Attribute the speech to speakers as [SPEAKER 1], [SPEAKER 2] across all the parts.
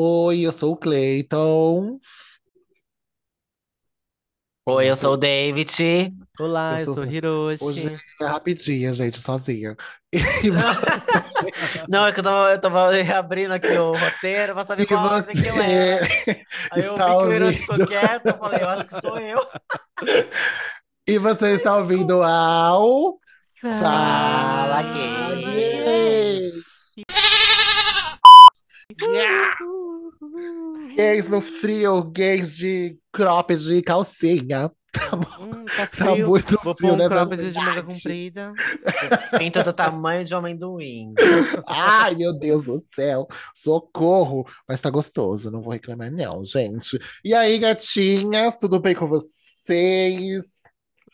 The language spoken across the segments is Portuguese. [SPEAKER 1] Oi, eu sou o Cleiton.
[SPEAKER 2] Oi, eu sou o David.
[SPEAKER 1] Né, Eu
[SPEAKER 3] Olá, eu
[SPEAKER 1] sou.
[SPEAKER 3] sou
[SPEAKER 1] Hoje
[SPEAKER 3] Hiroshi.
[SPEAKER 1] é rapidinho, gente, sozinho. E,
[SPEAKER 2] Não, é que eu tava, eu tava reabrindo aqui o roteiro pra saber
[SPEAKER 1] e
[SPEAKER 2] qual ordem que eu era.
[SPEAKER 1] você
[SPEAKER 2] Aí eu vi
[SPEAKER 1] está
[SPEAKER 2] que o Hiroshi ficou
[SPEAKER 1] ouvindo.
[SPEAKER 2] quieto, eu falei, eu acho que sou eu.
[SPEAKER 1] E você está ouvindo ao.
[SPEAKER 2] Fala,
[SPEAKER 1] Fala
[SPEAKER 3] Fala,
[SPEAKER 2] gay!
[SPEAKER 3] gay.
[SPEAKER 1] gay! Nha! Gays no frio, gays de cropped de calcinha. Tá, mu-
[SPEAKER 3] Hum, tá
[SPEAKER 1] tá
[SPEAKER 3] frio.
[SPEAKER 1] muito
[SPEAKER 3] Vou pôr
[SPEAKER 1] frio
[SPEAKER 3] um
[SPEAKER 1] nessa
[SPEAKER 3] cropped de manga
[SPEAKER 1] cidade.
[SPEAKER 3] comprida.
[SPEAKER 2] Pinta do tamanho de um amendoim.
[SPEAKER 1] Ai, meu Deus do céu, socorro! Mas tá gostoso, não vou reclamar, não, gente. E aí, gatinhas, tudo bem com vocês?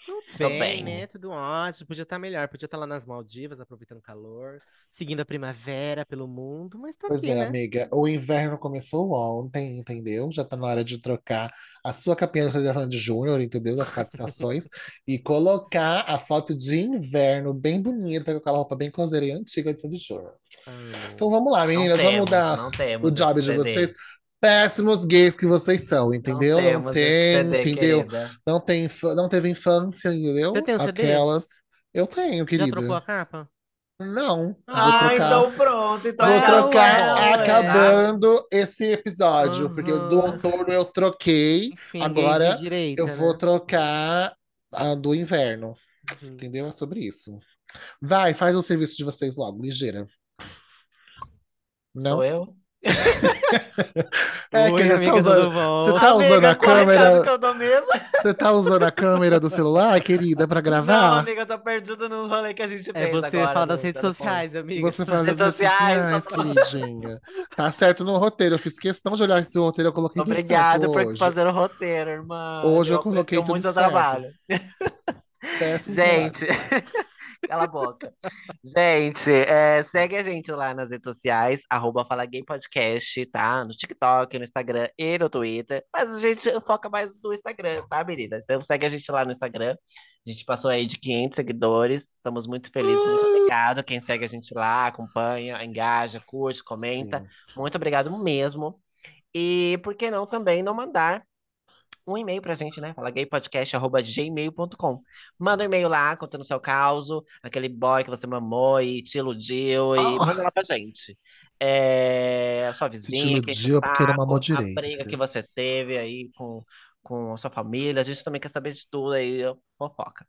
[SPEAKER 3] Tudo
[SPEAKER 2] Tô bem.
[SPEAKER 3] bem, né? Tudo ótimo. Podia estar melhor. Podia estar lá nas Maldivas, aproveitando o calor, seguindo a primavera pelo mundo, mas tô
[SPEAKER 1] Pois
[SPEAKER 3] aqui,
[SPEAKER 1] é,
[SPEAKER 3] né?
[SPEAKER 1] amiga, o inverno começou ontem, entendeu? Já tá na hora de trocar a sua capinha de realização de júnior, entendeu? Das quatro estações, e colocar a foto de inverno bem bonita, com aquela roupa bem coseira e antiga de Sandy Júnior. Então
[SPEAKER 3] Amo.
[SPEAKER 1] vamos lá,
[SPEAKER 2] Não
[SPEAKER 1] meninas, vamos
[SPEAKER 2] temos,
[SPEAKER 1] mudar
[SPEAKER 2] não
[SPEAKER 1] o
[SPEAKER 2] temos esse
[SPEAKER 1] job de
[SPEAKER 2] CD.
[SPEAKER 1] vocês. Péssimos gays que vocês são,
[SPEAKER 2] Não
[SPEAKER 1] entendeu? Não
[SPEAKER 2] temos esse
[SPEAKER 1] tem,
[SPEAKER 2] CD,
[SPEAKER 1] entendeu?
[SPEAKER 2] querida.
[SPEAKER 1] Não tem, infa- não teve infância,
[SPEAKER 3] Você
[SPEAKER 1] entendeu?
[SPEAKER 3] tem o CD?
[SPEAKER 1] Aquelas. Eu tenho,
[SPEAKER 3] Já trocou
[SPEAKER 1] querida.
[SPEAKER 3] a capa?
[SPEAKER 1] Não, vou
[SPEAKER 2] Ah,
[SPEAKER 3] Ah,
[SPEAKER 1] trocar.
[SPEAKER 2] então pronto. Então
[SPEAKER 1] Vou
[SPEAKER 3] ela
[SPEAKER 1] trocar
[SPEAKER 2] acabou, é.
[SPEAKER 1] acabando esse episódio, porque do
[SPEAKER 3] Aham.
[SPEAKER 1] outono eu troquei,
[SPEAKER 3] Enfim, gays de
[SPEAKER 1] agora eu
[SPEAKER 3] direita,
[SPEAKER 1] vou
[SPEAKER 3] né?
[SPEAKER 1] trocar a do inverno,
[SPEAKER 3] Uhum.
[SPEAKER 1] entendeu? É sobre isso. Vai, faz o serviço de vocês logo, ligeira.
[SPEAKER 2] Sou
[SPEAKER 1] Não?
[SPEAKER 2] eu?
[SPEAKER 1] É que
[SPEAKER 3] Oi,
[SPEAKER 1] eles estão
[SPEAKER 3] amiga,
[SPEAKER 1] usando.
[SPEAKER 3] tudo
[SPEAKER 1] Você
[SPEAKER 3] bom?
[SPEAKER 1] tá usando
[SPEAKER 2] Amiga,
[SPEAKER 1] a
[SPEAKER 2] qual o recado
[SPEAKER 1] câmera?
[SPEAKER 2] que eu dou mesmo?
[SPEAKER 1] Você tá usando a câmera do celular, querida, pra
[SPEAKER 2] Não,
[SPEAKER 1] gravar?
[SPEAKER 2] amiga, eu tô perdido no rolê que a gente
[SPEAKER 3] É
[SPEAKER 2] fez
[SPEAKER 3] você
[SPEAKER 2] agora tá
[SPEAKER 3] fala das
[SPEAKER 2] no
[SPEAKER 3] redes
[SPEAKER 2] telefone.
[SPEAKER 3] sociais, amiga.
[SPEAKER 1] Você
[SPEAKER 2] Nas
[SPEAKER 1] fala
[SPEAKER 2] redes
[SPEAKER 1] das redes
[SPEAKER 2] sociais, só
[SPEAKER 1] sociais,
[SPEAKER 2] tô...
[SPEAKER 1] queridinha. Tá certo no roteiro. Eu fiz questão de olhar esse roteiro, eu coloquei tudo certo
[SPEAKER 2] Obrigado por
[SPEAKER 1] hoje.
[SPEAKER 2] fazer o roteiro, irmã.
[SPEAKER 1] Hoje
[SPEAKER 2] Eu
[SPEAKER 1] eu
[SPEAKER 2] aprecio
[SPEAKER 1] coloquei
[SPEAKER 2] muito
[SPEAKER 1] tudo
[SPEAKER 2] seu
[SPEAKER 1] certo.
[SPEAKER 2] trabalho.
[SPEAKER 1] Péssimo trabalho.
[SPEAKER 2] Gente, cala a boca. Gente, é, segue a gente lá nas redes sociais, arroba Fala Gay Podcast, tá? No TikTok, no Instagram e no Twitter. Mas a gente foca mais no Instagram, tá, menina? Então segue a gente lá no Instagram. A gente passou aí de 500 seguidores. Estamos muito felizes, muito obrigado. Quem segue a gente lá, acompanha, engaja, curte, comenta.
[SPEAKER 1] Sim.
[SPEAKER 2] Muito obrigado mesmo. E por que não também não mandar um e-mail pra gente, né? Fala gaypodcast@gmail.com. Manda um e-mail lá contando o seu caso, aquele boy que você mamou e te iludiu e manda
[SPEAKER 1] Ah,
[SPEAKER 2] lá pra gente. É, a sua
[SPEAKER 1] se te
[SPEAKER 2] vizinha que enche o
[SPEAKER 1] iludiu é porque não mamou
[SPEAKER 2] saco, a
[SPEAKER 1] direito,
[SPEAKER 2] briga que
[SPEAKER 1] querida.
[SPEAKER 2] você teve aí com com a sua família, a gente também quer saber de tudo aí, fofoca.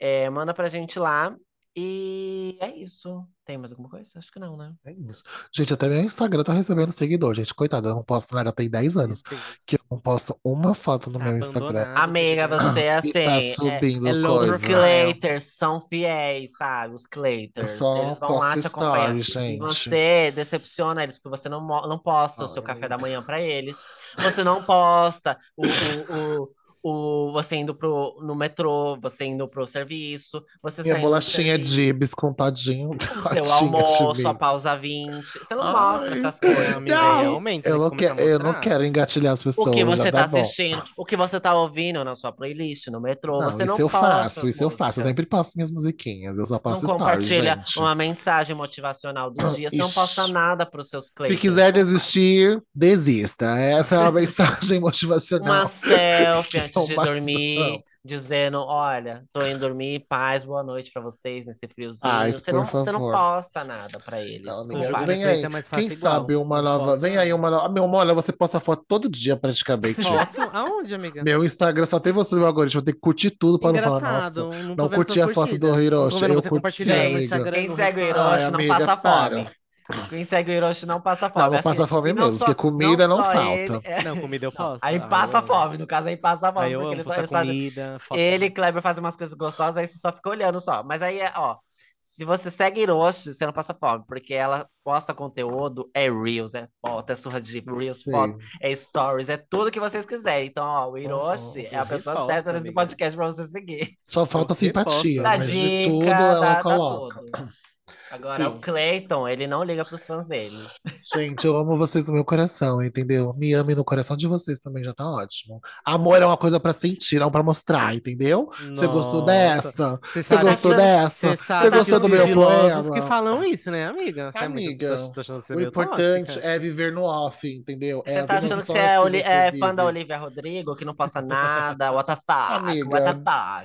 [SPEAKER 2] É, manda pra gente lá e é isso. Tem mais alguma coisa? Acho que não, né?
[SPEAKER 1] É isso. Gente, até meu Instagram tá recebendo seguidor, gente. Coitada, eu não posto nada tem 10
[SPEAKER 3] Meu
[SPEAKER 1] anos.
[SPEAKER 3] Deus.
[SPEAKER 1] Que eu não posto uma foto no
[SPEAKER 3] Tá
[SPEAKER 1] meu Instagram.
[SPEAKER 3] abandonado o
[SPEAKER 2] Amiga,
[SPEAKER 3] seguidor.
[SPEAKER 2] você é
[SPEAKER 1] E tá
[SPEAKER 2] assim, é,
[SPEAKER 3] É
[SPEAKER 1] subindo
[SPEAKER 3] low
[SPEAKER 2] os
[SPEAKER 1] coisa.
[SPEAKER 3] profile.
[SPEAKER 2] Claters são fiéis, sabe? Os
[SPEAKER 1] Eu
[SPEAKER 2] Claters,
[SPEAKER 1] só
[SPEAKER 2] eles vão lá
[SPEAKER 1] posto
[SPEAKER 2] te acompanhar.
[SPEAKER 1] stories,
[SPEAKER 2] E
[SPEAKER 1] gente.
[SPEAKER 2] você decepciona eles, porque você não, mo- não posta o seu
[SPEAKER 1] Ai,
[SPEAKER 2] café da
[SPEAKER 1] amiga.
[SPEAKER 2] manhã pra eles. Você não posta o, o, o, o- você indo pro, no metrô, você indo pro serviço, você
[SPEAKER 1] Minha
[SPEAKER 2] saindo do
[SPEAKER 1] bolachinha é
[SPEAKER 2] serviço,
[SPEAKER 1] Dibs com tadinho,
[SPEAKER 2] o seu
[SPEAKER 1] tadinha de
[SPEAKER 2] almoço, a
[SPEAKER 1] mim.
[SPEAKER 2] pausa 20. Você não mostra
[SPEAKER 1] Ai,
[SPEAKER 2] essas
[SPEAKER 3] Não,
[SPEAKER 2] coisas,
[SPEAKER 3] amiga,
[SPEAKER 1] não!
[SPEAKER 2] entendeu?
[SPEAKER 3] realmente, você
[SPEAKER 1] Eu
[SPEAKER 3] tem que
[SPEAKER 1] não, que,
[SPEAKER 3] começar a
[SPEAKER 1] eu não
[SPEAKER 3] mostrar.
[SPEAKER 1] quero né? engatilhar as
[SPEAKER 2] O que
[SPEAKER 1] pessoas, já
[SPEAKER 2] você
[SPEAKER 1] dá
[SPEAKER 2] tá
[SPEAKER 1] bom.
[SPEAKER 2] assistindo, o que você tá ouvindo na sua playlist, no metrô,
[SPEAKER 1] Não,
[SPEAKER 2] você
[SPEAKER 1] isso
[SPEAKER 2] não
[SPEAKER 1] eu
[SPEAKER 2] posta
[SPEAKER 1] faço,
[SPEAKER 2] as
[SPEAKER 1] isso eu faço. Eu sempre
[SPEAKER 2] músicas,
[SPEAKER 1] posto minhas musiquinhas, eu só
[SPEAKER 2] não
[SPEAKER 1] posto stories,
[SPEAKER 2] compartilha
[SPEAKER 1] gente.
[SPEAKER 2] uma mensagem motivacional do dia, você não posta
[SPEAKER 1] Ixi.
[SPEAKER 2] nada pros seus
[SPEAKER 1] Se
[SPEAKER 2] Claters,
[SPEAKER 1] quiser
[SPEAKER 2] não faz.
[SPEAKER 1] desistir, desista. Essa é uma mensagem
[SPEAKER 2] Uma
[SPEAKER 1] motivacional
[SPEAKER 2] selfie
[SPEAKER 1] que é
[SPEAKER 2] antes de
[SPEAKER 1] uma
[SPEAKER 2] dormir,
[SPEAKER 1] ação.
[SPEAKER 2] dizendo, olha, tô indo dormir, paz, boa noite pra vocês nesse
[SPEAKER 1] Ai,
[SPEAKER 2] friozinho. Você
[SPEAKER 1] por
[SPEAKER 2] não, você não
[SPEAKER 1] favor.
[SPEAKER 2] posta nada pra
[SPEAKER 1] Não,
[SPEAKER 2] eles, não
[SPEAKER 1] amiga,
[SPEAKER 3] Amiga,
[SPEAKER 2] faz.
[SPEAKER 1] vem
[SPEAKER 3] prefeita,
[SPEAKER 1] aí.
[SPEAKER 3] mas
[SPEAKER 1] Quem
[SPEAKER 3] faça
[SPEAKER 1] sabe
[SPEAKER 3] é igual.
[SPEAKER 1] uma
[SPEAKER 3] Não
[SPEAKER 1] nova.
[SPEAKER 3] posta
[SPEAKER 1] Vem aí
[SPEAKER 3] nada.
[SPEAKER 1] uma nova. Meu amor, olha, você posta foto todo dia praticamente.
[SPEAKER 3] Posso? Aonde, amiga?
[SPEAKER 1] Meu Instagram só tem você no meu algoritmo. Eu tenho que curtir tudo pra não falar, nossa,
[SPEAKER 3] Engraçado, não tô
[SPEAKER 1] não
[SPEAKER 3] vendo suas
[SPEAKER 1] curti a foto do
[SPEAKER 3] curtidas. Tô
[SPEAKER 1] Hiroshi.
[SPEAKER 3] vendo
[SPEAKER 1] Eu curti,
[SPEAKER 3] você compartilhando no
[SPEAKER 2] Gente,
[SPEAKER 1] amiga.
[SPEAKER 3] Instagram
[SPEAKER 2] quem
[SPEAKER 3] e no
[SPEAKER 2] segue o
[SPEAKER 1] Ai,
[SPEAKER 2] Hiroshi
[SPEAKER 3] restaurante.
[SPEAKER 2] não
[SPEAKER 1] amiga,
[SPEAKER 2] passa
[SPEAKER 1] para.
[SPEAKER 2] fome. Quem segue o Hiroshi não passa
[SPEAKER 1] Não,
[SPEAKER 2] fome.
[SPEAKER 1] não
[SPEAKER 2] Acho que
[SPEAKER 1] passa fome
[SPEAKER 2] assim, e não
[SPEAKER 1] mesmo, porque
[SPEAKER 2] só não
[SPEAKER 1] comida não
[SPEAKER 2] só ele,
[SPEAKER 1] falta.
[SPEAKER 2] é,
[SPEAKER 3] Não, comida eu
[SPEAKER 2] não,
[SPEAKER 3] posto.
[SPEAKER 2] aí
[SPEAKER 3] Ai, eu
[SPEAKER 2] passa
[SPEAKER 3] amo.
[SPEAKER 2] fome, no caso aí passa
[SPEAKER 3] Ai,
[SPEAKER 2] fome
[SPEAKER 3] eu
[SPEAKER 2] porque
[SPEAKER 3] amo
[SPEAKER 2] ele fa-
[SPEAKER 3] postar
[SPEAKER 2] eles fazem
[SPEAKER 3] comida,
[SPEAKER 2] ele e
[SPEAKER 3] foto.
[SPEAKER 2] Kleber fazem umas coisas gostosas, aí você só fica olhando só. Mas aí é, ó, se você segue Hiroshi, você não passa fome, porque ela posta conteúdo, é Reels, é foto, é surra de Reels, foto,
[SPEAKER 1] Sim.
[SPEAKER 2] é Stories, é tudo que vocês quiserem. Então, ó, o
[SPEAKER 3] Uhum.
[SPEAKER 2] Hiroshi é
[SPEAKER 3] Eu
[SPEAKER 2] a pessoa
[SPEAKER 3] reposto,
[SPEAKER 2] certa nesse
[SPEAKER 3] amiga.
[SPEAKER 2] podcast pra você seguir.
[SPEAKER 1] Só
[SPEAKER 3] Eu
[SPEAKER 1] falta
[SPEAKER 3] reposto.
[SPEAKER 1] simpatia,
[SPEAKER 2] Da
[SPEAKER 1] mas de tudo
[SPEAKER 2] dica,
[SPEAKER 1] ela
[SPEAKER 2] dá, dá
[SPEAKER 1] coloca.
[SPEAKER 2] tudo. Agora,
[SPEAKER 1] Sim.
[SPEAKER 2] o Clayton, ele não liga pros fãs dele.
[SPEAKER 1] Gente, eu amo vocês no meu coração, entendeu? Me amem no coração de vocês também, já tá ótimo. Amor é uma coisa pra sentir, não pra mostrar, entendeu? Você gostou
[SPEAKER 3] Nossa.
[SPEAKER 1] dessa? Você
[SPEAKER 3] Você sabe,
[SPEAKER 1] gostou
[SPEAKER 2] achando-
[SPEAKER 1] dessa?
[SPEAKER 3] você sabe
[SPEAKER 1] gostou
[SPEAKER 3] que os
[SPEAKER 1] do meu
[SPEAKER 3] sigilosos
[SPEAKER 1] poema?
[SPEAKER 3] que falam isso, né, amiga? Você é muito-
[SPEAKER 1] Amiga,
[SPEAKER 3] tô- tô achando você
[SPEAKER 1] O
[SPEAKER 3] meio
[SPEAKER 1] importante
[SPEAKER 3] tóxica.
[SPEAKER 1] é viver no off, entendeu? É
[SPEAKER 2] tá Você tá
[SPEAKER 1] as
[SPEAKER 2] achando que você
[SPEAKER 1] emoções
[SPEAKER 2] é,
[SPEAKER 1] que
[SPEAKER 2] Oli-
[SPEAKER 1] você
[SPEAKER 2] é
[SPEAKER 1] vive.
[SPEAKER 2] fã da Olivia Rodrigo, que não passa nada, what the fuck, what
[SPEAKER 1] Amiga,
[SPEAKER 2] the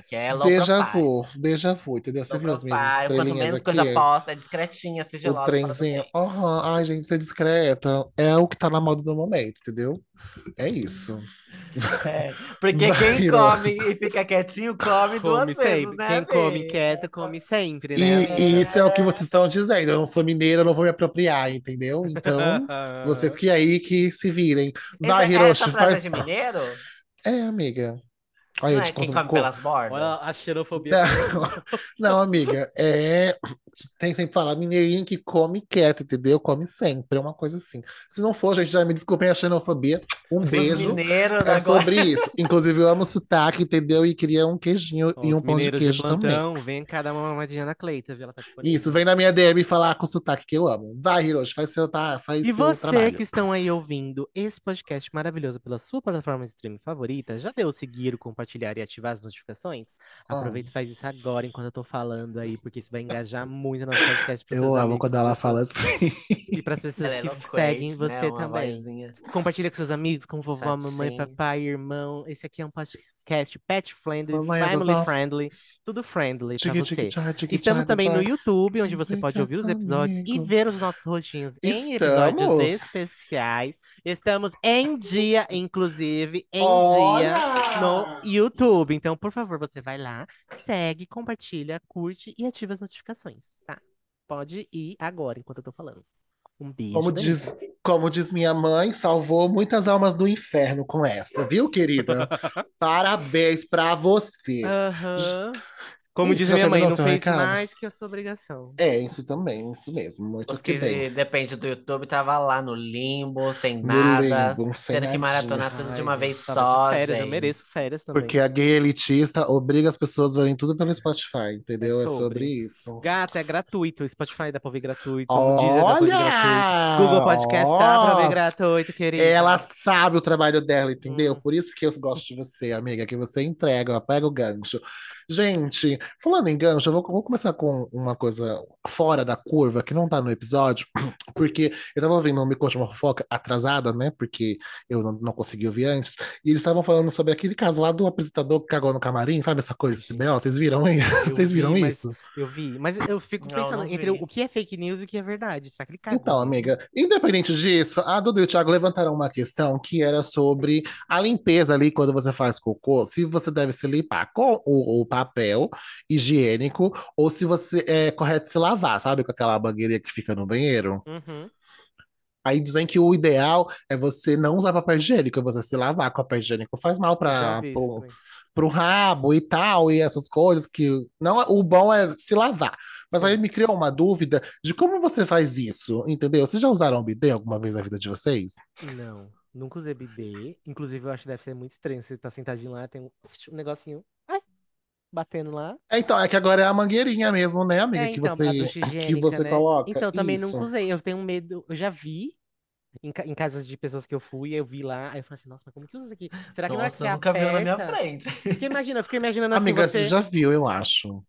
[SPEAKER 2] fuck, é low
[SPEAKER 1] Déjà
[SPEAKER 2] profile.
[SPEAKER 1] vu, déjà vu, entendeu? Você
[SPEAKER 2] Low
[SPEAKER 1] viu as minhas
[SPEAKER 2] profile, quanto
[SPEAKER 1] estrelinhas
[SPEAKER 2] menos
[SPEAKER 1] aqui?
[SPEAKER 2] coisa posta, é discretinha,
[SPEAKER 1] O
[SPEAKER 2] sigilosa, fala do
[SPEAKER 1] trenzinho.
[SPEAKER 2] bem.
[SPEAKER 1] Aham, Ai, gente, ser discreta é o que tá na moda do momento, entendeu? É isso.
[SPEAKER 2] É, porque
[SPEAKER 1] Vai,
[SPEAKER 2] quem
[SPEAKER 1] Iro.
[SPEAKER 2] come e fica quietinho, come
[SPEAKER 3] Come
[SPEAKER 2] duas vezes,
[SPEAKER 3] sempre.
[SPEAKER 2] né,
[SPEAKER 3] Quem come
[SPEAKER 2] amiga?
[SPEAKER 3] quieta, come sempre,
[SPEAKER 1] E,
[SPEAKER 3] né,
[SPEAKER 1] e
[SPEAKER 3] amiga?
[SPEAKER 1] isso é o que vocês estão dizendo. Eu não sou mineira, eu não vou me apropriar, entendeu?
[SPEAKER 3] Ah,
[SPEAKER 1] Então, vocês que aí que se virem.
[SPEAKER 2] Essa,
[SPEAKER 1] Vai,
[SPEAKER 2] essa
[SPEAKER 1] Hiroshi,
[SPEAKER 2] frase é
[SPEAKER 1] faz.
[SPEAKER 2] de mineiro?
[SPEAKER 1] É, amiga. Olha,
[SPEAKER 2] Não
[SPEAKER 1] eu
[SPEAKER 2] é
[SPEAKER 1] te
[SPEAKER 2] quem
[SPEAKER 1] conto. um
[SPEAKER 2] come
[SPEAKER 1] co-
[SPEAKER 2] pelas bordas?
[SPEAKER 3] Olha a xerofobia.
[SPEAKER 1] Não, não, amiga, é. Tem sempre que falar mineirinho que come quieto, entendeu? Come sempre, é uma coisa assim. Se não for, gente, já me desculpem a xenofobia. Um
[SPEAKER 2] Os
[SPEAKER 1] beijo.
[SPEAKER 2] mineiros
[SPEAKER 1] É
[SPEAKER 2] agora.
[SPEAKER 1] sobre isso. Inclusive, eu amo sotaque, entendeu? E queria um queijinho
[SPEAKER 3] Ó,
[SPEAKER 1] e
[SPEAKER 3] Os
[SPEAKER 1] um pão de
[SPEAKER 3] mineiros de
[SPEAKER 1] queijo também.
[SPEAKER 3] plantão, vem cada uma mamadinha na Cleita, viu? Ela tá disponível.
[SPEAKER 1] Isso, vem na minha DM falar com sotaque que eu amo. Vai, Hiroshi, faz seu, tá, faz seu
[SPEAKER 3] E você
[SPEAKER 1] trabalho.
[SPEAKER 3] que estão aí ouvindo esse podcast maravilhoso pela sua plataforma de streaming favorita, já deu seguir, compartilhar e ativar as notificações?
[SPEAKER 1] Ah,
[SPEAKER 3] Aproveita e faz isso agora enquanto eu tô falando aí, porque isso vai engajar muito o nosso podcast pros seus
[SPEAKER 1] eu amo
[SPEAKER 3] amigos,
[SPEAKER 1] quando ela
[SPEAKER 3] pras
[SPEAKER 1] fala
[SPEAKER 3] pessoas-
[SPEAKER 1] assim.
[SPEAKER 3] e pras pessoas
[SPEAKER 2] Ela é
[SPEAKER 3] que
[SPEAKER 2] eloquente,
[SPEAKER 3] seguem
[SPEAKER 2] né?
[SPEAKER 3] você
[SPEAKER 2] Uma
[SPEAKER 3] também.
[SPEAKER 2] vozinha.
[SPEAKER 3] Compartilha com seus amigos, com vovó, mamãe,
[SPEAKER 2] Chatinha.
[SPEAKER 3] papai, irmão. Esse aqui é um podcast pet friendly,
[SPEAKER 1] Mamãe, a
[SPEAKER 3] family
[SPEAKER 1] vovó.
[SPEAKER 3] friendly, tudo friendly pra
[SPEAKER 1] Tchiqui, tchiqui,
[SPEAKER 3] você.
[SPEAKER 1] tchá, tchiqui, tchá,
[SPEAKER 3] Estamos também no
[SPEAKER 1] vovó.
[SPEAKER 3] YouTube, onde você pode
[SPEAKER 1] Fica
[SPEAKER 3] ouvir os episódios e
[SPEAKER 1] comigo.
[SPEAKER 3] ver os nossos rostinhos em episódios
[SPEAKER 1] Estamos.
[SPEAKER 3] especiais. Estamos em dia, inclusive, em dia no
[SPEAKER 1] Olha!
[SPEAKER 3] YouTube. Então, por favor, você vai lá, segue, compartilha, curte e ativa as notificações, tá? Pode ir agora, enquanto eu tô falando.
[SPEAKER 1] Como
[SPEAKER 3] Um beijo, beijo.
[SPEAKER 1] diz, como diz minha mãe, salvou muitas almas do inferno com essa, viu, querida? Parabéns pra você.
[SPEAKER 3] Aham. Como
[SPEAKER 1] Isso,
[SPEAKER 3] diz
[SPEAKER 1] já
[SPEAKER 3] minha mãe,
[SPEAKER 1] terminou
[SPEAKER 3] não
[SPEAKER 1] seu
[SPEAKER 3] fez
[SPEAKER 1] um recado?
[SPEAKER 3] mais que a sua obrigação.
[SPEAKER 1] É, isso também, isso mesmo, muito
[SPEAKER 2] Os
[SPEAKER 1] que bem.
[SPEAKER 2] que depende do YouTube tava lá no limbo, sem
[SPEAKER 1] No
[SPEAKER 2] nada,
[SPEAKER 1] limbo, sem
[SPEAKER 2] tendo
[SPEAKER 1] nadinha.
[SPEAKER 2] que maratonar tudo de
[SPEAKER 3] Ai,
[SPEAKER 2] uma
[SPEAKER 3] gente,
[SPEAKER 2] vez
[SPEAKER 3] eu tava de
[SPEAKER 2] só,
[SPEAKER 3] férias, eu
[SPEAKER 2] gente.
[SPEAKER 3] mereço férias
[SPEAKER 1] Porque
[SPEAKER 3] também.
[SPEAKER 1] a gay elitista obriga as pessoas a verem tudo pelo Spotify,
[SPEAKER 3] É
[SPEAKER 1] entendeu? É sobre
[SPEAKER 3] sobre.
[SPEAKER 1] isso.
[SPEAKER 3] Gata, é gratuito. O Spotify dá pra ouvir gratuito. O Deezer dá pra ouvir gratuito. Google
[SPEAKER 1] Olha!
[SPEAKER 3] Podcast dá pra ouvir
[SPEAKER 1] Ó!
[SPEAKER 3] gratuito, querida.
[SPEAKER 1] É, Ela sabe o trabalho dela, entendeu?
[SPEAKER 3] Hum.
[SPEAKER 1] Por isso que eu gosto de você, amiga, que você entrega, ó, pega o gancho. Gente, falando em gancho, eu vou, vou começar com uma coisa fora da curva, que não tá no episódio, porque eu tava ouvindo um Me Conte Uma Fofoca atrasada, né? Porque eu não, não consegui ouvir antes. E eles estavam falando sobre aquele caso lá do apresentador que cagou no camarim, sabe essa coisa,
[SPEAKER 3] Ai,
[SPEAKER 1] esse
[SPEAKER 3] gente,
[SPEAKER 1] B.O.? Vocês viram aí?
[SPEAKER 3] eu
[SPEAKER 1] Vocês viram
[SPEAKER 3] vi, mas
[SPEAKER 1] isso?
[SPEAKER 3] eu vi. Mas eu fico
[SPEAKER 2] Não,
[SPEAKER 3] pensando
[SPEAKER 2] não
[SPEAKER 3] entre o
[SPEAKER 2] vi.
[SPEAKER 3] o que é fake news e o que é verdade. Será que ele cagou
[SPEAKER 1] Então,
[SPEAKER 3] mesmo?
[SPEAKER 1] amiga, independente disso, a Duda e o Thiago levantaram uma questão que era sobre a limpeza ali quando você faz cocô, se você deve se limpar com o, o papel higiênico ou se você é correto se lavar, sabe? Com aquela mangueirinha que fica no banheiro.
[SPEAKER 3] Uhum.
[SPEAKER 1] Aí dizem que o ideal é você não usar papel higiênico, é você se lavar com papel higiênico, faz mal
[SPEAKER 3] Eu já
[SPEAKER 1] para
[SPEAKER 3] vi isso
[SPEAKER 1] pro,
[SPEAKER 3] também.
[SPEAKER 1] pro rabo e tal, e essas coisas que não, o bom é se lavar. Mas aí
[SPEAKER 3] Sim.
[SPEAKER 1] me criou uma dúvida de como você faz isso, entendeu? Vocês já usaram o bidê alguma vez na vida de vocês?
[SPEAKER 3] Não, nunca usei bidê. Inclusive, eu acho que deve ser muito estranho. Você tá sentadinho lá, tem um, um negocinho ai, batendo lá.
[SPEAKER 1] É, então, é que agora é a mangueirinha mesmo, né, amiga,
[SPEAKER 3] É,
[SPEAKER 1] que
[SPEAKER 3] então, a
[SPEAKER 1] você
[SPEAKER 3] ducha
[SPEAKER 1] que
[SPEAKER 3] higiênica,
[SPEAKER 1] você
[SPEAKER 3] né?
[SPEAKER 1] coloca
[SPEAKER 3] Então, também nunca
[SPEAKER 1] isso.
[SPEAKER 3] usei. Eu tenho um medo. Eu já vi em, ca- em casas de pessoas que eu fui, eu vi lá. Aí eu falei assim, nossa, mas como que usa isso aqui? Será é que na hora
[SPEAKER 2] Nossa,
[SPEAKER 3] que você
[SPEAKER 2] eu nunca vi um na minha
[SPEAKER 3] aperta?
[SPEAKER 2] frente.
[SPEAKER 3] Porque imagina, eu fiquei imaginando assim,
[SPEAKER 1] Amiga, você
[SPEAKER 3] você
[SPEAKER 1] já viu, eu acho.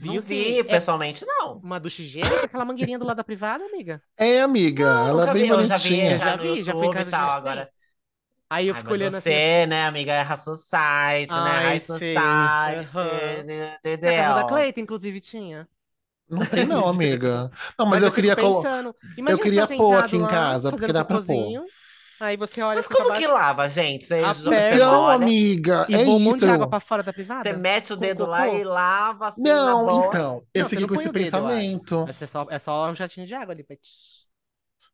[SPEAKER 2] Não
[SPEAKER 3] viu sim,
[SPEAKER 2] vi,
[SPEAKER 3] é
[SPEAKER 2] pessoalmente, não.
[SPEAKER 3] uma ducha higiênica, aquela mangueirinha do lado da privada, amiga.
[SPEAKER 1] É, amiga,
[SPEAKER 2] Eu
[SPEAKER 1] ela é
[SPEAKER 2] nunca vi,
[SPEAKER 1] bem
[SPEAKER 2] eu já vi
[SPEAKER 3] Eu
[SPEAKER 1] bonitinha.
[SPEAKER 2] já
[SPEAKER 3] já
[SPEAKER 2] no
[SPEAKER 3] vi, já fui em
[SPEAKER 2] YouTube e
[SPEAKER 3] casa de
[SPEAKER 2] tal,
[SPEAKER 3] gente que tem.
[SPEAKER 2] agora.
[SPEAKER 3] Aí eu
[SPEAKER 2] Ai,
[SPEAKER 3] fico
[SPEAKER 2] mas
[SPEAKER 3] olhando assim, eu fico,
[SPEAKER 2] você, né, amiga, é high society, né?
[SPEAKER 3] ai,
[SPEAKER 2] High
[SPEAKER 3] sei.
[SPEAKER 2] society,
[SPEAKER 3] Aham. Na é casa da
[SPEAKER 2] entendeu?
[SPEAKER 3] Cleita, inclusive, tinha.
[SPEAKER 1] Não tem não, amiga. Não, mas
[SPEAKER 3] Mas
[SPEAKER 1] eu
[SPEAKER 3] eu fico
[SPEAKER 1] queria colo...
[SPEAKER 3] pensando,
[SPEAKER 1] eu
[SPEAKER 3] imagina você tá
[SPEAKER 1] queria pôr aqui
[SPEAKER 3] sentado
[SPEAKER 1] em
[SPEAKER 3] lá,
[SPEAKER 1] casa, porque
[SPEAKER 3] fazendo
[SPEAKER 1] dá pra pôr.
[SPEAKER 3] cocôzinho, aí você olha
[SPEAKER 2] Mas
[SPEAKER 3] assim pra
[SPEAKER 2] como que
[SPEAKER 3] baixo,
[SPEAKER 2] lava, gente? Você, você
[SPEAKER 3] aperta
[SPEAKER 1] Então,
[SPEAKER 2] molha,
[SPEAKER 1] amiga,
[SPEAKER 3] e
[SPEAKER 1] é
[SPEAKER 3] voa um monte
[SPEAKER 1] isso.
[SPEAKER 3] de
[SPEAKER 1] eu-
[SPEAKER 3] água pra fora da
[SPEAKER 2] você
[SPEAKER 3] privada?
[SPEAKER 2] mete o
[SPEAKER 3] Com
[SPEAKER 2] dedo lá e
[SPEAKER 3] cocô?
[SPEAKER 2] lava assim na
[SPEAKER 1] Não,
[SPEAKER 2] boa.
[SPEAKER 1] então, eu
[SPEAKER 3] Não, você
[SPEAKER 1] fiquei
[SPEAKER 3] não
[SPEAKER 1] com
[SPEAKER 3] põe
[SPEAKER 1] esse
[SPEAKER 3] o dedo, eu acho.
[SPEAKER 1] pensamento.
[SPEAKER 3] Mas É só, é só um jatinho de água ali. Vai... tch.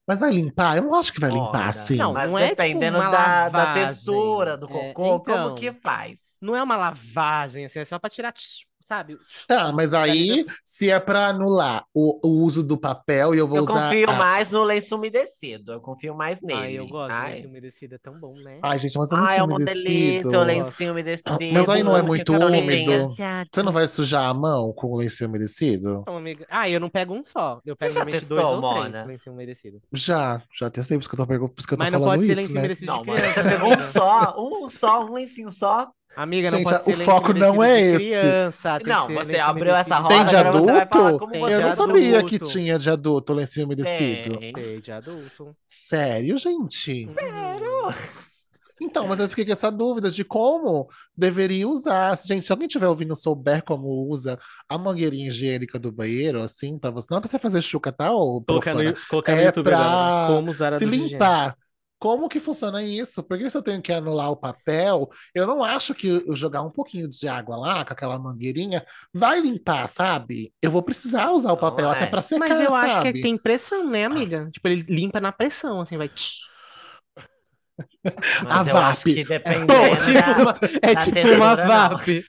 [SPEAKER 1] Mas vai limpar? Eu não acho que vai limpar
[SPEAKER 2] Olha,
[SPEAKER 1] assim.
[SPEAKER 3] Não,
[SPEAKER 2] mas
[SPEAKER 3] não é tipo
[SPEAKER 2] dependendo
[SPEAKER 3] uma
[SPEAKER 2] da, da
[SPEAKER 3] lavagem.
[SPEAKER 2] textura do
[SPEAKER 3] É,
[SPEAKER 2] cocô, como que
[SPEAKER 3] então,
[SPEAKER 2] faz?
[SPEAKER 3] não é uma lavagem, assim, é só pra tirar tch, sabe?
[SPEAKER 1] Tá, mas aí, se é pra anular o, o uso do papel e eu vou
[SPEAKER 2] Eu
[SPEAKER 1] usar.
[SPEAKER 2] confio
[SPEAKER 1] a-
[SPEAKER 2] mais no lenço umedecido. Eu confio mais nele.
[SPEAKER 3] Ai, eu gosto
[SPEAKER 2] Ai.
[SPEAKER 3] desse umedecido, é tão bom, né?
[SPEAKER 1] Ai, gente, mas eu não
[SPEAKER 2] Ai,
[SPEAKER 1] sei
[SPEAKER 2] é uma delícia o lencinho umedecido.
[SPEAKER 1] Mas aí não é
[SPEAKER 2] você
[SPEAKER 1] muito
[SPEAKER 2] tá
[SPEAKER 1] úmido.
[SPEAKER 2] limpinha.
[SPEAKER 1] Você não vai sujar a mão com o lenço umedecido?
[SPEAKER 3] Então, amiga. Ah, eu não pego um só. Eu pego
[SPEAKER 2] já
[SPEAKER 3] normalmente
[SPEAKER 2] testou,
[SPEAKER 3] dois ou
[SPEAKER 2] Mona?
[SPEAKER 3] três lencinho umedecido.
[SPEAKER 1] Já, já testei, por isso que eu tô, pergun- por isso que eu tô
[SPEAKER 3] Mas não
[SPEAKER 1] falando
[SPEAKER 3] pode ser
[SPEAKER 1] isso,
[SPEAKER 3] lencinho
[SPEAKER 1] né?
[SPEAKER 3] umedecido
[SPEAKER 2] Não,
[SPEAKER 3] de
[SPEAKER 2] mano,
[SPEAKER 3] criança.
[SPEAKER 2] você pegou um
[SPEAKER 3] amiga.
[SPEAKER 2] só, um só, um lencinho só.
[SPEAKER 3] Amiga, não
[SPEAKER 1] Gente,
[SPEAKER 3] pode
[SPEAKER 1] o
[SPEAKER 3] ser lenço
[SPEAKER 1] foco não
[SPEAKER 3] umedecido
[SPEAKER 1] é
[SPEAKER 3] de
[SPEAKER 1] esse.
[SPEAKER 3] Tá criança. tem
[SPEAKER 2] Não,
[SPEAKER 3] que ser
[SPEAKER 2] você
[SPEAKER 3] lenço
[SPEAKER 2] abriu essa
[SPEAKER 3] umedecido-
[SPEAKER 2] roda,
[SPEAKER 1] Tem de
[SPEAKER 2] agora você vai
[SPEAKER 1] adulto?
[SPEAKER 2] falar como
[SPEAKER 3] Tem
[SPEAKER 2] você
[SPEAKER 3] de
[SPEAKER 1] Eu não
[SPEAKER 2] vai
[SPEAKER 3] adulto.
[SPEAKER 1] sabia que tinha de adulto o lencinho umedecido.
[SPEAKER 2] Tem.
[SPEAKER 3] Tem, de adulto.
[SPEAKER 1] Sério, gente?
[SPEAKER 3] Sério?
[SPEAKER 1] Então, mas eu fiquei com essa dúvida de como deveria usar. Se, Gente, se alguém estiver ouvindo souber como usa a mangueirinha higiênica do banheiro, assim, pra você. Não precisa fazer chuca, tá? Ou
[SPEAKER 3] Colocar no,
[SPEAKER 1] profana.
[SPEAKER 3] colocar no
[SPEAKER 1] É
[SPEAKER 3] YouTube
[SPEAKER 1] pra
[SPEAKER 3] agora. Como usar a
[SPEAKER 1] Se
[SPEAKER 3] do Virgínia.
[SPEAKER 1] limpar. Como que funciona isso? Porque se eu tenho que anular o papel, eu não acho que eu jogar um pouquinho de água lá com aquela mangueirinha vai limpar, sabe? Eu vou precisar usar o
[SPEAKER 2] Não
[SPEAKER 1] papel até
[SPEAKER 2] é.
[SPEAKER 1] pra secar,
[SPEAKER 3] Mas eu acho que
[SPEAKER 1] sabe?
[SPEAKER 3] é- tem pressão, né, amiga? Tipo, ele limpa na pressão, assim, vai.
[SPEAKER 2] Mas
[SPEAKER 1] A
[SPEAKER 2] eu acho
[SPEAKER 1] VAP.
[SPEAKER 2] que
[SPEAKER 3] É,
[SPEAKER 2] dependendo
[SPEAKER 1] Pô,
[SPEAKER 2] da-
[SPEAKER 3] tipo uma,
[SPEAKER 1] tá.
[SPEAKER 3] é
[SPEAKER 2] da
[SPEAKER 3] tipo
[SPEAKER 2] textura,
[SPEAKER 3] uma
[SPEAKER 2] não.
[SPEAKER 3] VAP.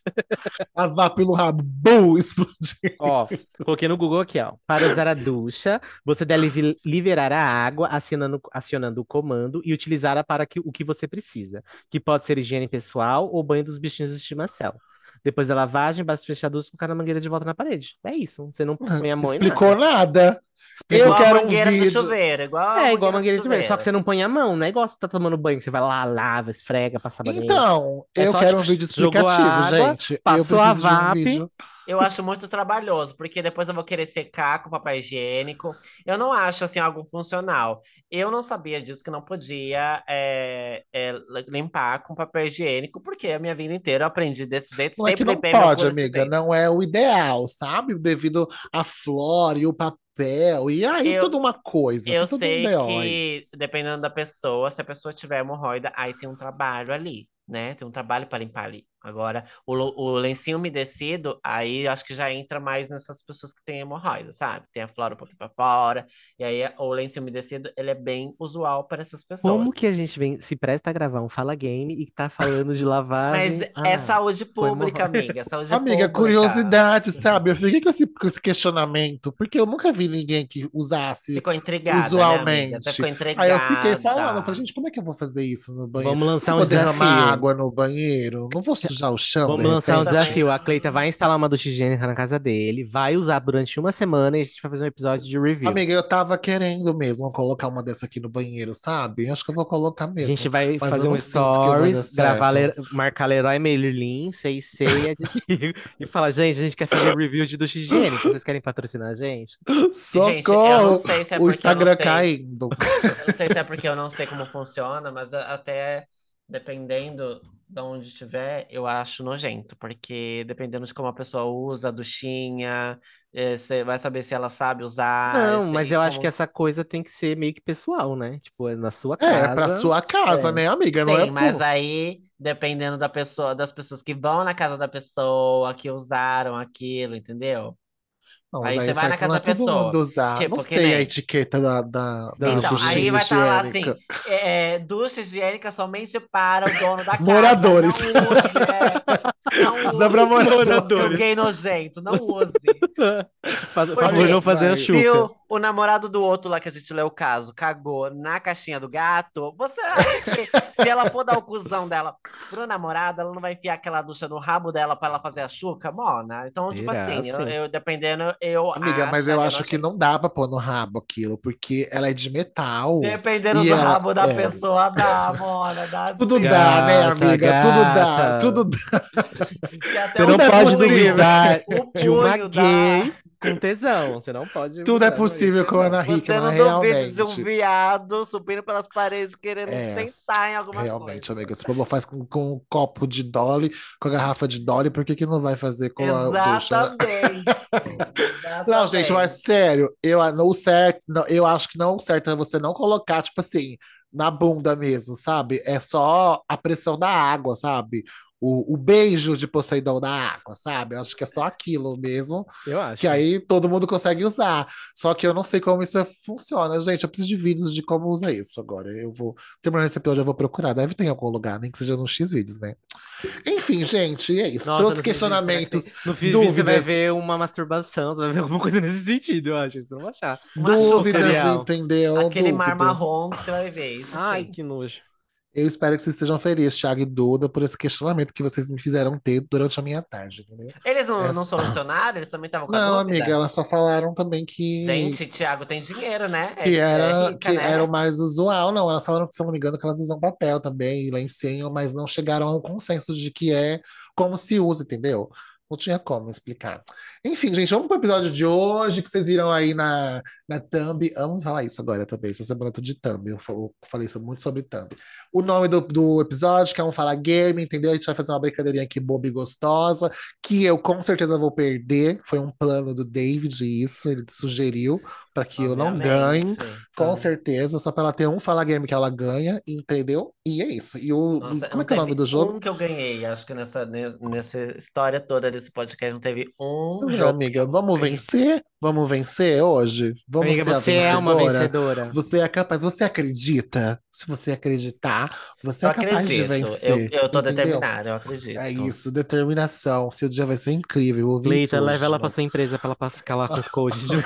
[SPEAKER 1] A vá pelo rabo, bum, explodir.
[SPEAKER 3] Ó, coloquei no Google aqui, ó. Para usar a ducha, você deve li- liberar a água acionando, acionando o comando e utilizá-la para que, o que você precisa, que pode ser higiene pessoal ou banho dos bichinhos de estimação. Depois da lavagem, basta fechar a ducha e colocar a mangueira de volta na parede. É isso, você não é. põe a mão em nada.
[SPEAKER 1] Explicou nada. Eu
[SPEAKER 2] Igual a
[SPEAKER 1] quero um
[SPEAKER 2] mangueira do
[SPEAKER 1] vídeo.
[SPEAKER 2] chuveiro,
[SPEAKER 1] Ah,
[SPEAKER 2] igual
[SPEAKER 3] É igual a mangueira
[SPEAKER 2] do
[SPEAKER 3] de banho, só que você não põe a mão, não é igual você tá tomando banho, que você vai lá, lava, esfrega, passa banheiro.
[SPEAKER 1] Então,
[SPEAKER 3] É
[SPEAKER 1] eu
[SPEAKER 3] só,
[SPEAKER 1] quero um
[SPEAKER 3] tipo,
[SPEAKER 1] vídeo
[SPEAKER 3] jogou a
[SPEAKER 1] explicativo,
[SPEAKER 3] água,
[SPEAKER 1] gente. Eu
[SPEAKER 3] passou a
[SPEAKER 1] preciso de um
[SPEAKER 3] VAP.
[SPEAKER 1] vídeo.
[SPEAKER 2] Eu acho muito trabalhoso, porque depois eu vou querer secar com papel higiênico. Eu não acho, assim, algo funcional. Eu não sabia disso, que não podia é, é, limpar com papel higiênico, porque a minha vida inteira eu aprendi desse jeito,
[SPEAKER 1] Não é
[SPEAKER 2] sempre
[SPEAKER 1] que não
[SPEAKER 2] limpei meu cu
[SPEAKER 1] pode,
[SPEAKER 2] desse
[SPEAKER 1] amiga,
[SPEAKER 2] jeito.
[SPEAKER 1] não é o ideal, sabe? Devido à flora e o papel, e aí
[SPEAKER 2] Eu-
[SPEAKER 1] toda uma coisa,
[SPEAKER 2] Eu
[SPEAKER 1] tudo um
[SPEAKER 2] sei
[SPEAKER 1] BO aí.
[SPEAKER 2] que, dependendo da pessoa, se a pessoa tiver hemorroida, aí tem um trabalho ali, né? Tem um trabalho para limpar ali. Agora, o, lo- o lencinho umedecido, aí acho que já entra mais nessas pessoas que têm hemorroida, sabe? Tem a flora um pouquinho para fora, e aí o lencinho umedecido, ele é bem usual para essas pessoas.
[SPEAKER 3] Como que a gente vem, se presta a gravar um Fala Game e tá falando de
[SPEAKER 2] Mas
[SPEAKER 3] lavagem? Ah.
[SPEAKER 2] é
[SPEAKER 1] Ah,
[SPEAKER 3] anal?
[SPEAKER 2] saúde
[SPEAKER 3] hemorroida.
[SPEAKER 2] pública, amiga, saúde
[SPEAKER 1] Amiga,
[SPEAKER 2] pública.
[SPEAKER 1] curiosidade, sabe? Eu fiquei com esse, com esse questionamento, porque eu nunca vi ninguém que usasse
[SPEAKER 2] Ficou intrigada, né, amiga? Você
[SPEAKER 1] usualmente.
[SPEAKER 2] ficou
[SPEAKER 1] Aí eu fiquei
[SPEAKER 2] intrigada.
[SPEAKER 1] falando, eu falei, gente, como é que eu vou fazer isso no banheiro?
[SPEAKER 3] Vamos lançar
[SPEAKER 1] Não
[SPEAKER 3] um
[SPEAKER 1] vou derramar
[SPEAKER 3] desafio.
[SPEAKER 1] água no banheiro, não vou sujar o chão
[SPEAKER 3] Vamos
[SPEAKER 1] de
[SPEAKER 3] lançar um
[SPEAKER 1] repente.
[SPEAKER 2] Também
[SPEAKER 3] desafio. A Cleita
[SPEAKER 2] não.
[SPEAKER 3] vai instalar uma ducha higiênica na casa dele, vai usar durante uma semana e a gente vai fazer um episódio de review.
[SPEAKER 1] Amiga, eu tava querendo mesmo colocar uma dessa aqui no banheiro, sabe? Acho que eu vou colocar
[SPEAKER 3] a gente
[SPEAKER 1] mesmo.
[SPEAKER 3] vai
[SPEAKER 1] Mas
[SPEAKER 3] fazer
[SPEAKER 1] eu
[SPEAKER 3] um
[SPEAKER 1] não sinto que vai dar
[SPEAKER 3] stories, gravar,
[SPEAKER 1] certo.
[SPEAKER 3] Le- marcar Leroy Merlin, sei sei, adesivo, e falar, gente, a gente quer fazer review de ducha higiênica, vocês querem patrocinar a gente?
[SPEAKER 2] Gente, eu não
[SPEAKER 1] Socorro!
[SPEAKER 2] sei se é
[SPEAKER 1] O
[SPEAKER 2] porque eu não
[SPEAKER 1] Instagram
[SPEAKER 2] sei.
[SPEAKER 1] caindo.
[SPEAKER 2] Eu não sei se é porque eu não sei como funciona, mas a- até dependendo de onde tiver, eu acho nojento, porque dependendo de como a pessoa usa a duchinha, eh, você vai saber se ela sabe usar, eh,
[SPEAKER 3] Não,
[SPEAKER 2] se-
[SPEAKER 3] mas
[SPEAKER 2] e
[SPEAKER 3] eu acho que
[SPEAKER 2] como.
[SPEAKER 3] essa coisa tem que ser meio que pessoal, né? Tipo, é na sua
[SPEAKER 1] É, pra
[SPEAKER 3] casa.
[SPEAKER 1] sua casa,
[SPEAKER 3] É.
[SPEAKER 1] né, amiga? Não é
[SPEAKER 2] Sim, mas
[SPEAKER 1] por.
[SPEAKER 2] aí, dependendo da pessoa, das pessoas que vão na casa da pessoa, que usaram aquilo, entendeu?
[SPEAKER 1] Não, mas
[SPEAKER 2] Aí
[SPEAKER 1] aí
[SPEAKER 2] você
[SPEAKER 1] o
[SPEAKER 2] vai na
[SPEAKER 1] certo
[SPEAKER 2] casa
[SPEAKER 1] não é
[SPEAKER 2] da
[SPEAKER 1] todo mundo
[SPEAKER 2] pessoa.
[SPEAKER 1] usar. Não
[SPEAKER 2] Tipo, que
[SPEAKER 1] sei a
[SPEAKER 2] nem.
[SPEAKER 1] etiqueta da, da, da
[SPEAKER 2] Então, aí
[SPEAKER 1] duchinha
[SPEAKER 2] vai estar lá assim,
[SPEAKER 1] higiênica.
[SPEAKER 2] é, ducha higiênica somente para o dono da casa,
[SPEAKER 1] Moradores.
[SPEAKER 2] não use, é, não
[SPEAKER 1] Só pra
[SPEAKER 2] use,
[SPEAKER 1] moradores.
[SPEAKER 2] seu gay nojento, não use.
[SPEAKER 3] Faz,
[SPEAKER 2] Por
[SPEAKER 3] faz o
[SPEAKER 2] quê?
[SPEAKER 3] Bruno fazendo
[SPEAKER 1] Vai.
[SPEAKER 2] Se
[SPEAKER 3] chuca.
[SPEAKER 2] o, o namorado do outro lá que a gente leu o caso cagou na caixinha do gato, você acha que se ela for dar o cuzão dela pro namorado, ela não vai enfiar aquela ducha no rabo dela pra ela fazer a chuca, mona? Então, tipo
[SPEAKER 3] Será,
[SPEAKER 2] assim, eu,
[SPEAKER 3] assim?
[SPEAKER 2] eu dependendo, eu assim,
[SPEAKER 1] Amiga, mas eu
[SPEAKER 2] acharia
[SPEAKER 1] acho que
[SPEAKER 2] nojento.
[SPEAKER 1] não dá pra pôr no rabo aquilo, porque ela é de metal.
[SPEAKER 2] Dependendo
[SPEAKER 1] E
[SPEAKER 2] do
[SPEAKER 1] ela.
[SPEAKER 2] rabo da
[SPEAKER 1] É.
[SPEAKER 2] pessoa, dá, mona, dá
[SPEAKER 1] Tudo
[SPEAKER 2] sim.
[SPEAKER 1] dá, né,
[SPEAKER 3] Gata,
[SPEAKER 1] amiga? Tudo dá,
[SPEAKER 3] gata.
[SPEAKER 1] tudo dá.
[SPEAKER 2] Que até um
[SPEAKER 3] Você
[SPEAKER 2] o
[SPEAKER 3] não
[SPEAKER 1] Tudo é
[SPEAKER 3] pode
[SPEAKER 1] possível. é
[SPEAKER 2] punho,
[SPEAKER 3] duvidar
[SPEAKER 2] o
[SPEAKER 3] de uma
[SPEAKER 2] punho da.
[SPEAKER 3] gay com tesão. Você não pode
[SPEAKER 1] Tudo é
[SPEAKER 3] duvidar de uma gay com
[SPEAKER 1] possível com a
[SPEAKER 3] tesão.
[SPEAKER 1] Ana
[SPEAKER 2] Você
[SPEAKER 1] Hickman,
[SPEAKER 2] não duvide de um
[SPEAKER 1] realmente.
[SPEAKER 2] viado subindo pelas paredes querendo
[SPEAKER 1] É,
[SPEAKER 2] sentar em alguma
[SPEAKER 1] realmente,
[SPEAKER 2] coisa.
[SPEAKER 1] amiga. Se o povo faz com, com um copo de Dolly, com a garrafa de Dolly, por que que não vai fazer com a ducha, né?
[SPEAKER 2] Exatamente. Tá
[SPEAKER 1] Não, gente, mas
[SPEAKER 2] Exatamente.
[SPEAKER 1] sério, eu, a- o certo, não, eu acho que não o certo é você não colocar, tipo assim, na bunda mesmo, sabe? É só a pressão da água, sabe? o, o beijo de Poseidon na água, sabe? Eu acho que é só aquilo mesmo,
[SPEAKER 3] Eu acho.
[SPEAKER 1] que aí todo mundo consegue usar. Só que eu não sei como isso é, funciona, gente. Eu preciso de vídeos de como usa isso agora. Eu vou terminar esse episódio, eu vou procurar. Deve ter em algum lugar, nem que seja no X vídeos, né? Enfim, gente, é isso.
[SPEAKER 3] Nossa,
[SPEAKER 1] Trouxe
[SPEAKER 3] no Fitbit, será que
[SPEAKER 1] questionamentos.
[SPEAKER 3] tem- No Fitbit você vai
[SPEAKER 1] dúvidas.
[SPEAKER 3] ver uma masturbação, você vai ver alguma coisa nesse sentido, eu acho. Você não vai achar.
[SPEAKER 2] Uma
[SPEAKER 1] Dúvidas,
[SPEAKER 3] surreal.
[SPEAKER 1] entendeu?
[SPEAKER 2] Aquele mar
[SPEAKER 1] Dúvidas.
[SPEAKER 2] marrom que você vai ver, isso
[SPEAKER 3] Ai,
[SPEAKER 2] sim.
[SPEAKER 3] que nojo.
[SPEAKER 1] Eu espero que vocês estejam felizes, Thiago e Duda, por esse questionamento que vocês me fizeram ter durante a minha tarde, entendeu?
[SPEAKER 2] Eles não, não
[SPEAKER 1] Essa-
[SPEAKER 2] solucionaram? Eles também estavam com a
[SPEAKER 1] Não,
[SPEAKER 2] dúvida?
[SPEAKER 1] amiga, elas só falaram também que,
[SPEAKER 2] Gente, Thiago tem dinheiro, né?
[SPEAKER 1] que
[SPEAKER 2] É-
[SPEAKER 1] era
[SPEAKER 2] é rica,
[SPEAKER 1] que
[SPEAKER 2] né?
[SPEAKER 1] era o mais usual. Não, elas falaram que, se eu não me engano, que elas usam papel também e lencinho, mas não chegaram a um consenso de que é como se usa, entendeu? Não tinha como explicar. Enfim, gente, vamos pro episódio de hoje, que vocês viram aí na, na Thumb. Amo falar isso agora também, essa semana eu tô de Thumb. Eu fa- eu falei isso muito sobre Thumb. o nome do, do episódio, que é um Fala Game, entendeu? A gente vai fazer uma brincadeirinha aqui boba e gostosa, que eu com certeza vou perder. Foi um plano do David, isso, ele sugeriu, para que eu não ganhe.
[SPEAKER 2] Obviamente.
[SPEAKER 1] Com certeza, só pra ela ter um Fala Game que ela ganha, entendeu? E é isso. E o.
[SPEAKER 2] Nossa,
[SPEAKER 1] como é
[SPEAKER 2] não
[SPEAKER 1] que é o nome
[SPEAKER 2] teve
[SPEAKER 1] do jogo?
[SPEAKER 2] Um que eu ganhei, acho que nessa, ne- nessa história toda desse podcast não teve um
[SPEAKER 1] Pois é,
[SPEAKER 2] jogo.
[SPEAKER 1] amiga, vamos
[SPEAKER 2] ganhei.
[SPEAKER 1] vencer? Vamos vencer hoje? Vamos
[SPEAKER 3] Amiga,
[SPEAKER 1] ser a
[SPEAKER 3] você é uma
[SPEAKER 1] vencedora?
[SPEAKER 3] vencedora.
[SPEAKER 1] Você é capaz, você acredita? Se você acreditar, você
[SPEAKER 2] Eu
[SPEAKER 1] é capaz de
[SPEAKER 2] acredito,
[SPEAKER 1] vencer,
[SPEAKER 2] eu, eu tô
[SPEAKER 1] entendeu?
[SPEAKER 2] determinada, eu acredito.
[SPEAKER 1] É isso, determinação. Seu dia vai ser incrível. Ouvi isso
[SPEAKER 3] Cleita,
[SPEAKER 1] hoje
[SPEAKER 3] leva
[SPEAKER 1] de
[SPEAKER 3] ela pra
[SPEAKER 1] novo.
[SPEAKER 3] sua empresa pra ela pa- ficar lá com os coaches. junto.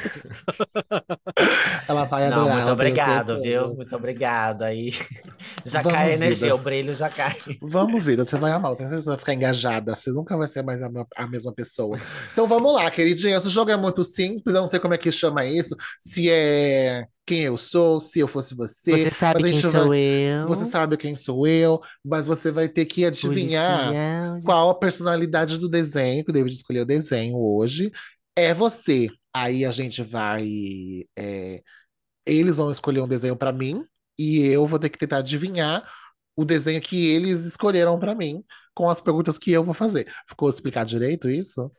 [SPEAKER 1] Ela vai
[SPEAKER 2] Não,
[SPEAKER 1] adorar, ela tem
[SPEAKER 2] muito
[SPEAKER 1] é o seu
[SPEAKER 2] obrigado, viu?
[SPEAKER 1] povo.
[SPEAKER 2] Muito obrigado. Aí já
[SPEAKER 1] Vamos,
[SPEAKER 2] cai a
[SPEAKER 1] vida.
[SPEAKER 2] energia, o brilho já cai.
[SPEAKER 1] Vamos, vida, você vai amar. Eu tenho certeza que você vai ficar engajada. Você nunca vai ser mais a, me- a mesma pessoa. Então vamos lá, queridinha. Esse jogo é muito simples. Eu não sei como é que chama isso. Se é quem eu sou, se eu fosse você.
[SPEAKER 3] Você sabe
[SPEAKER 1] mas a
[SPEAKER 3] quem
[SPEAKER 1] gente vai-
[SPEAKER 3] sou eu?
[SPEAKER 1] Você sabe quem sou eu, mas você vai ter que adivinhar.
[SPEAKER 3] Policial de-
[SPEAKER 1] qual a personalidade do desenho, que o David escolheu o desenho hoje, é você. Aí a gente vai. é, eles vão escolher um desenho pra mim e eu vou ter que tentar adivinhar o desenho que eles escolheram pra mim com as perguntas que eu vou fazer. Ficou explicado direito isso?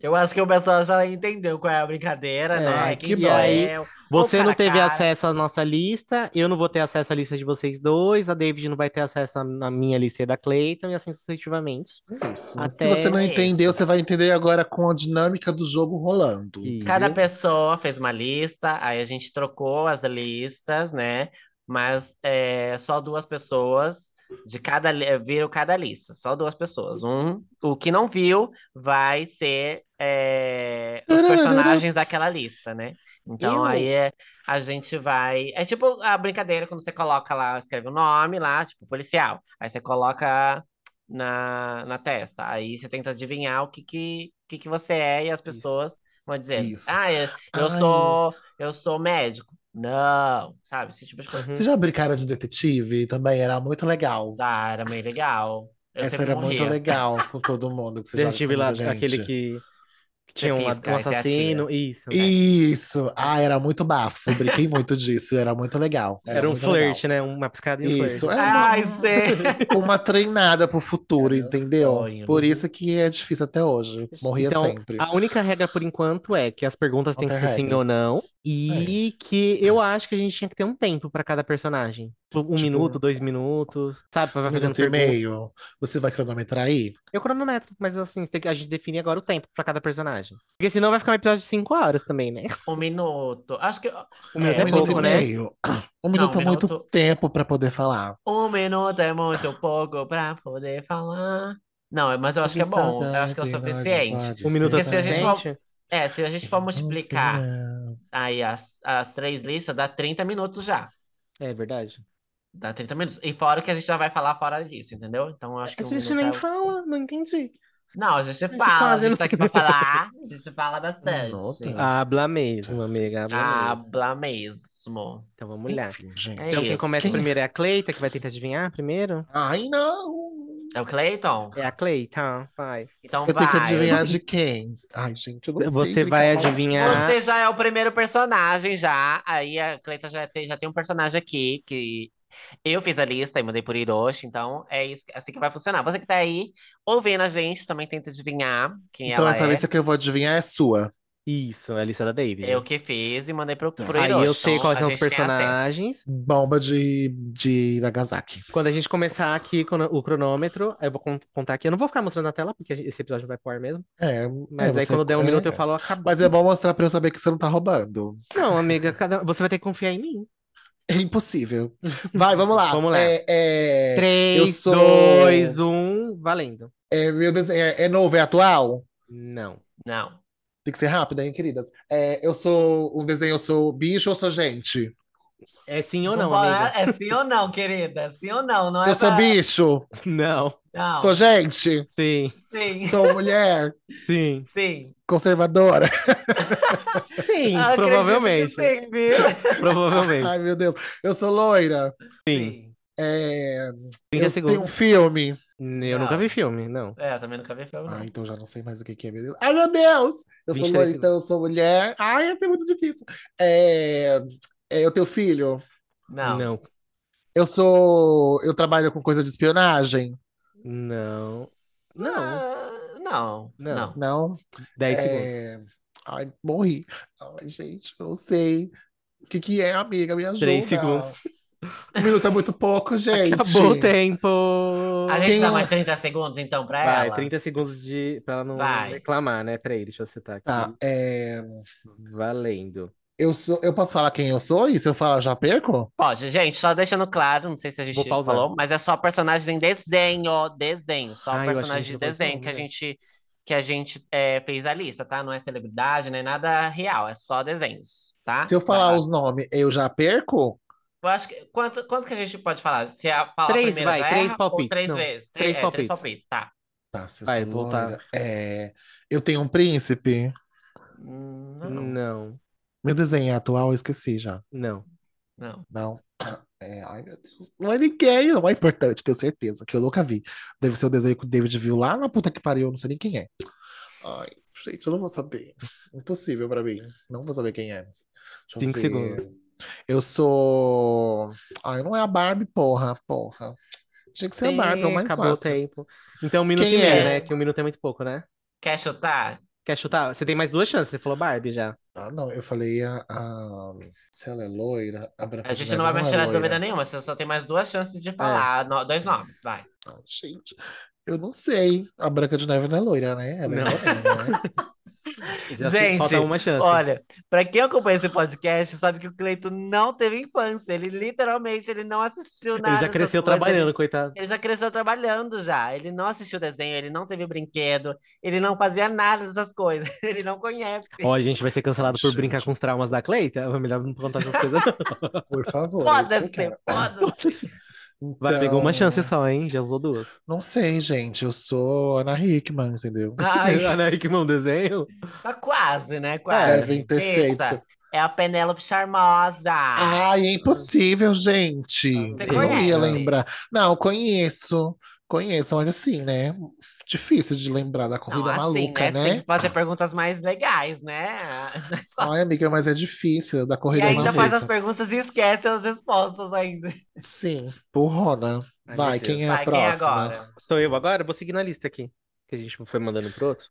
[SPEAKER 2] Eu acho que o pessoal já entendeu qual é a brincadeira,
[SPEAKER 3] É,
[SPEAKER 2] né?
[SPEAKER 1] que
[SPEAKER 2] Quem
[SPEAKER 1] bom.
[SPEAKER 2] sou
[SPEAKER 1] E
[SPEAKER 3] aí,
[SPEAKER 2] eu?
[SPEAKER 3] Você
[SPEAKER 2] Vamos
[SPEAKER 3] não
[SPEAKER 2] cara a
[SPEAKER 3] teve
[SPEAKER 2] cara.
[SPEAKER 3] acesso à nossa lista, eu não vou ter acesso à lista de vocês dois, a David não vai ter acesso à à minha lista e da Cleiton, e assim sucessivamente.
[SPEAKER 1] É isso. Se
[SPEAKER 3] Até
[SPEAKER 1] você não
[SPEAKER 2] é
[SPEAKER 1] entendeu,
[SPEAKER 2] isso.
[SPEAKER 1] você vai entender agora com a dinâmica do jogo rolando.
[SPEAKER 3] E,
[SPEAKER 2] Cada
[SPEAKER 3] viu?
[SPEAKER 2] pessoa fez uma lista, aí a gente trocou as listas, né? Mas é, só duas pessoas de cada li- eh, viram cada lista, só duas pessoas. Um, o que não viu vai ser é, os personagens daquela lista, né? Então
[SPEAKER 3] Eu-
[SPEAKER 2] aí é, a gente vai. É tipo a brincadeira quando você coloca lá, escreve o nome lá, tipo policial. Aí você coloca na, na testa. Aí você tenta adivinhar o que que, que, que você é e as pessoas vão dizendo,
[SPEAKER 1] Isso.
[SPEAKER 2] ah, eu, eu
[SPEAKER 1] Ai.
[SPEAKER 2] sou, eu sou médico. Não, sabe? Esse tipo de coisa.
[SPEAKER 1] Vocês já brincaram de detetive? Também era muito legal.
[SPEAKER 2] Ah, era meio legal. Eu
[SPEAKER 1] Essa
[SPEAKER 2] sempre
[SPEAKER 1] era muito
[SPEAKER 2] morria.
[SPEAKER 1] legal com todo mundo que você joga
[SPEAKER 3] Detetive
[SPEAKER 1] com
[SPEAKER 3] lá,
[SPEAKER 1] muita gente.
[SPEAKER 3] aquele que que tinha um,
[SPEAKER 2] pisca,
[SPEAKER 3] um
[SPEAKER 2] aí você atira.
[SPEAKER 3] assassino, isso. né?
[SPEAKER 1] Isso! Ah, era muito bafo. Brinquei muito disso. Era muito legal. Era,
[SPEAKER 3] Era um
[SPEAKER 1] muito
[SPEAKER 3] flirt, né? Uma piscada e um
[SPEAKER 1] legal. Isso.
[SPEAKER 3] flirt.
[SPEAKER 1] É uma,
[SPEAKER 2] Ai, sei.
[SPEAKER 1] uma treinada pro futuro,
[SPEAKER 2] Era um
[SPEAKER 1] entendeu?
[SPEAKER 2] sonho,
[SPEAKER 1] Por
[SPEAKER 2] né?
[SPEAKER 1] isso que é difícil até hoje. Morria
[SPEAKER 3] Então,
[SPEAKER 1] sempre.
[SPEAKER 3] A única regra por enquanto é que as perguntas
[SPEAKER 1] Não
[SPEAKER 3] têm que
[SPEAKER 1] tem
[SPEAKER 3] ser sim ou
[SPEAKER 1] regras. É
[SPEAKER 3] não, e que eu acho que a gente tinha que ter um tempo pra cada personagem. Tipo, Um
[SPEAKER 1] Tipo,
[SPEAKER 3] minuto, dois minutos, sabe? Vai
[SPEAKER 1] Um
[SPEAKER 3] fazendo
[SPEAKER 1] minuto e
[SPEAKER 3] perguntas.
[SPEAKER 1] meio. Você vai cronometrar aí?
[SPEAKER 3] Eu cronometro, mas assim, tem que- a gente define agora o tempo pra cada personagem. Porque senão vai ficar um episódio de 5 horas também, né?
[SPEAKER 2] Um minuto. Acho que
[SPEAKER 3] Um minuto
[SPEAKER 2] É,
[SPEAKER 3] é,
[SPEAKER 1] um minuto
[SPEAKER 3] pouco,
[SPEAKER 1] e
[SPEAKER 3] né?
[SPEAKER 1] meio. Um minuto é muito
[SPEAKER 2] minuto.
[SPEAKER 1] tempo pra poder falar.
[SPEAKER 2] um minuto é muito pouco pra poder falar. Não, mas eu acho que é bom. Eu acho que é o suficiente.
[SPEAKER 1] Pode
[SPEAKER 3] Um minuto é
[SPEAKER 2] Porque se a gente
[SPEAKER 3] suficiente.
[SPEAKER 2] for- É, se a gente for multiplicar
[SPEAKER 1] né?
[SPEAKER 2] aí as, as três listas, dá 30 minutos já.
[SPEAKER 3] É verdade.
[SPEAKER 2] Dá 30 minutos. E fora o que a gente já vai falar fora disso, entendeu? Então eu acho que
[SPEAKER 3] Mas
[SPEAKER 2] um
[SPEAKER 3] a gente
[SPEAKER 2] minuto é
[SPEAKER 3] nem
[SPEAKER 2] o suficiente.
[SPEAKER 3] fala, não entendi.
[SPEAKER 2] Não, a gente
[SPEAKER 3] gente
[SPEAKER 2] fala, a
[SPEAKER 3] quase
[SPEAKER 2] gente
[SPEAKER 3] não-
[SPEAKER 2] tá aqui pra falar, a gente fala bastante.
[SPEAKER 1] Nota.
[SPEAKER 3] Habla mesmo, amiga, habla mesmo.
[SPEAKER 2] Habla mesmo.
[SPEAKER 3] Então vamos lá.
[SPEAKER 1] Enfim, gente.
[SPEAKER 2] É
[SPEAKER 3] Então quem
[SPEAKER 2] isso.
[SPEAKER 3] começa
[SPEAKER 1] Quem-
[SPEAKER 3] primeiro é a Cleita, que vai tentar adivinhar primeiro.
[SPEAKER 1] Ai, não!
[SPEAKER 2] É o Clayton?
[SPEAKER 3] É a Cleita, vai.
[SPEAKER 2] Então
[SPEAKER 1] Eu tenho que
[SPEAKER 2] vai.
[SPEAKER 1] adivinhar de quem? Ai, gente, eu não sei
[SPEAKER 3] Você
[SPEAKER 1] brincar
[SPEAKER 3] vai
[SPEAKER 1] mais.
[SPEAKER 3] adivinhar-
[SPEAKER 2] Você já é o primeiro personagem, já. Aí a Cleiton já tem, já tem um personagem aqui que eu fiz a lista e mandei por Hiroshi, então é isso, assim que vai funcionar. Você que tá aí ouvindo a gente também tenta adivinhar quem
[SPEAKER 1] Então
[SPEAKER 2] ela
[SPEAKER 1] essa
[SPEAKER 2] é.
[SPEAKER 1] lista que eu vou adivinhar é sua.
[SPEAKER 3] Isso, é a lista da David.
[SPEAKER 2] Eu que fiz e mandei pro, pro
[SPEAKER 3] Aí
[SPEAKER 2] Hiroshi,
[SPEAKER 3] eu sei é
[SPEAKER 2] então
[SPEAKER 3] quais
[SPEAKER 2] a
[SPEAKER 3] são os
[SPEAKER 2] gente tem acesso.
[SPEAKER 3] personagens.
[SPEAKER 1] Bomba de, de Nagasaki.
[SPEAKER 3] Quando a gente começar aqui com o cronômetro, eu vou con- contar aqui. Eu não vou ficar mostrando na tela, porque esse episódio vai pro ar mesmo.
[SPEAKER 1] É, é,
[SPEAKER 3] Mas aí
[SPEAKER 1] você-
[SPEAKER 3] quando der um
[SPEAKER 1] é.
[SPEAKER 3] minuto eu falo, acabou.
[SPEAKER 1] Mas é bom mostrar pra eu saber que você não tá roubando.
[SPEAKER 3] Não, amiga, cada- você vai ter que confiar em mim.
[SPEAKER 1] É impossível. Vai, vamos lá.
[SPEAKER 3] Vamos lá.
[SPEAKER 1] É, é-
[SPEAKER 3] 3,
[SPEAKER 1] sou-
[SPEAKER 3] 2, 1, valendo.
[SPEAKER 1] é, meu desenho, é, é novo, é atual?
[SPEAKER 3] Não.
[SPEAKER 2] Não.
[SPEAKER 1] Tem que ser rápido, hein, queridas? É, eu sou um desenho, eu sou bicho ou sou gente?
[SPEAKER 3] É sim ou não,
[SPEAKER 2] Vambora,
[SPEAKER 3] amiga?
[SPEAKER 2] É sim ou não, querida? Sim ou não? Não é
[SPEAKER 1] Eu sou
[SPEAKER 2] pra-
[SPEAKER 1] bicho,
[SPEAKER 3] Não.
[SPEAKER 2] Não.
[SPEAKER 1] sou gente,
[SPEAKER 3] Sim.
[SPEAKER 2] Sim.
[SPEAKER 1] sou mulher,
[SPEAKER 3] Sim.
[SPEAKER 2] Sim.
[SPEAKER 1] conservadora.
[SPEAKER 3] Sim,
[SPEAKER 2] Acredito que
[SPEAKER 3] provavelmente.
[SPEAKER 2] Sim, viu?
[SPEAKER 3] Provavelmente.
[SPEAKER 1] Ai, meu Deus. Eu sou loira.
[SPEAKER 3] Sim.
[SPEAKER 1] É,
[SPEAKER 3] 30
[SPEAKER 1] eu
[SPEAKER 3] segundos.
[SPEAKER 1] tenho um filme.
[SPEAKER 3] Eu nunca
[SPEAKER 2] Não.
[SPEAKER 3] vi filme, não.
[SPEAKER 2] É, eu também nunca vi filme, não.
[SPEAKER 3] Uhum.
[SPEAKER 1] Ai, então já não sei mais o que que é, meu Deus. Ai, meu Deus! Eu sou
[SPEAKER 3] 23
[SPEAKER 1] loira, então eu sou mulher. Ai, ia ser muito difícil. É, é, eu tenho filho.
[SPEAKER 2] Não.
[SPEAKER 3] Não.
[SPEAKER 1] Eu sou. Eu trabalho com coisa de espionagem.
[SPEAKER 3] Não.
[SPEAKER 2] Ah, não.
[SPEAKER 3] Não.
[SPEAKER 2] Não.
[SPEAKER 1] Não.
[SPEAKER 3] 10 segundos.
[SPEAKER 1] É... Ai, morri. Ai, gente, eu não sei. O que que é, amiga? Me ajuda.
[SPEAKER 3] Três segundos.
[SPEAKER 1] Um minuto é muito pouco, gente.
[SPEAKER 3] Acabou o tempo.
[SPEAKER 2] A gente
[SPEAKER 1] Tem
[SPEAKER 2] dá
[SPEAKER 1] um-
[SPEAKER 2] mais 30 segundos, então, pra
[SPEAKER 3] Vai,
[SPEAKER 2] ela?
[SPEAKER 3] 30 segundos de. pra ela não
[SPEAKER 2] Vai.
[SPEAKER 3] reclamar, né? Peraí, deixa eu citar aqui.
[SPEAKER 1] Tá, é...
[SPEAKER 3] Valendo.
[SPEAKER 1] eu, sou... eu posso falar quem eu sou? E se eu falar, já perco?
[SPEAKER 2] Pode, gente, só deixando claro, não sei se a gente
[SPEAKER 3] Vou pausar.
[SPEAKER 2] falou, mas é só personagens em desenho, desenho, só
[SPEAKER 3] Ah, eu
[SPEAKER 2] personagens
[SPEAKER 3] achei
[SPEAKER 2] de
[SPEAKER 3] que eu vou
[SPEAKER 2] desenho que a
[SPEAKER 3] falar, né?
[SPEAKER 2] gente que a gente é, fez a lista, tá? Não é celebridade, não é nada real, é só desenhos,
[SPEAKER 3] Ah,
[SPEAKER 2] tá?
[SPEAKER 1] Se eu falar
[SPEAKER 2] Vai lá.
[SPEAKER 1] os nomes, eu já perco?
[SPEAKER 2] Eu acho que quanto, quanto que a gente pode falar? Se a falar
[SPEAKER 3] Três,
[SPEAKER 2] primeiro
[SPEAKER 3] vai,
[SPEAKER 2] já
[SPEAKER 3] três
[SPEAKER 2] erra, ou
[SPEAKER 3] palpites,
[SPEAKER 2] três
[SPEAKER 3] não.
[SPEAKER 2] vezes,
[SPEAKER 3] Três
[SPEAKER 2] três, é, três
[SPEAKER 3] palpites.
[SPEAKER 2] palpites, tá?
[SPEAKER 1] Tá, se eu
[SPEAKER 3] Vai,
[SPEAKER 1] sou
[SPEAKER 3] voltar.
[SPEAKER 1] loira, é... Eu tenho um príncipe.
[SPEAKER 2] Hum, Não,
[SPEAKER 3] Não.
[SPEAKER 1] Meu desenho é atual, eu esqueci já.
[SPEAKER 3] Não.
[SPEAKER 2] não.
[SPEAKER 1] Não. É, ai, meu Deus. Não é ninguém, não é importante, tenho certeza, que eu nunca vi. Deve ser o desenho que o David viu lá na puta que pariu, eu não sei nem quem é. Ai, gente, eu não vou saber. Impossível pra mim. Não vou saber quem é. Deixa eu
[SPEAKER 3] Cinco
[SPEAKER 1] ver.
[SPEAKER 3] segundos.
[SPEAKER 1] Eu sou. Ai, não é a Barbie, porra, porra. Tinha que ser a Barbie, é o mais
[SPEAKER 3] Acabou
[SPEAKER 1] fácil.
[SPEAKER 3] o tempo. Então, um minuto
[SPEAKER 1] Quem
[SPEAKER 3] e meio,
[SPEAKER 1] é?
[SPEAKER 3] né? Que um minuto é muito pouco, né?
[SPEAKER 2] Quer chutar?
[SPEAKER 3] Quer chutar? Você tem mais duas chances. Você falou Barbie já.
[SPEAKER 1] Ah, não, eu falei a, a- Se ela é loira, a Branca
[SPEAKER 2] A
[SPEAKER 1] de
[SPEAKER 2] gente
[SPEAKER 1] Neve
[SPEAKER 2] não vai mais
[SPEAKER 1] é
[SPEAKER 2] tirar
[SPEAKER 1] loira.
[SPEAKER 2] dúvida nenhuma, você só tem mais duas chances
[SPEAKER 3] É.
[SPEAKER 2] de falar, no- dois nomes, vai.
[SPEAKER 1] Ah, gente, eu não sei. A Branca de Neve não é loira, né? Ela é morena,
[SPEAKER 3] Não.
[SPEAKER 1] né?
[SPEAKER 3] Já se-
[SPEAKER 2] Gente,
[SPEAKER 3] falta uma chance.
[SPEAKER 2] Olha, pra quem acompanha esse podcast, sabe que o Cleiton não teve infância. Ele literalmente ele não assistiu nada.
[SPEAKER 3] Ele já
[SPEAKER 2] dessas
[SPEAKER 3] cresceu
[SPEAKER 2] coisas,
[SPEAKER 3] trabalhando,
[SPEAKER 2] Ele,
[SPEAKER 3] coitado.
[SPEAKER 2] ele já cresceu trabalhando já. Ele não assistiu desenho, ele não teve brinquedo, ele não fazia nada dessas coisas. Ele não conhece.
[SPEAKER 3] Ó, a gente vai ser cancelado por
[SPEAKER 1] Gente.
[SPEAKER 3] brincar com os traumas da Cleita. É melhor não contar essas coisas. não.
[SPEAKER 1] Por favor. é isso que eu
[SPEAKER 2] Foda-se,
[SPEAKER 1] quero.
[SPEAKER 2] foda-se.
[SPEAKER 3] Vai, pegou uma
[SPEAKER 1] Então,
[SPEAKER 3] chance só, hein? Já usou duas.
[SPEAKER 1] Não sei, gente. Eu sou Ana Hickman, entendeu?
[SPEAKER 2] Ai,
[SPEAKER 3] Ana Hickman, um desenho?
[SPEAKER 2] tá quase, né? Quase.
[SPEAKER 1] Devem É, ter
[SPEAKER 2] Pensa,
[SPEAKER 1] feito.
[SPEAKER 2] É a Penélope Charmosa.
[SPEAKER 1] Ai, é impossível, gente.
[SPEAKER 3] Você
[SPEAKER 1] Eu não ia
[SPEAKER 2] conhece? né?
[SPEAKER 1] lembrar. Não, conheço. Conheço, mas assim, né? Difícil de lembrar da
[SPEAKER 2] Não,
[SPEAKER 1] corrida
[SPEAKER 2] assim,
[SPEAKER 1] maluca,
[SPEAKER 2] Tem
[SPEAKER 1] né?
[SPEAKER 2] que fazer perguntas mais legais, né?
[SPEAKER 1] Ai, amiga, mas é difícil da
[SPEAKER 2] E
[SPEAKER 1] corrida
[SPEAKER 2] ainda faz as
[SPEAKER 1] maluca.
[SPEAKER 2] perguntas e esquece as respostas ainda.
[SPEAKER 1] Sim, porrona.
[SPEAKER 3] Ai,
[SPEAKER 1] Vai,
[SPEAKER 3] meu Deus.
[SPEAKER 1] quem é a
[SPEAKER 2] Vai, quem é
[SPEAKER 1] próxima?
[SPEAKER 2] agora?
[SPEAKER 3] Sou eu agora? Vou seguir na lista aqui. Que a gente foi mandando pro outro.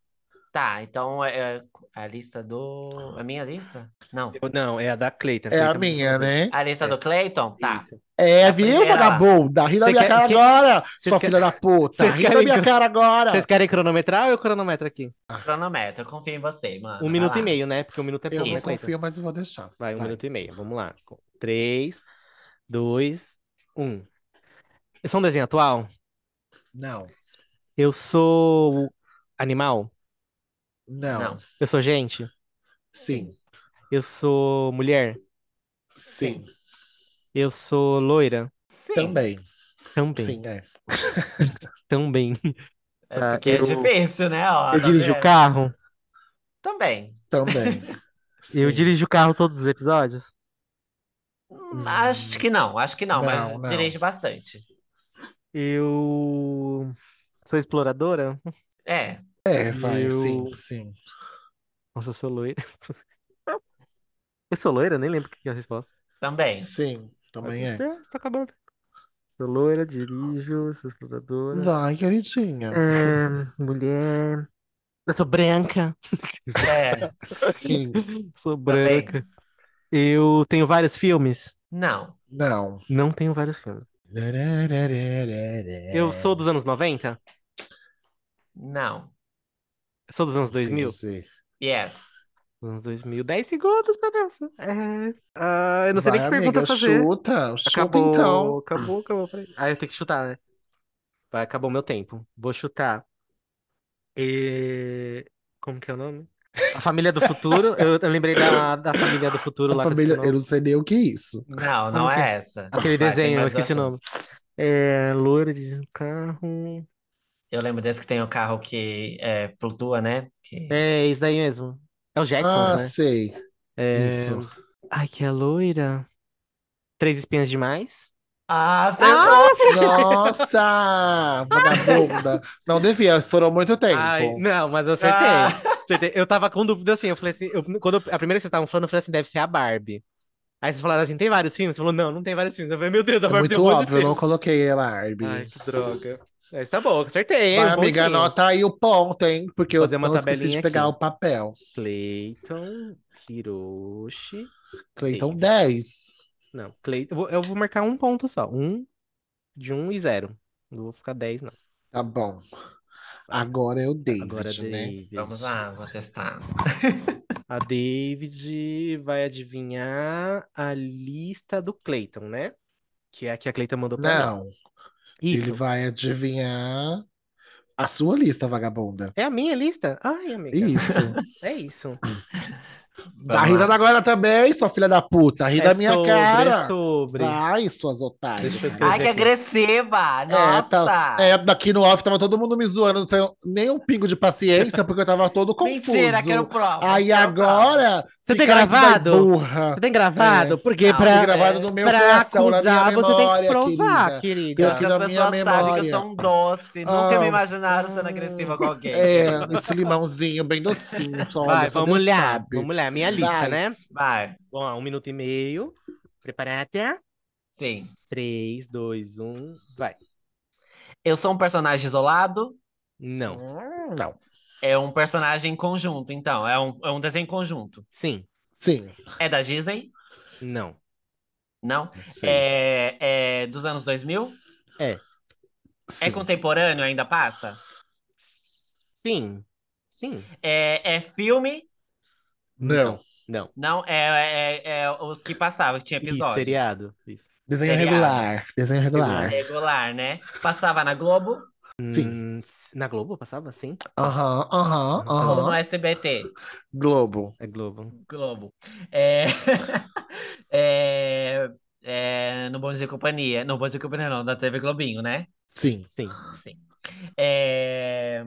[SPEAKER 2] Tá, então é, é a lista do. A minha lista? Não.
[SPEAKER 3] Eu- não, é a da Cleita.
[SPEAKER 1] É a
[SPEAKER 3] Cleita mandou
[SPEAKER 1] minha,
[SPEAKER 3] pra você.
[SPEAKER 1] né?
[SPEAKER 2] A lista
[SPEAKER 3] É.
[SPEAKER 2] do Clayton? Tá.
[SPEAKER 3] Isso.
[SPEAKER 1] É,
[SPEAKER 2] a
[SPEAKER 1] viu,
[SPEAKER 2] primeira lá.
[SPEAKER 1] vagabunda? Ri da
[SPEAKER 3] Você
[SPEAKER 1] minha
[SPEAKER 3] quer-
[SPEAKER 1] cara
[SPEAKER 3] que-
[SPEAKER 1] agora,
[SPEAKER 3] Vocês
[SPEAKER 1] sua
[SPEAKER 3] quer-
[SPEAKER 1] filha da puta.
[SPEAKER 3] Vocês
[SPEAKER 1] Ri da
[SPEAKER 3] querem
[SPEAKER 1] minha
[SPEAKER 3] que-
[SPEAKER 1] cara agora.
[SPEAKER 3] Vocês querem cronometrar ou eu cronometro aqui?
[SPEAKER 2] Cronômetro, confio em você, mano.
[SPEAKER 3] Um
[SPEAKER 2] Tá, Vai
[SPEAKER 3] minuto
[SPEAKER 2] lá.
[SPEAKER 3] e meio, né? Porque um minuto é
[SPEAKER 1] Eu
[SPEAKER 3] pouco,
[SPEAKER 1] não
[SPEAKER 3] né, Cleita?
[SPEAKER 1] confio, mas eu vou deixar.
[SPEAKER 3] Vai, um minuto e meio. Vamos lá. Com Três, dois, um. Eu sou um desenho atual?
[SPEAKER 1] Não,
[SPEAKER 3] Eu sou animal?
[SPEAKER 1] não,
[SPEAKER 2] Não.
[SPEAKER 3] Eu sou gente?
[SPEAKER 1] Sim,
[SPEAKER 3] Eu sou mulher?
[SPEAKER 1] sim,
[SPEAKER 3] Eu sou loira?
[SPEAKER 2] Sim,
[SPEAKER 1] também.
[SPEAKER 3] Também,
[SPEAKER 1] Sim, é.
[SPEAKER 3] também.
[SPEAKER 2] é
[SPEAKER 3] tá,
[SPEAKER 2] porque é
[SPEAKER 3] eu-
[SPEAKER 2] difícil, né?
[SPEAKER 1] Ah,
[SPEAKER 2] Ó,
[SPEAKER 3] Eu
[SPEAKER 2] tá
[SPEAKER 3] dirijo o
[SPEAKER 2] vendo?
[SPEAKER 3] carro?
[SPEAKER 2] Também.
[SPEAKER 1] Também.
[SPEAKER 3] Eu
[SPEAKER 1] Sim.
[SPEAKER 3] dirijo o carro todos os episódios?
[SPEAKER 2] Hum, Acho que não, acho que não, mas
[SPEAKER 1] Não, não.
[SPEAKER 2] dirige bastante.
[SPEAKER 3] Eu sou exploradora?
[SPEAKER 2] É.
[SPEAKER 1] É, vai, sim,
[SPEAKER 3] Eu-
[SPEAKER 1] sim.
[SPEAKER 3] Nossa, eu sou loira. Eu sou loira? Nem lembro o que é a resposta.
[SPEAKER 2] Também.
[SPEAKER 1] Sim, também é.
[SPEAKER 3] Tá acabando. Sou loira, dirijo, sou exploradora.
[SPEAKER 1] Vai, queridinha.
[SPEAKER 3] É, mulher. Eu sou branca.
[SPEAKER 2] É,
[SPEAKER 1] Sim.
[SPEAKER 3] Sou
[SPEAKER 1] Tá
[SPEAKER 2] Também.
[SPEAKER 3] branca. Eu tenho vários filmes?
[SPEAKER 2] não.
[SPEAKER 1] Não.
[SPEAKER 3] Não tenho vários filmes.
[SPEAKER 1] É.
[SPEAKER 3] Eu sou dos anos 90?
[SPEAKER 2] Não.
[SPEAKER 3] Sou dos anos
[SPEAKER 1] Sei
[SPEAKER 3] 2000?
[SPEAKER 1] dizer.
[SPEAKER 2] Yes.
[SPEAKER 3] Dos anos 2000. 10 segundos, meu Deus. É... Ah, eu não sei nem
[SPEAKER 1] Vai,
[SPEAKER 3] que pergunta
[SPEAKER 1] amiga,
[SPEAKER 3] fazer.
[SPEAKER 1] Chuta, chuta
[SPEAKER 3] Acabou,
[SPEAKER 1] então.
[SPEAKER 3] acabou, acabou. Peraí. Ah, eu tenho que chutar, né? Vai, acabou meu tempo. Vou chutar. E... Como que é o nome? A Família do Futuro. Eu, eu lembrei da, da Família do Futuro
[SPEAKER 1] A
[SPEAKER 3] lá. que eu
[SPEAKER 1] família,
[SPEAKER 3] esqueci o
[SPEAKER 1] eu
[SPEAKER 3] nome.
[SPEAKER 1] não sei nem o que é isso.
[SPEAKER 2] Não,
[SPEAKER 3] Como
[SPEAKER 2] não
[SPEAKER 3] que
[SPEAKER 2] é essa.
[SPEAKER 3] Aquele
[SPEAKER 2] Vai, tem
[SPEAKER 3] desenho, eu
[SPEAKER 2] mais duas
[SPEAKER 3] esqueci o nome.
[SPEAKER 2] chances.
[SPEAKER 3] É, loira de carro.
[SPEAKER 2] Eu lembro desse que tem o carro que é, flutua, né? Que...
[SPEAKER 3] É, isso daí mesmo. É o Jackson,
[SPEAKER 1] Ah,
[SPEAKER 3] né?
[SPEAKER 1] sei.
[SPEAKER 3] É...
[SPEAKER 1] Isso.
[SPEAKER 3] Ai, que é loira. Três espinhas demais?
[SPEAKER 2] Ah, acertou!
[SPEAKER 1] assim,
[SPEAKER 3] Ah,
[SPEAKER 1] Nossa! Vagabunda! Não devia, estourou muito tempo. É
[SPEAKER 3] Ai, não, mas eu acertei.
[SPEAKER 2] Ah,
[SPEAKER 3] Acertei. Eu tava com dúvida assim, eu falei assim, eu- quando eu- a primeira vez que vocês estavam falando, eu falei assim, deve ser a Barbie. Aí vocês falaram assim, tem vários filmes? Você falou, não, não tem vários filmes. Eu falei, meu Deus, a
[SPEAKER 1] É
[SPEAKER 3] Barbie tem
[SPEAKER 1] muito
[SPEAKER 3] um monte de
[SPEAKER 1] óbvio, eu não
[SPEAKER 3] filme.
[SPEAKER 1] coloquei a Barbie.
[SPEAKER 3] Ai, que droga. Mas tá bom, acertei, hein?
[SPEAKER 1] Vai,
[SPEAKER 3] Um
[SPEAKER 1] amiga,
[SPEAKER 3] pontinho.
[SPEAKER 1] anota aí o ponto, hein? Porque eu
[SPEAKER 3] Fazer uma
[SPEAKER 1] não esqueci de
[SPEAKER 3] tabelinha
[SPEAKER 1] pegar
[SPEAKER 3] aqui.
[SPEAKER 1] o papel.
[SPEAKER 3] Cleiton, Hiroshi.
[SPEAKER 1] Cleiton,
[SPEAKER 3] Eita.
[SPEAKER 1] 10.
[SPEAKER 3] Não, Cleiton. Eu vou, eu vou marcar um ponto só. Um de um e zero. Não vou ficar dez, não.
[SPEAKER 1] Tá bom. Agora é o
[SPEAKER 3] Agora,
[SPEAKER 1] David, né?
[SPEAKER 3] David.
[SPEAKER 2] Vamos lá, vou testar.
[SPEAKER 3] A David vai adivinhar a lista do Cleiton, né? Que é a que a Cleiton mandou pra mim.
[SPEAKER 1] Não, ele
[SPEAKER 3] Isso.
[SPEAKER 1] vai adivinhar a sua lista, vagabunda.
[SPEAKER 3] É a minha lista? Ai, amiga.
[SPEAKER 1] Isso.
[SPEAKER 3] É isso.
[SPEAKER 1] Dá
[SPEAKER 2] lá.
[SPEAKER 1] risada agora também, sua filha da puta. Ri
[SPEAKER 3] É
[SPEAKER 1] da minha
[SPEAKER 3] sobre,
[SPEAKER 1] cara.
[SPEAKER 3] é sobre.
[SPEAKER 1] Vai, suas otárias.
[SPEAKER 3] Deixa eu escrever.
[SPEAKER 2] Ai, que agressiva!
[SPEAKER 1] É,
[SPEAKER 2] Nossa!
[SPEAKER 1] tá, é, daqui no off tava todo mundo me zoando, não tenho nem um pingo de paciência, porque eu tava todo confuso.
[SPEAKER 2] Mentira,
[SPEAKER 3] um
[SPEAKER 2] quero prova.
[SPEAKER 1] Aí
[SPEAKER 2] quero prova.
[SPEAKER 1] agora. é
[SPEAKER 3] Você tem
[SPEAKER 1] ficaram aqui na
[SPEAKER 3] gravado?
[SPEAKER 1] burra.
[SPEAKER 3] Você tem gravado? Porque
[SPEAKER 2] Não,
[SPEAKER 1] Tem
[SPEAKER 3] pra, é
[SPEAKER 1] gravado no meu
[SPEAKER 3] pra
[SPEAKER 1] coração, na minha
[SPEAKER 3] acusar, você tem que
[SPEAKER 1] memória, querida. Pior
[SPEAKER 3] provar, querida.
[SPEAKER 1] que
[SPEAKER 2] Porque
[SPEAKER 1] na
[SPEAKER 2] as
[SPEAKER 1] minha
[SPEAKER 2] pessoas sabem que eu
[SPEAKER 1] memória.
[SPEAKER 2] sou um doce. Nunca
[SPEAKER 1] Ah,
[SPEAKER 2] me imaginaram sendo
[SPEAKER 1] hum,
[SPEAKER 2] agressiva com alguém.
[SPEAKER 1] É, esse limãozinho bem docinho, só olha,
[SPEAKER 3] Vai,
[SPEAKER 1] só
[SPEAKER 3] vamos
[SPEAKER 1] Deus
[SPEAKER 3] olhar.
[SPEAKER 1] sabe.
[SPEAKER 3] Vamos olhar. Minha lista,
[SPEAKER 1] Vai.
[SPEAKER 3] né?
[SPEAKER 2] Vai,
[SPEAKER 3] Vamos lá, um minuto e meio. Preparada.
[SPEAKER 2] sim.
[SPEAKER 3] Três, dois, um. Vai.
[SPEAKER 2] Eu sou um personagem isolado?
[SPEAKER 3] Não.
[SPEAKER 1] Hum, Não.
[SPEAKER 2] É um personagem em conjunto, então. É um, é um desenho em conjunto.
[SPEAKER 3] Sim.
[SPEAKER 1] Sim.
[SPEAKER 2] É da Disney?
[SPEAKER 3] Não.
[SPEAKER 2] Não.
[SPEAKER 1] Sim.
[SPEAKER 2] É, é dos anos 2000? É
[SPEAKER 1] Sim.
[SPEAKER 2] contemporâneo, ainda passa?
[SPEAKER 3] Sim. Sim.
[SPEAKER 2] É, é filme?
[SPEAKER 1] Não.
[SPEAKER 3] Não.
[SPEAKER 2] Não, é, é, é os que passavam, que tinha
[SPEAKER 3] Isso,
[SPEAKER 2] episódios.
[SPEAKER 3] seriado. Isso.
[SPEAKER 1] Desenho
[SPEAKER 2] Seriado.
[SPEAKER 1] regular. Desenho regular.
[SPEAKER 2] Regular, né? Passava na Globo
[SPEAKER 1] Sim.
[SPEAKER 3] Hum, na Globo passava? Sim.
[SPEAKER 1] Aham, aham,
[SPEAKER 2] ou no
[SPEAKER 1] aham.
[SPEAKER 2] SBT?
[SPEAKER 1] Globo.
[SPEAKER 3] É Globo.
[SPEAKER 2] Globo. É... é... é, No Bom Dia e Companhia. No Bom Dia e Companhia não, da TV Globinho, né?
[SPEAKER 1] Sim.
[SPEAKER 3] Sim.
[SPEAKER 2] Sim. É...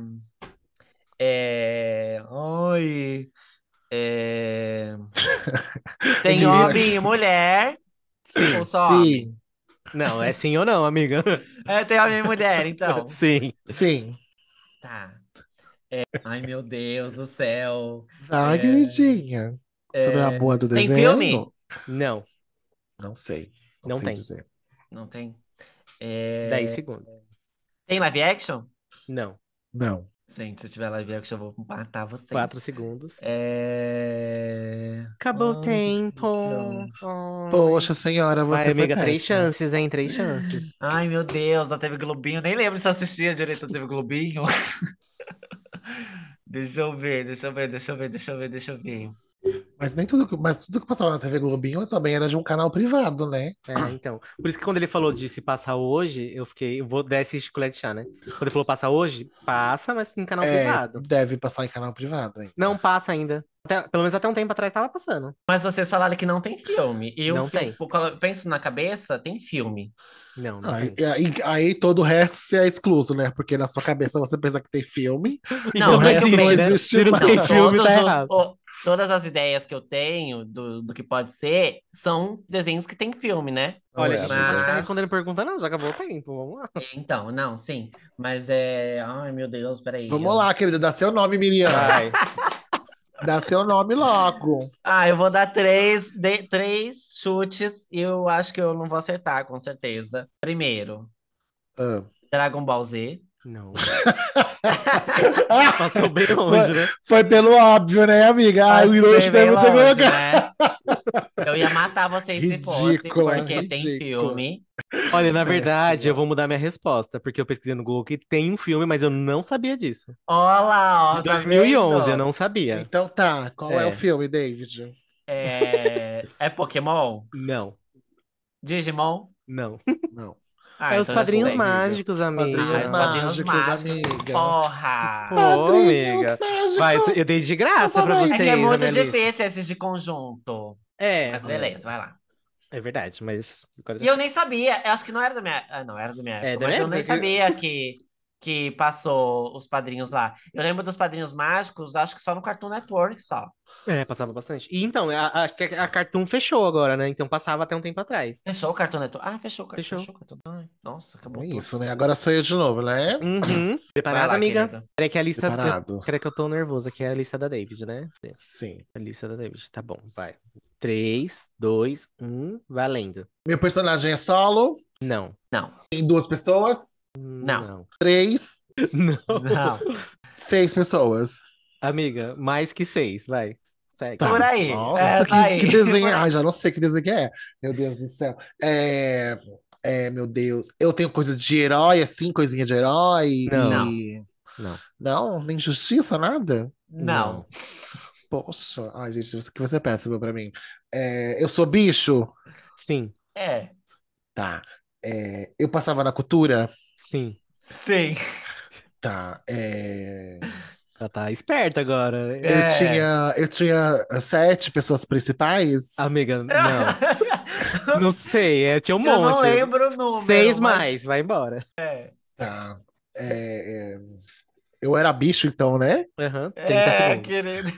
[SPEAKER 2] É... Oi... É... Tem
[SPEAKER 1] Ele-
[SPEAKER 2] homem e mulher?
[SPEAKER 3] Sim.
[SPEAKER 2] Ou só homem?
[SPEAKER 1] Sim.
[SPEAKER 3] Não, é sim ou não, amiga?
[SPEAKER 2] É, tem homem e mulher, então.
[SPEAKER 3] Sim.
[SPEAKER 1] Sim.
[SPEAKER 2] Tá. É, Ai, meu Deus do céu.
[SPEAKER 1] Vai,
[SPEAKER 2] É.
[SPEAKER 1] queridinha. Você não é a
[SPEAKER 2] É.
[SPEAKER 1] boa do
[SPEAKER 2] Tem
[SPEAKER 1] desenho?
[SPEAKER 2] filme?
[SPEAKER 3] Não.
[SPEAKER 1] Não sei. Não,
[SPEAKER 3] Não
[SPEAKER 1] sei
[SPEAKER 3] tem.
[SPEAKER 1] dizer.
[SPEAKER 2] Não tem. É,
[SPEAKER 3] 10 segundos.
[SPEAKER 2] Tem live action?
[SPEAKER 3] Não.
[SPEAKER 1] Não.
[SPEAKER 2] Gente, se tiver live action, eu vou matar vocês.
[SPEAKER 3] 4 segundos.
[SPEAKER 2] É...
[SPEAKER 3] Acabou o
[SPEAKER 2] Ai,
[SPEAKER 3] tempo.
[SPEAKER 2] gente.
[SPEAKER 3] Ai.
[SPEAKER 1] Poxa senhora, você
[SPEAKER 3] Vai,
[SPEAKER 1] foi
[SPEAKER 3] amiga, três
[SPEAKER 1] péssima.
[SPEAKER 3] chances, hein? Três chances.
[SPEAKER 2] Ai, meu Deus, da TV Globinho. Nem lembro se eu assistia direito da TV Globinho. Deixa eu ver, deixa eu ver, deixa eu ver, deixa eu ver, deixa eu ver.
[SPEAKER 1] Mas nem tudo, que- mas tudo que passava na TV Globinho também era de um canal privado, né?
[SPEAKER 3] É, então. Por isso que quando ele falou de se passar hoje, eu fiquei. Eu vou dar esse chiclete chá, né? Quando ele falou passar hoje, passa, mas em canal
[SPEAKER 1] É,
[SPEAKER 3] privado.
[SPEAKER 1] deve passar em canal privado, hein?
[SPEAKER 3] Não passa ainda. Até- pelo menos até um tempo atrás tava passando.
[SPEAKER 2] Mas vocês falaram que não tem filme. E os
[SPEAKER 3] Não
[SPEAKER 2] que eu
[SPEAKER 3] tem.
[SPEAKER 2] po- colo- penso na cabeça, tem filme.
[SPEAKER 3] Não, não
[SPEAKER 1] Aí,
[SPEAKER 3] tem.
[SPEAKER 1] aí, aí todo o resto se é excluso, né? Porque na sua cabeça você pensa que tem filme.
[SPEAKER 2] Não,
[SPEAKER 3] Então,
[SPEAKER 1] o
[SPEAKER 2] mas
[SPEAKER 1] resto
[SPEAKER 2] tudo
[SPEAKER 1] não
[SPEAKER 2] bem, né?
[SPEAKER 1] existe
[SPEAKER 3] Tudo
[SPEAKER 1] mais.
[SPEAKER 3] bem. Tem filme,
[SPEAKER 2] todos
[SPEAKER 3] tá
[SPEAKER 2] os-
[SPEAKER 3] errado.
[SPEAKER 2] o- todas as ideias que eu tenho do, do que pode ser são desenhos que tem filme, né?
[SPEAKER 1] Não
[SPEAKER 3] Olha,
[SPEAKER 1] é,
[SPEAKER 3] a gente
[SPEAKER 1] amiga.
[SPEAKER 3] não vai ficar
[SPEAKER 2] Mas-
[SPEAKER 3] respondendo pergunta, não. Já acabou o tempo. Vamos lá.
[SPEAKER 2] Então, não, sim. Mas é. Ai, meu Deus, peraí.
[SPEAKER 1] Vamos lá, querida, dá seu nome, Miriam.
[SPEAKER 3] Vai. Ah.
[SPEAKER 1] Dá seu nome logo.
[SPEAKER 2] Ah, eu vou dar três, de- três chutes e eu acho que eu não vou acertar, com certeza. Primeiro,
[SPEAKER 1] Ah,
[SPEAKER 2] Dragon Ball Z.
[SPEAKER 3] Não. Passou bem longe, né?
[SPEAKER 1] Ah, Foi pelo óbvio, né, amiga? Ah, o Hiroshi
[SPEAKER 2] Bem
[SPEAKER 1] deve ter
[SPEAKER 2] longe,
[SPEAKER 1] colocado.
[SPEAKER 2] né? Eu ia matar vocês se fosse,
[SPEAKER 1] Ridícula,
[SPEAKER 2] porque tem
[SPEAKER 1] ridícula.
[SPEAKER 2] filme.
[SPEAKER 3] Olha, na
[SPEAKER 1] Péssimo.
[SPEAKER 3] verdade, eu vou mudar minha resposta, porque eu pesquisei no Google que tem um filme, mas eu não sabia disso.
[SPEAKER 2] Olha lá, ó.
[SPEAKER 3] De
[SPEAKER 2] tá
[SPEAKER 3] 2011, eu
[SPEAKER 2] vendo?
[SPEAKER 3] não sabia.
[SPEAKER 1] Então tá, qual é.
[SPEAKER 3] É.
[SPEAKER 1] o filme, David?
[SPEAKER 2] É... é Pokémon?
[SPEAKER 3] Não,
[SPEAKER 2] Digimon?
[SPEAKER 3] não.
[SPEAKER 1] Não.
[SPEAKER 2] Ah,
[SPEAKER 3] é os
[SPEAKER 2] então já
[SPEAKER 3] Padrinhos
[SPEAKER 2] sei.
[SPEAKER 3] Mágicos, amiga.
[SPEAKER 1] Padrinhos
[SPEAKER 2] Ah, Padrinhos
[SPEAKER 1] Mágicos,
[SPEAKER 2] Mágicos.
[SPEAKER 1] amiga.
[SPEAKER 2] Porra!
[SPEAKER 3] Pô, amiga.
[SPEAKER 1] Mágicos.
[SPEAKER 3] Vai, eu dei de graça pra
[SPEAKER 1] É
[SPEAKER 3] vocês.
[SPEAKER 2] É que é muito
[SPEAKER 3] na minha lista.
[SPEAKER 2] difícil esses de conjunto.
[SPEAKER 3] É,
[SPEAKER 2] Mas beleza, vai lá.
[SPEAKER 3] é verdade, mas.
[SPEAKER 2] E eu nem sabia, eu acho que não era da minha. Ah, não, era da minha
[SPEAKER 3] É,
[SPEAKER 2] época,
[SPEAKER 3] da
[SPEAKER 2] mas
[SPEAKER 3] minha
[SPEAKER 2] eu nem
[SPEAKER 3] época.
[SPEAKER 2] sabia que, que passou os padrinhos lá. Eu lembro dos padrinhos mágicos, acho que só no Cartoon Network só.
[SPEAKER 3] É, passava bastante. E então, a, a, a Cartoon fechou agora, né? Então passava até um tempo atrás.
[SPEAKER 2] Fechou o Cartoon Network. Ah, fechou o Cartoon
[SPEAKER 3] Fechou.
[SPEAKER 2] o Cartoon Ai, Nossa, acabou.
[SPEAKER 1] É
[SPEAKER 2] tudo.
[SPEAKER 1] Isso, né? Agora sou eu de novo, né?
[SPEAKER 3] Uhum.
[SPEAKER 2] Vai
[SPEAKER 3] Preparada,
[SPEAKER 2] lá,
[SPEAKER 3] amiga?
[SPEAKER 2] querida.
[SPEAKER 3] Peraí que a lista. tá-
[SPEAKER 1] Preparado.
[SPEAKER 3] Peraí que eu tô nervosa, que é a lista da David, né?
[SPEAKER 1] Sim.
[SPEAKER 3] A lista da David. Tá bom, vai. 3, 2, 1, valendo.
[SPEAKER 1] Meu personagem é solo.
[SPEAKER 3] Não.
[SPEAKER 1] Tem duas pessoas.
[SPEAKER 3] Não.
[SPEAKER 1] Três.
[SPEAKER 3] Não.
[SPEAKER 2] Não.
[SPEAKER 1] Seis pessoas.
[SPEAKER 3] Amiga, mais que seis, vai. Segue.
[SPEAKER 1] Tá.
[SPEAKER 2] Por aí.
[SPEAKER 1] Nossa,
[SPEAKER 2] É,
[SPEAKER 1] que,
[SPEAKER 2] tá aí.
[SPEAKER 1] que desenho. Ai, já não sei que desenho que é. Meu Deus do céu. É, é, meu Deus. Eu tenho coisa de herói, assim, coisinha de herói.
[SPEAKER 3] Não.
[SPEAKER 1] E...
[SPEAKER 3] Não.
[SPEAKER 1] Não, nem justiça, nada.
[SPEAKER 2] Não.
[SPEAKER 1] Poxa, ai, gente, isso que você é péssimo pra mim. É, eu sou bicho?
[SPEAKER 3] Sim,
[SPEAKER 2] É.
[SPEAKER 1] Tá. É, eu passava na cultura?
[SPEAKER 3] sim.
[SPEAKER 2] Sim.
[SPEAKER 1] Tá. É,
[SPEAKER 3] Ela tá esperta agora.
[SPEAKER 1] eu
[SPEAKER 2] É.
[SPEAKER 1] tinha, eu tinha eh, sete pessoas principais?
[SPEAKER 3] Amiga, não. Não sei, é, tinha
[SPEAKER 2] Eu
[SPEAKER 3] um
[SPEAKER 2] não
[SPEAKER 3] monte.
[SPEAKER 2] lembro o número.
[SPEAKER 3] Seis
[SPEAKER 2] mas-
[SPEAKER 3] mais, vai embora.
[SPEAKER 1] Tá. É, é, eu era bicho, então, né?
[SPEAKER 3] Aham, 30
[SPEAKER 2] É,
[SPEAKER 3] segundos.
[SPEAKER 2] querido.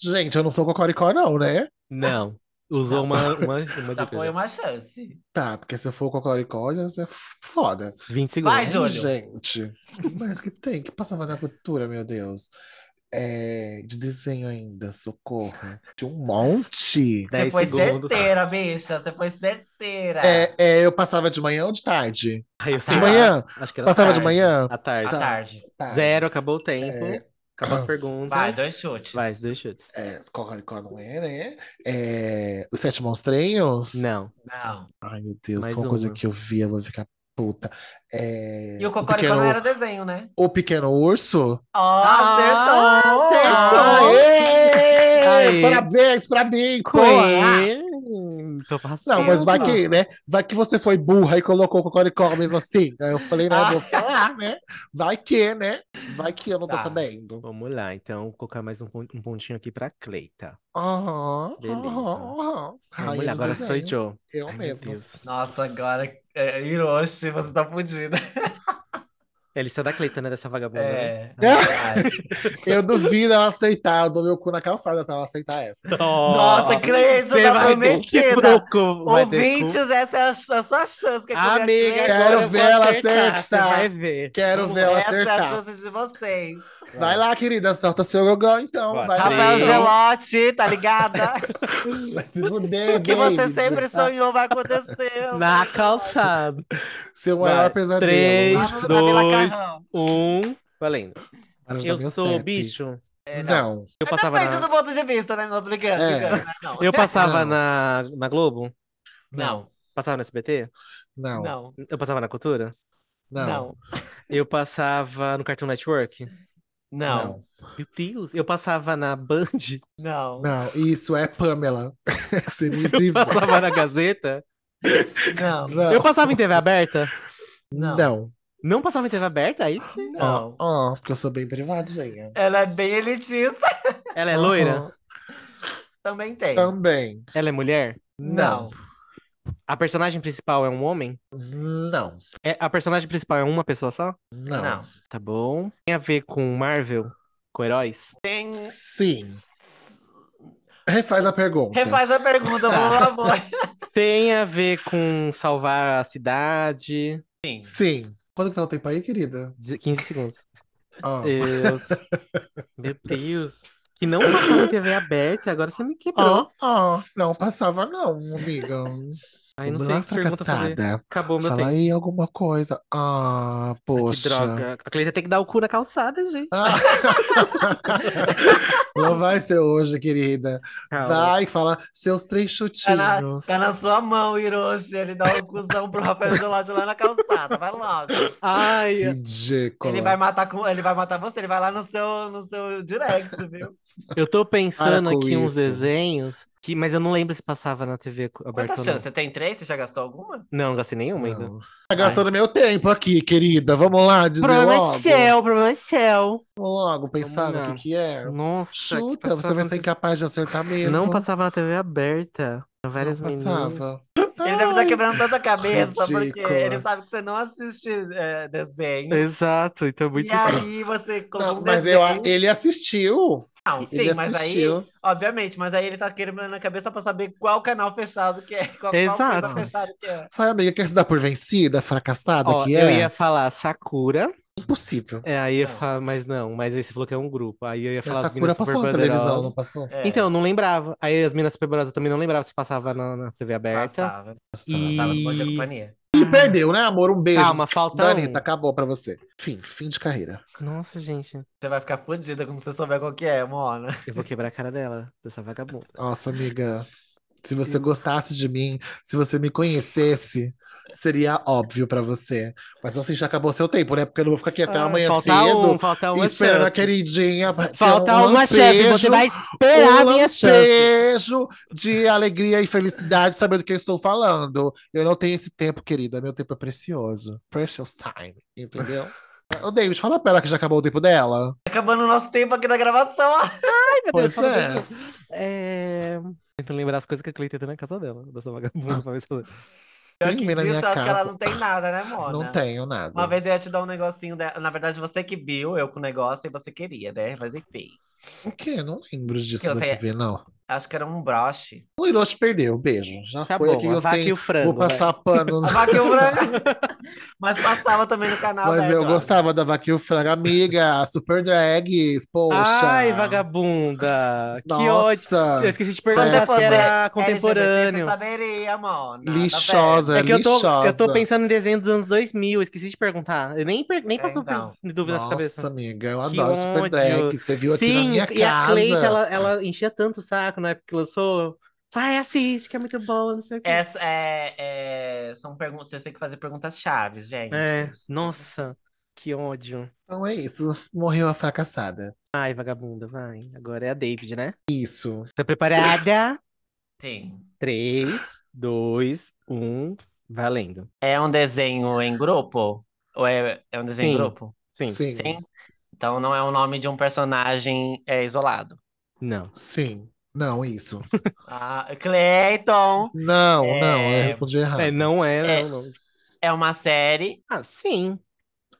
[SPEAKER 1] Gente, eu não sou cocoricó, não, né?
[SPEAKER 3] Não. Usou uma, uma, uma
[SPEAKER 2] Já
[SPEAKER 3] dica.
[SPEAKER 2] Tá, foi uma chance.
[SPEAKER 1] Tá, porque se eu for cocoricó, já é f- foda.
[SPEAKER 3] 20 segundos. né?
[SPEAKER 2] Vai, Júlio.
[SPEAKER 1] Gente, mas que tem? Que passava na cultura, meu Deus? É, de desenho ainda, socorro. Tinha um monte.
[SPEAKER 2] Você
[SPEAKER 3] Dez
[SPEAKER 2] foi
[SPEAKER 3] segundos.
[SPEAKER 2] certeira, bicha. Você foi certeira.
[SPEAKER 1] É, é, eu passava de manhã ou de tarde?
[SPEAKER 3] Ai, Ah, eu sei
[SPEAKER 1] De
[SPEAKER 3] lá.
[SPEAKER 1] manhã?
[SPEAKER 3] Acho que era
[SPEAKER 1] Passava
[SPEAKER 3] tarde.
[SPEAKER 1] de manhã?
[SPEAKER 3] À tarde.
[SPEAKER 2] À
[SPEAKER 1] tá.
[SPEAKER 2] tarde.
[SPEAKER 1] Tarde.
[SPEAKER 3] Zero, acabou o tempo.
[SPEAKER 1] É.
[SPEAKER 3] Acabou as perguntas.
[SPEAKER 2] Vai, dois chutes.
[SPEAKER 3] Vai, Um, dois chutes.
[SPEAKER 1] É, cocoricó não é, né? É, os sete monstrinhos?
[SPEAKER 3] Não.
[SPEAKER 2] Não.
[SPEAKER 1] Ai, meu Deus,
[SPEAKER 3] Mais
[SPEAKER 1] uma coisa
[SPEAKER 3] uma.
[SPEAKER 1] que eu vi, eu vou ficar puta. É,
[SPEAKER 2] E o
[SPEAKER 1] o
[SPEAKER 2] Cocoricó
[SPEAKER 1] pequeno,
[SPEAKER 2] não era desenho, né?
[SPEAKER 1] o pequeno urso?
[SPEAKER 2] Ó,
[SPEAKER 3] Ah,
[SPEAKER 2] acertou!
[SPEAKER 3] acertou!
[SPEAKER 1] Aê!
[SPEAKER 3] Aê!
[SPEAKER 1] Parabéns pra mim, porra!
[SPEAKER 3] Coen. Tô passando.
[SPEAKER 1] Não, mas vai que, né? Vai que você foi burra e colocou o Cocoricó mesmo assim. Aí eu falei, né?
[SPEAKER 2] Ah.
[SPEAKER 1] Vou falar, né? Vai que, né? Vai que eu não tô
[SPEAKER 2] Tá.
[SPEAKER 1] sabendo.
[SPEAKER 3] Vamos lá, então, vou colocar mais um, pon- um pontinho aqui pra Cleita.
[SPEAKER 1] Aham,
[SPEAKER 3] Beleza.
[SPEAKER 1] aham, aham.
[SPEAKER 3] Vamos
[SPEAKER 1] Rainha
[SPEAKER 3] lá,
[SPEAKER 1] dos
[SPEAKER 3] agora sou
[SPEAKER 1] desenhos.
[SPEAKER 3] eu.
[SPEAKER 1] Eu
[SPEAKER 3] Ai, meu
[SPEAKER 1] mesmo.
[SPEAKER 3] Deus.
[SPEAKER 2] Nossa, agora, é, Hiroshi, você tá fudida.
[SPEAKER 3] É a lista da Cleita, né? Dessa vagabunda. né?
[SPEAKER 2] É.
[SPEAKER 1] Ah.
[SPEAKER 2] Vai.
[SPEAKER 1] Eu duvido ela aceitar. Eu dou meu cu na calçada se ela aceitar essa.
[SPEAKER 2] Nossa, Cleito,
[SPEAKER 3] Você
[SPEAKER 2] tá
[SPEAKER 3] vai ter que
[SPEAKER 2] prometida.
[SPEAKER 3] procu- vai ter que-
[SPEAKER 2] Ouvintes, essa é a, a sua chance. Quer comer a
[SPEAKER 3] Amiga,
[SPEAKER 2] Cleito?
[SPEAKER 1] Quero
[SPEAKER 3] agora eu vou
[SPEAKER 1] ver ela
[SPEAKER 3] acertar, você
[SPEAKER 1] acertar.
[SPEAKER 3] vai ver.
[SPEAKER 1] Quero ver ela
[SPEAKER 2] Essa é a
[SPEAKER 1] acertar.
[SPEAKER 2] chance de vocês.
[SPEAKER 1] Vai lá, querida, acerta seu gogó, então.
[SPEAKER 3] Bora.
[SPEAKER 1] Vai lá.
[SPEAKER 2] Rafael
[SPEAKER 3] Três.
[SPEAKER 2] Gelotti, tá ligada?
[SPEAKER 1] Vai se fuder,
[SPEAKER 2] O que você
[SPEAKER 1] David.
[SPEAKER 2] sempre sonhou vai acontecer.
[SPEAKER 3] Na calçada.
[SPEAKER 1] Seu maior
[SPEAKER 3] Vai.
[SPEAKER 1] pesadelo.
[SPEAKER 3] Três.
[SPEAKER 1] Mas-
[SPEAKER 2] Lá no- na Vila
[SPEAKER 3] dois,
[SPEAKER 2] Carrão.
[SPEAKER 3] Um. Valendo.
[SPEAKER 1] Para ajudar
[SPEAKER 3] Eu
[SPEAKER 1] meu
[SPEAKER 3] sou
[SPEAKER 1] CEP.
[SPEAKER 3] bicho.
[SPEAKER 2] É, não.
[SPEAKER 1] Não.
[SPEAKER 3] Eu passava
[SPEAKER 2] Depende do
[SPEAKER 3] na,
[SPEAKER 2] ponto de vista, né? Não brincando,
[SPEAKER 1] É.
[SPEAKER 2] brincando, né? Não.
[SPEAKER 3] eu passava
[SPEAKER 1] Não.
[SPEAKER 3] na, na Globo?
[SPEAKER 1] Não.
[SPEAKER 3] Passava no SBT?
[SPEAKER 1] Não. Não.
[SPEAKER 2] Não,
[SPEAKER 3] Eu passava na Cultura?
[SPEAKER 1] Não.
[SPEAKER 2] não,
[SPEAKER 3] Eu passava no Cartoon Network?
[SPEAKER 2] não,
[SPEAKER 3] Meu Deus, eu passava na Band?
[SPEAKER 2] não,
[SPEAKER 1] Não. Isso é Pamela. Seria
[SPEAKER 3] Eu
[SPEAKER 1] incrível.
[SPEAKER 3] passava na Gazeta?
[SPEAKER 2] não,
[SPEAKER 1] Não.
[SPEAKER 3] Eu passava em TV aberta?
[SPEAKER 2] não.
[SPEAKER 1] Não.
[SPEAKER 3] Não passava em TV aberta? Aí sim.
[SPEAKER 2] não.
[SPEAKER 1] Ó, ó, porque eu sou bem privadinha.
[SPEAKER 2] Ela é bem elitista.
[SPEAKER 3] Ela é loira?
[SPEAKER 2] Uhum.
[SPEAKER 1] Aham.
[SPEAKER 2] Também tem.
[SPEAKER 1] Então, Também.
[SPEAKER 3] Ela é mulher?
[SPEAKER 2] Não,
[SPEAKER 3] A personagem principal é um homem?
[SPEAKER 1] Não.
[SPEAKER 3] É- a personagem principal é uma pessoa só?
[SPEAKER 1] Não.
[SPEAKER 2] não.
[SPEAKER 3] Tá bom. Tem a ver com Marvel? Com heróis?
[SPEAKER 2] Tem.
[SPEAKER 1] Sim. Refaz a pergunta.
[SPEAKER 2] Refaz a pergunta, por favor.
[SPEAKER 3] Tem a ver com salvar a cidade?
[SPEAKER 2] Sim.
[SPEAKER 1] Sim. Quanto que tá o tempo aí, querida?
[SPEAKER 3] Deze- 15 segundos.
[SPEAKER 1] Ó.
[SPEAKER 3] Eu... Meu Deus. Que não passava na TV aberta, agora você me
[SPEAKER 1] Ó,
[SPEAKER 3] quebrou.
[SPEAKER 1] ó, não passava não, amiga.
[SPEAKER 3] Aí não
[SPEAKER 1] Vamos
[SPEAKER 3] sei
[SPEAKER 1] lá,
[SPEAKER 3] que pergunta fazer.
[SPEAKER 1] fracassada.
[SPEAKER 3] Acabou meu
[SPEAKER 1] Fala
[SPEAKER 3] tempo.
[SPEAKER 1] aí alguma coisa. Ah,
[SPEAKER 3] Ai, que
[SPEAKER 1] poxa.
[SPEAKER 3] droga. A Cleita tem que dar o cu na calçada, gente.
[SPEAKER 1] Ah. Não vai ser hoje, querida.
[SPEAKER 3] Calma.
[SPEAKER 1] Vai, fala seus três
[SPEAKER 2] Tá na,
[SPEAKER 1] chutinhos.
[SPEAKER 2] tá na sua mão, Hiroshi. Ele dá um cuzão pro Rafael Gelati lá na calçada. Vai logo.
[SPEAKER 3] Ai,
[SPEAKER 1] Ridícula.
[SPEAKER 2] Ele vai matar com, ele vai matar você, ele vai lá no seu, no seu direct, viu?
[SPEAKER 3] eu tô pensando
[SPEAKER 1] Para com
[SPEAKER 3] aqui uns
[SPEAKER 1] isso.
[SPEAKER 3] desenhos, que, mas eu não lembro se passava na TV aberta
[SPEAKER 2] Quantas
[SPEAKER 3] ou
[SPEAKER 2] chances?
[SPEAKER 3] não.
[SPEAKER 2] Você tem três? Você já gastou alguma?
[SPEAKER 3] Não, não gastei nenhuma ainda.
[SPEAKER 1] Não. Tá gastando meu tempo aqui, querida. Vamos lá
[SPEAKER 3] O
[SPEAKER 1] dizer
[SPEAKER 3] problema
[SPEAKER 1] logo.
[SPEAKER 3] é seu, o problema é seu.
[SPEAKER 1] Vamos logo pensar
[SPEAKER 3] Vamos
[SPEAKER 1] no
[SPEAKER 3] lá.
[SPEAKER 1] que que é.
[SPEAKER 3] Nossa, que
[SPEAKER 1] Chuta, você
[SPEAKER 3] passava
[SPEAKER 1] vai
[SPEAKER 3] na
[SPEAKER 1] ser
[SPEAKER 3] TV.
[SPEAKER 1] incapaz de acertar mesmo.
[SPEAKER 3] Não passava na TV aberta. Várias
[SPEAKER 1] Não
[SPEAKER 3] meninas.
[SPEAKER 1] passava.
[SPEAKER 2] Ele deve estar
[SPEAKER 1] Ai,
[SPEAKER 2] quebrando tanta cabeça, porque
[SPEAKER 1] ridícula.
[SPEAKER 2] ele sabe que você não assiste é, desenho.
[SPEAKER 3] Exato, então é muito
[SPEAKER 2] E aí você colocou
[SPEAKER 1] não,
[SPEAKER 2] um
[SPEAKER 1] mas eu,
[SPEAKER 2] desenho.
[SPEAKER 1] ele assistiu.
[SPEAKER 2] Não, sim,
[SPEAKER 1] Ele
[SPEAKER 2] mas aí,
[SPEAKER 1] assistiu.
[SPEAKER 2] obviamente, mas aí ele tá quebrando na cabeça pra saber qual canal fechado que é, qual, qual
[SPEAKER 3] Exato.
[SPEAKER 2] coisa fechada que é.
[SPEAKER 1] Foi, amiga, quer se dar por vencida, fracassada,
[SPEAKER 3] Ó,
[SPEAKER 1] que
[SPEAKER 3] eu
[SPEAKER 1] é?
[SPEAKER 3] ia falar Sakura,
[SPEAKER 1] Impossível.
[SPEAKER 3] é, aí eu ia
[SPEAKER 2] Não.
[SPEAKER 3] falar, mas não, mas aí você falou que é um grupo. Aí eu ia falar
[SPEAKER 1] Essa
[SPEAKER 3] as meninas
[SPEAKER 1] cura passou na televisão, não
[SPEAKER 3] superpoderosas.
[SPEAKER 1] passou?
[SPEAKER 2] É,
[SPEAKER 3] Então, eu não lembrava. Aí as meninas superpoderosas também não lembrava se passava na, na TV aberta.
[SPEAKER 2] passava.
[SPEAKER 3] E-
[SPEAKER 2] Passava no Bom Dia Companhia.
[SPEAKER 1] é, então, E perdeu, né, amor? Um beijo. tá
[SPEAKER 3] Calma, falta um.
[SPEAKER 1] Danita, acabou pra você. Fim, fim de carreira.
[SPEAKER 3] Nossa, gente.
[SPEAKER 2] Você vai ficar fodida quando você souber qual que é, Mona.
[SPEAKER 3] Eu vou quebrar a cara dela, dessa vagabunda.
[SPEAKER 1] Nossa, amiga. Se você gostasse de mim, se você me conhecesse, seria óbvio pra você. Mas assim, já acabou seu tempo, né? Porque eu não vou ficar aqui até
[SPEAKER 3] Ah,
[SPEAKER 1] amanhã
[SPEAKER 3] falta um,
[SPEAKER 1] cedo
[SPEAKER 3] falta uma
[SPEAKER 1] esperando a
[SPEAKER 3] chance.
[SPEAKER 1] queridinha. ter
[SPEAKER 3] Falta
[SPEAKER 1] um
[SPEAKER 3] uma chance, você
[SPEAKER 1] lampejo,
[SPEAKER 3] vai esperar a
[SPEAKER 1] um
[SPEAKER 3] minha chance.
[SPEAKER 1] lampejo de alegria e felicidade, sabendo do que eu estou falando. Eu não tenho esse tempo, querida. Meu tempo é precioso. Precious time, entendeu? Ô, David, fala pra ela que já acabou o tempo dela.
[SPEAKER 2] Tá Acabando o nosso tempo aqui da gravação. ó.
[SPEAKER 1] Pois
[SPEAKER 3] fala
[SPEAKER 1] é.
[SPEAKER 3] pra É... Ah, Tentando lembrar as coisas que a Cleiton tem na casa dela, dessa vagabunda. pra ver se ela-
[SPEAKER 1] Você
[SPEAKER 2] Pior
[SPEAKER 1] nem
[SPEAKER 2] que
[SPEAKER 1] vem na
[SPEAKER 2] disso,
[SPEAKER 1] minha
[SPEAKER 3] tá
[SPEAKER 2] eu acho que ela
[SPEAKER 1] casa.
[SPEAKER 2] não tem nada, né, Mona?
[SPEAKER 1] Não tenho nada.
[SPEAKER 2] Uma vez eu ia te dar um negocinho dela. Na verdade, você que viu eu com o negócio e você queria, né? Mas enfim.
[SPEAKER 1] O quê? Não lembro disso
[SPEAKER 2] Que
[SPEAKER 1] da
[SPEAKER 2] você-
[SPEAKER 3] é.
[SPEAKER 1] TV, não.
[SPEAKER 2] Acho que era um broche.
[SPEAKER 1] O Hiroshi perdeu, beijo. Já
[SPEAKER 3] Tá
[SPEAKER 1] foi aqui,
[SPEAKER 3] bom, a
[SPEAKER 1] não
[SPEAKER 3] vaca e
[SPEAKER 1] tem.
[SPEAKER 3] o frango.
[SPEAKER 1] Vou passar pano.
[SPEAKER 2] A vaca e o frango. Mas passava também no canal
[SPEAKER 1] Mas
[SPEAKER 3] é
[SPEAKER 1] eu
[SPEAKER 2] aberto, ó.
[SPEAKER 1] gostava da Vaca e o Frango, amiga, Super Drags,
[SPEAKER 3] vai.
[SPEAKER 1] poxa.
[SPEAKER 3] Ai, vagabunda! Que ódio!
[SPEAKER 1] Nossa,
[SPEAKER 3] Eu esqueci de
[SPEAKER 2] Quando
[SPEAKER 3] perguntar
[SPEAKER 2] você
[SPEAKER 3] se era
[SPEAKER 2] LGBT, você
[SPEAKER 3] contemporâneo.
[SPEAKER 2] saberia, Mona. tá vendo?
[SPEAKER 1] lixosa,
[SPEAKER 3] É que eu tô,
[SPEAKER 1] lixosa.
[SPEAKER 3] eu tô pensando em desenho dos anos 2000, eu esqueci de perguntar. Eu nem, per- nem
[SPEAKER 2] É,
[SPEAKER 3] passou por-
[SPEAKER 2] então.
[SPEAKER 3] dúvida nessa
[SPEAKER 1] Nossa,
[SPEAKER 3] cabeça.
[SPEAKER 1] amiga, eu
[SPEAKER 3] Que
[SPEAKER 1] adoro Super
[SPEAKER 3] ódio.
[SPEAKER 1] Drag. Você viu aqui na
[SPEAKER 3] Sim,
[SPEAKER 1] minha
[SPEAKER 3] e a Cleita,
[SPEAKER 1] casa.
[SPEAKER 3] ela, ela enchia tanto o saco na época que lançou. Vai, assiste, que é muito bom, não sei o quê.
[SPEAKER 2] É, é, é, são perguntas. Vocês têm que fazer perguntas chaves, gente.
[SPEAKER 3] É, nossa, que ódio.
[SPEAKER 1] Então é isso, morreu a fracassada.
[SPEAKER 3] Ai, vagabunda, vai. Agora é a David, né?
[SPEAKER 1] Isso.
[SPEAKER 3] Tá preparada?
[SPEAKER 2] Sim.
[SPEAKER 3] 3, 2, 1, valendo.
[SPEAKER 2] É um desenho em grupo? Ou é, é um desenho em
[SPEAKER 3] Sim.
[SPEAKER 2] grupo?
[SPEAKER 3] Sim.
[SPEAKER 1] Sim,
[SPEAKER 2] Sim. Então não é o nome de um personagem é, isolado.
[SPEAKER 3] Não.
[SPEAKER 1] sim. Não, isso.
[SPEAKER 2] Ah, Clayton
[SPEAKER 1] Não, não, eu
[SPEAKER 2] É,
[SPEAKER 1] respondi errado.
[SPEAKER 3] É, não é,
[SPEAKER 2] É.
[SPEAKER 3] não, não.
[SPEAKER 2] é uma série,
[SPEAKER 3] Ah, sim.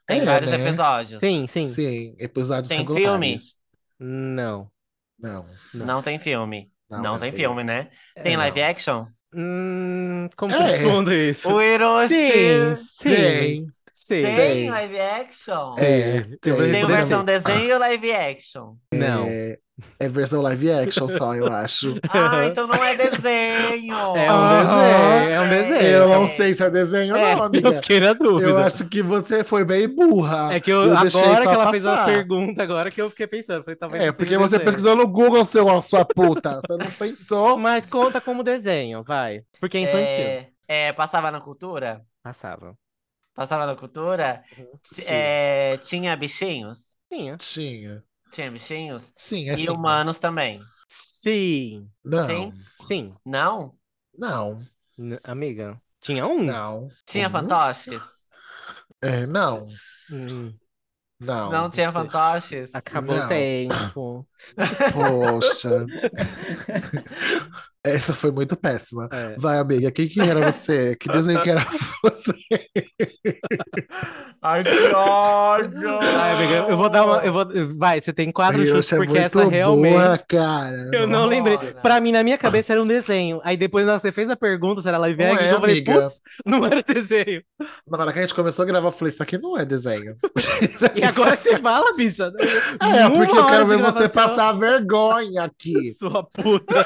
[SPEAKER 2] tem
[SPEAKER 1] É,
[SPEAKER 2] vários
[SPEAKER 1] né?
[SPEAKER 2] episódios.
[SPEAKER 3] Sim, sim.
[SPEAKER 1] Sim, episódios
[SPEAKER 2] Tem filme?
[SPEAKER 1] regulares.
[SPEAKER 3] Não.
[SPEAKER 1] Não,
[SPEAKER 3] Não.
[SPEAKER 2] Não tem filme.
[SPEAKER 1] não,
[SPEAKER 2] Não
[SPEAKER 1] eu
[SPEAKER 2] tem
[SPEAKER 1] sei.
[SPEAKER 2] filme, né? Tem
[SPEAKER 1] É,
[SPEAKER 2] live
[SPEAKER 1] não.
[SPEAKER 2] action?
[SPEAKER 3] Hum, como que eu
[SPEAKER 1] É.
[SPEAKER 3] respondo isso?
[SPEAKER 2] O Hiroshi
[SPEAKER 3] Sim, sim,
[SPEAKER 1] Tem.
[SPEAKER 3] sim.
[SPEAKER 2] tem
[SPEAKER 1] Tem.
[SPEAKER 2] live action?
[SPEAKER 1] É,
[SPEAKER 3] Tem.
[SPEAKER 1] tem.
[SPEAKER 3] Eu vou
[SPEAKER 2] Tem
[SPEAKER 3] responder
[SPEAKER 2] versão
[SPEAKER 3] sim.
[SPEAKER 2] desenho ou live action?
[SPEAKER 3] Não.
[SPEAKER 1] É, é versão live action só, eu acho.
[SPEAKER 2] Ah, então não é desenho.
[SPEAKER 3] É um
[SPEAKER 1] Aham.
[SPEAKER 3] desenho, é um desenho.
[SPEAKER 1] Eu
[SPEAKER 2] É.
[SPEAKER 1] não sei se é desenho ou
[SPEAKER 3] É,
[SPEAKER 1] não,
[SPEAKER 3] eu
[SPEAKER 1] amiga.
[SPEAKER 3] fiquei na dúvida.
[SPEAKER 1] Eu acho que você foi bem burra.
[SPEAKER 3] É que eu,
[SPEAKER 1] eu
[SPEAKER 3] agora
[SPEAKER 1] deixei
[SPEAKER 3] que
[SPEAKER 1] só
[SPEAKER 3] ela fez a
[SPEAKER 1] passar.
[SPEAKER 3] pergunta, agora que eu fiquei pensando. Falei, talvez
[SPEAKER 1] É,
[SPEAKER 3] não seja
[SPEAKER 1] porque você
[SPEAKER 3] desenho.
[SPEAKER 1] pesquisou no Google, seu, sua puta. Você não pensou.
[SPEAKER 3] Mas conta como desenho, vai. Porque é infantil.
[SPEAKER 2] É, é, passava na cultura?
[SPEAKER 3] Passava.
[SPEAKER 2] Passava na cultura? Ti-
[SPEAKER 1] Sim.
[SPEAKER 2] é, tinha bichinhos?
[SPEAKER 3] Tinha.
[SPEAKER 1] Tinha.
[SPEAKER 2] Tinha bichinhos?
[SPEAKER 1] Sim, é
[SPEAKER 2] e
[SPEAKER 1] sim.
[SPEAKER 2] humanos também.
[SPEAKER 3] Sim.
[SPEAKER 1] Não,
[SPEAKER 2] Sim.
[SPEAKER 3] Sim.
[SPEAKER 2] Não?
[SPEAKER 1] não,
[SPEAKER 3] N- amiga. Tinha um?
[SPEAKER 1] não.
[SPEAKER 2] Tinha
[SPEAKER 1] Hum?
[SPEAKER 2] fantoches?
[SPEAKER 1] É, não,
[SPEAKER 3] Hum,
[SPEAKER 1] não.
[SPEAKER 2] Não tinha
[SPEAKER 3] sei.
[SPEAKER 2] fantoches?
[SPEAKER 3] acabou
[SPEAKER 1] Não.
[SPEAKER 3] o tempo.
[SPEAKER 1] Poxa. Essa foi muito péssima.
[SPEAKER 3] É.
[SPEAKER 1] Vai, amiga, quem que era você? Que desenho que era você?
[SPEAKER 2] Ai, que ódio!
[SPEAKER 3] Ai, amiga, eu vou dar uma. Eu vou, vai, você tem quatro chutes,
[SPEAKER 1] Poxa, é
[SPEAKER 3] porque essa
[SPEAKER 1] muito
[SPEAKER 3] realmente.
[SPEAKER 1] boa, cara.
[SPEAKER 3] Eu não
[SPEAKER 1] Nossa.
[SPEAKER 3] lembrei.
[SPEAKER 2] Nossa.
[SPEAKER 3] Pra mim, na minha cabeça era um desenho. Aí depois na hora que você fez a pergunta se era live
[SPEAKER 1] Não
[SPEAKER 3] action,
[SPEAKER 1] é,
[SPEAKER 3] então eu falei,
[SPEAKER 1] amiga.
[SPEAKER 3] putz, não era desenho.
[SPEAKER 1] Na hora que a gente começou a gravar, eu falei, isso aqui não é desenho.
[SPEAKER 3] E agora que você fala, bicha.
[SPEAKER 1] É,
[SPEAKER 3] Uma
[SPEAKER 1] porque eu
[SPEAKER 3] hora
[SPEAKER 1] quero
[SPEAKER 3] de assim,
[SPEAKER 1] ver você
[SPEAKER 3] gravação,
[SPEAKER 1] passar vergonha aqui.
[SPEAKER 3] Sua puta.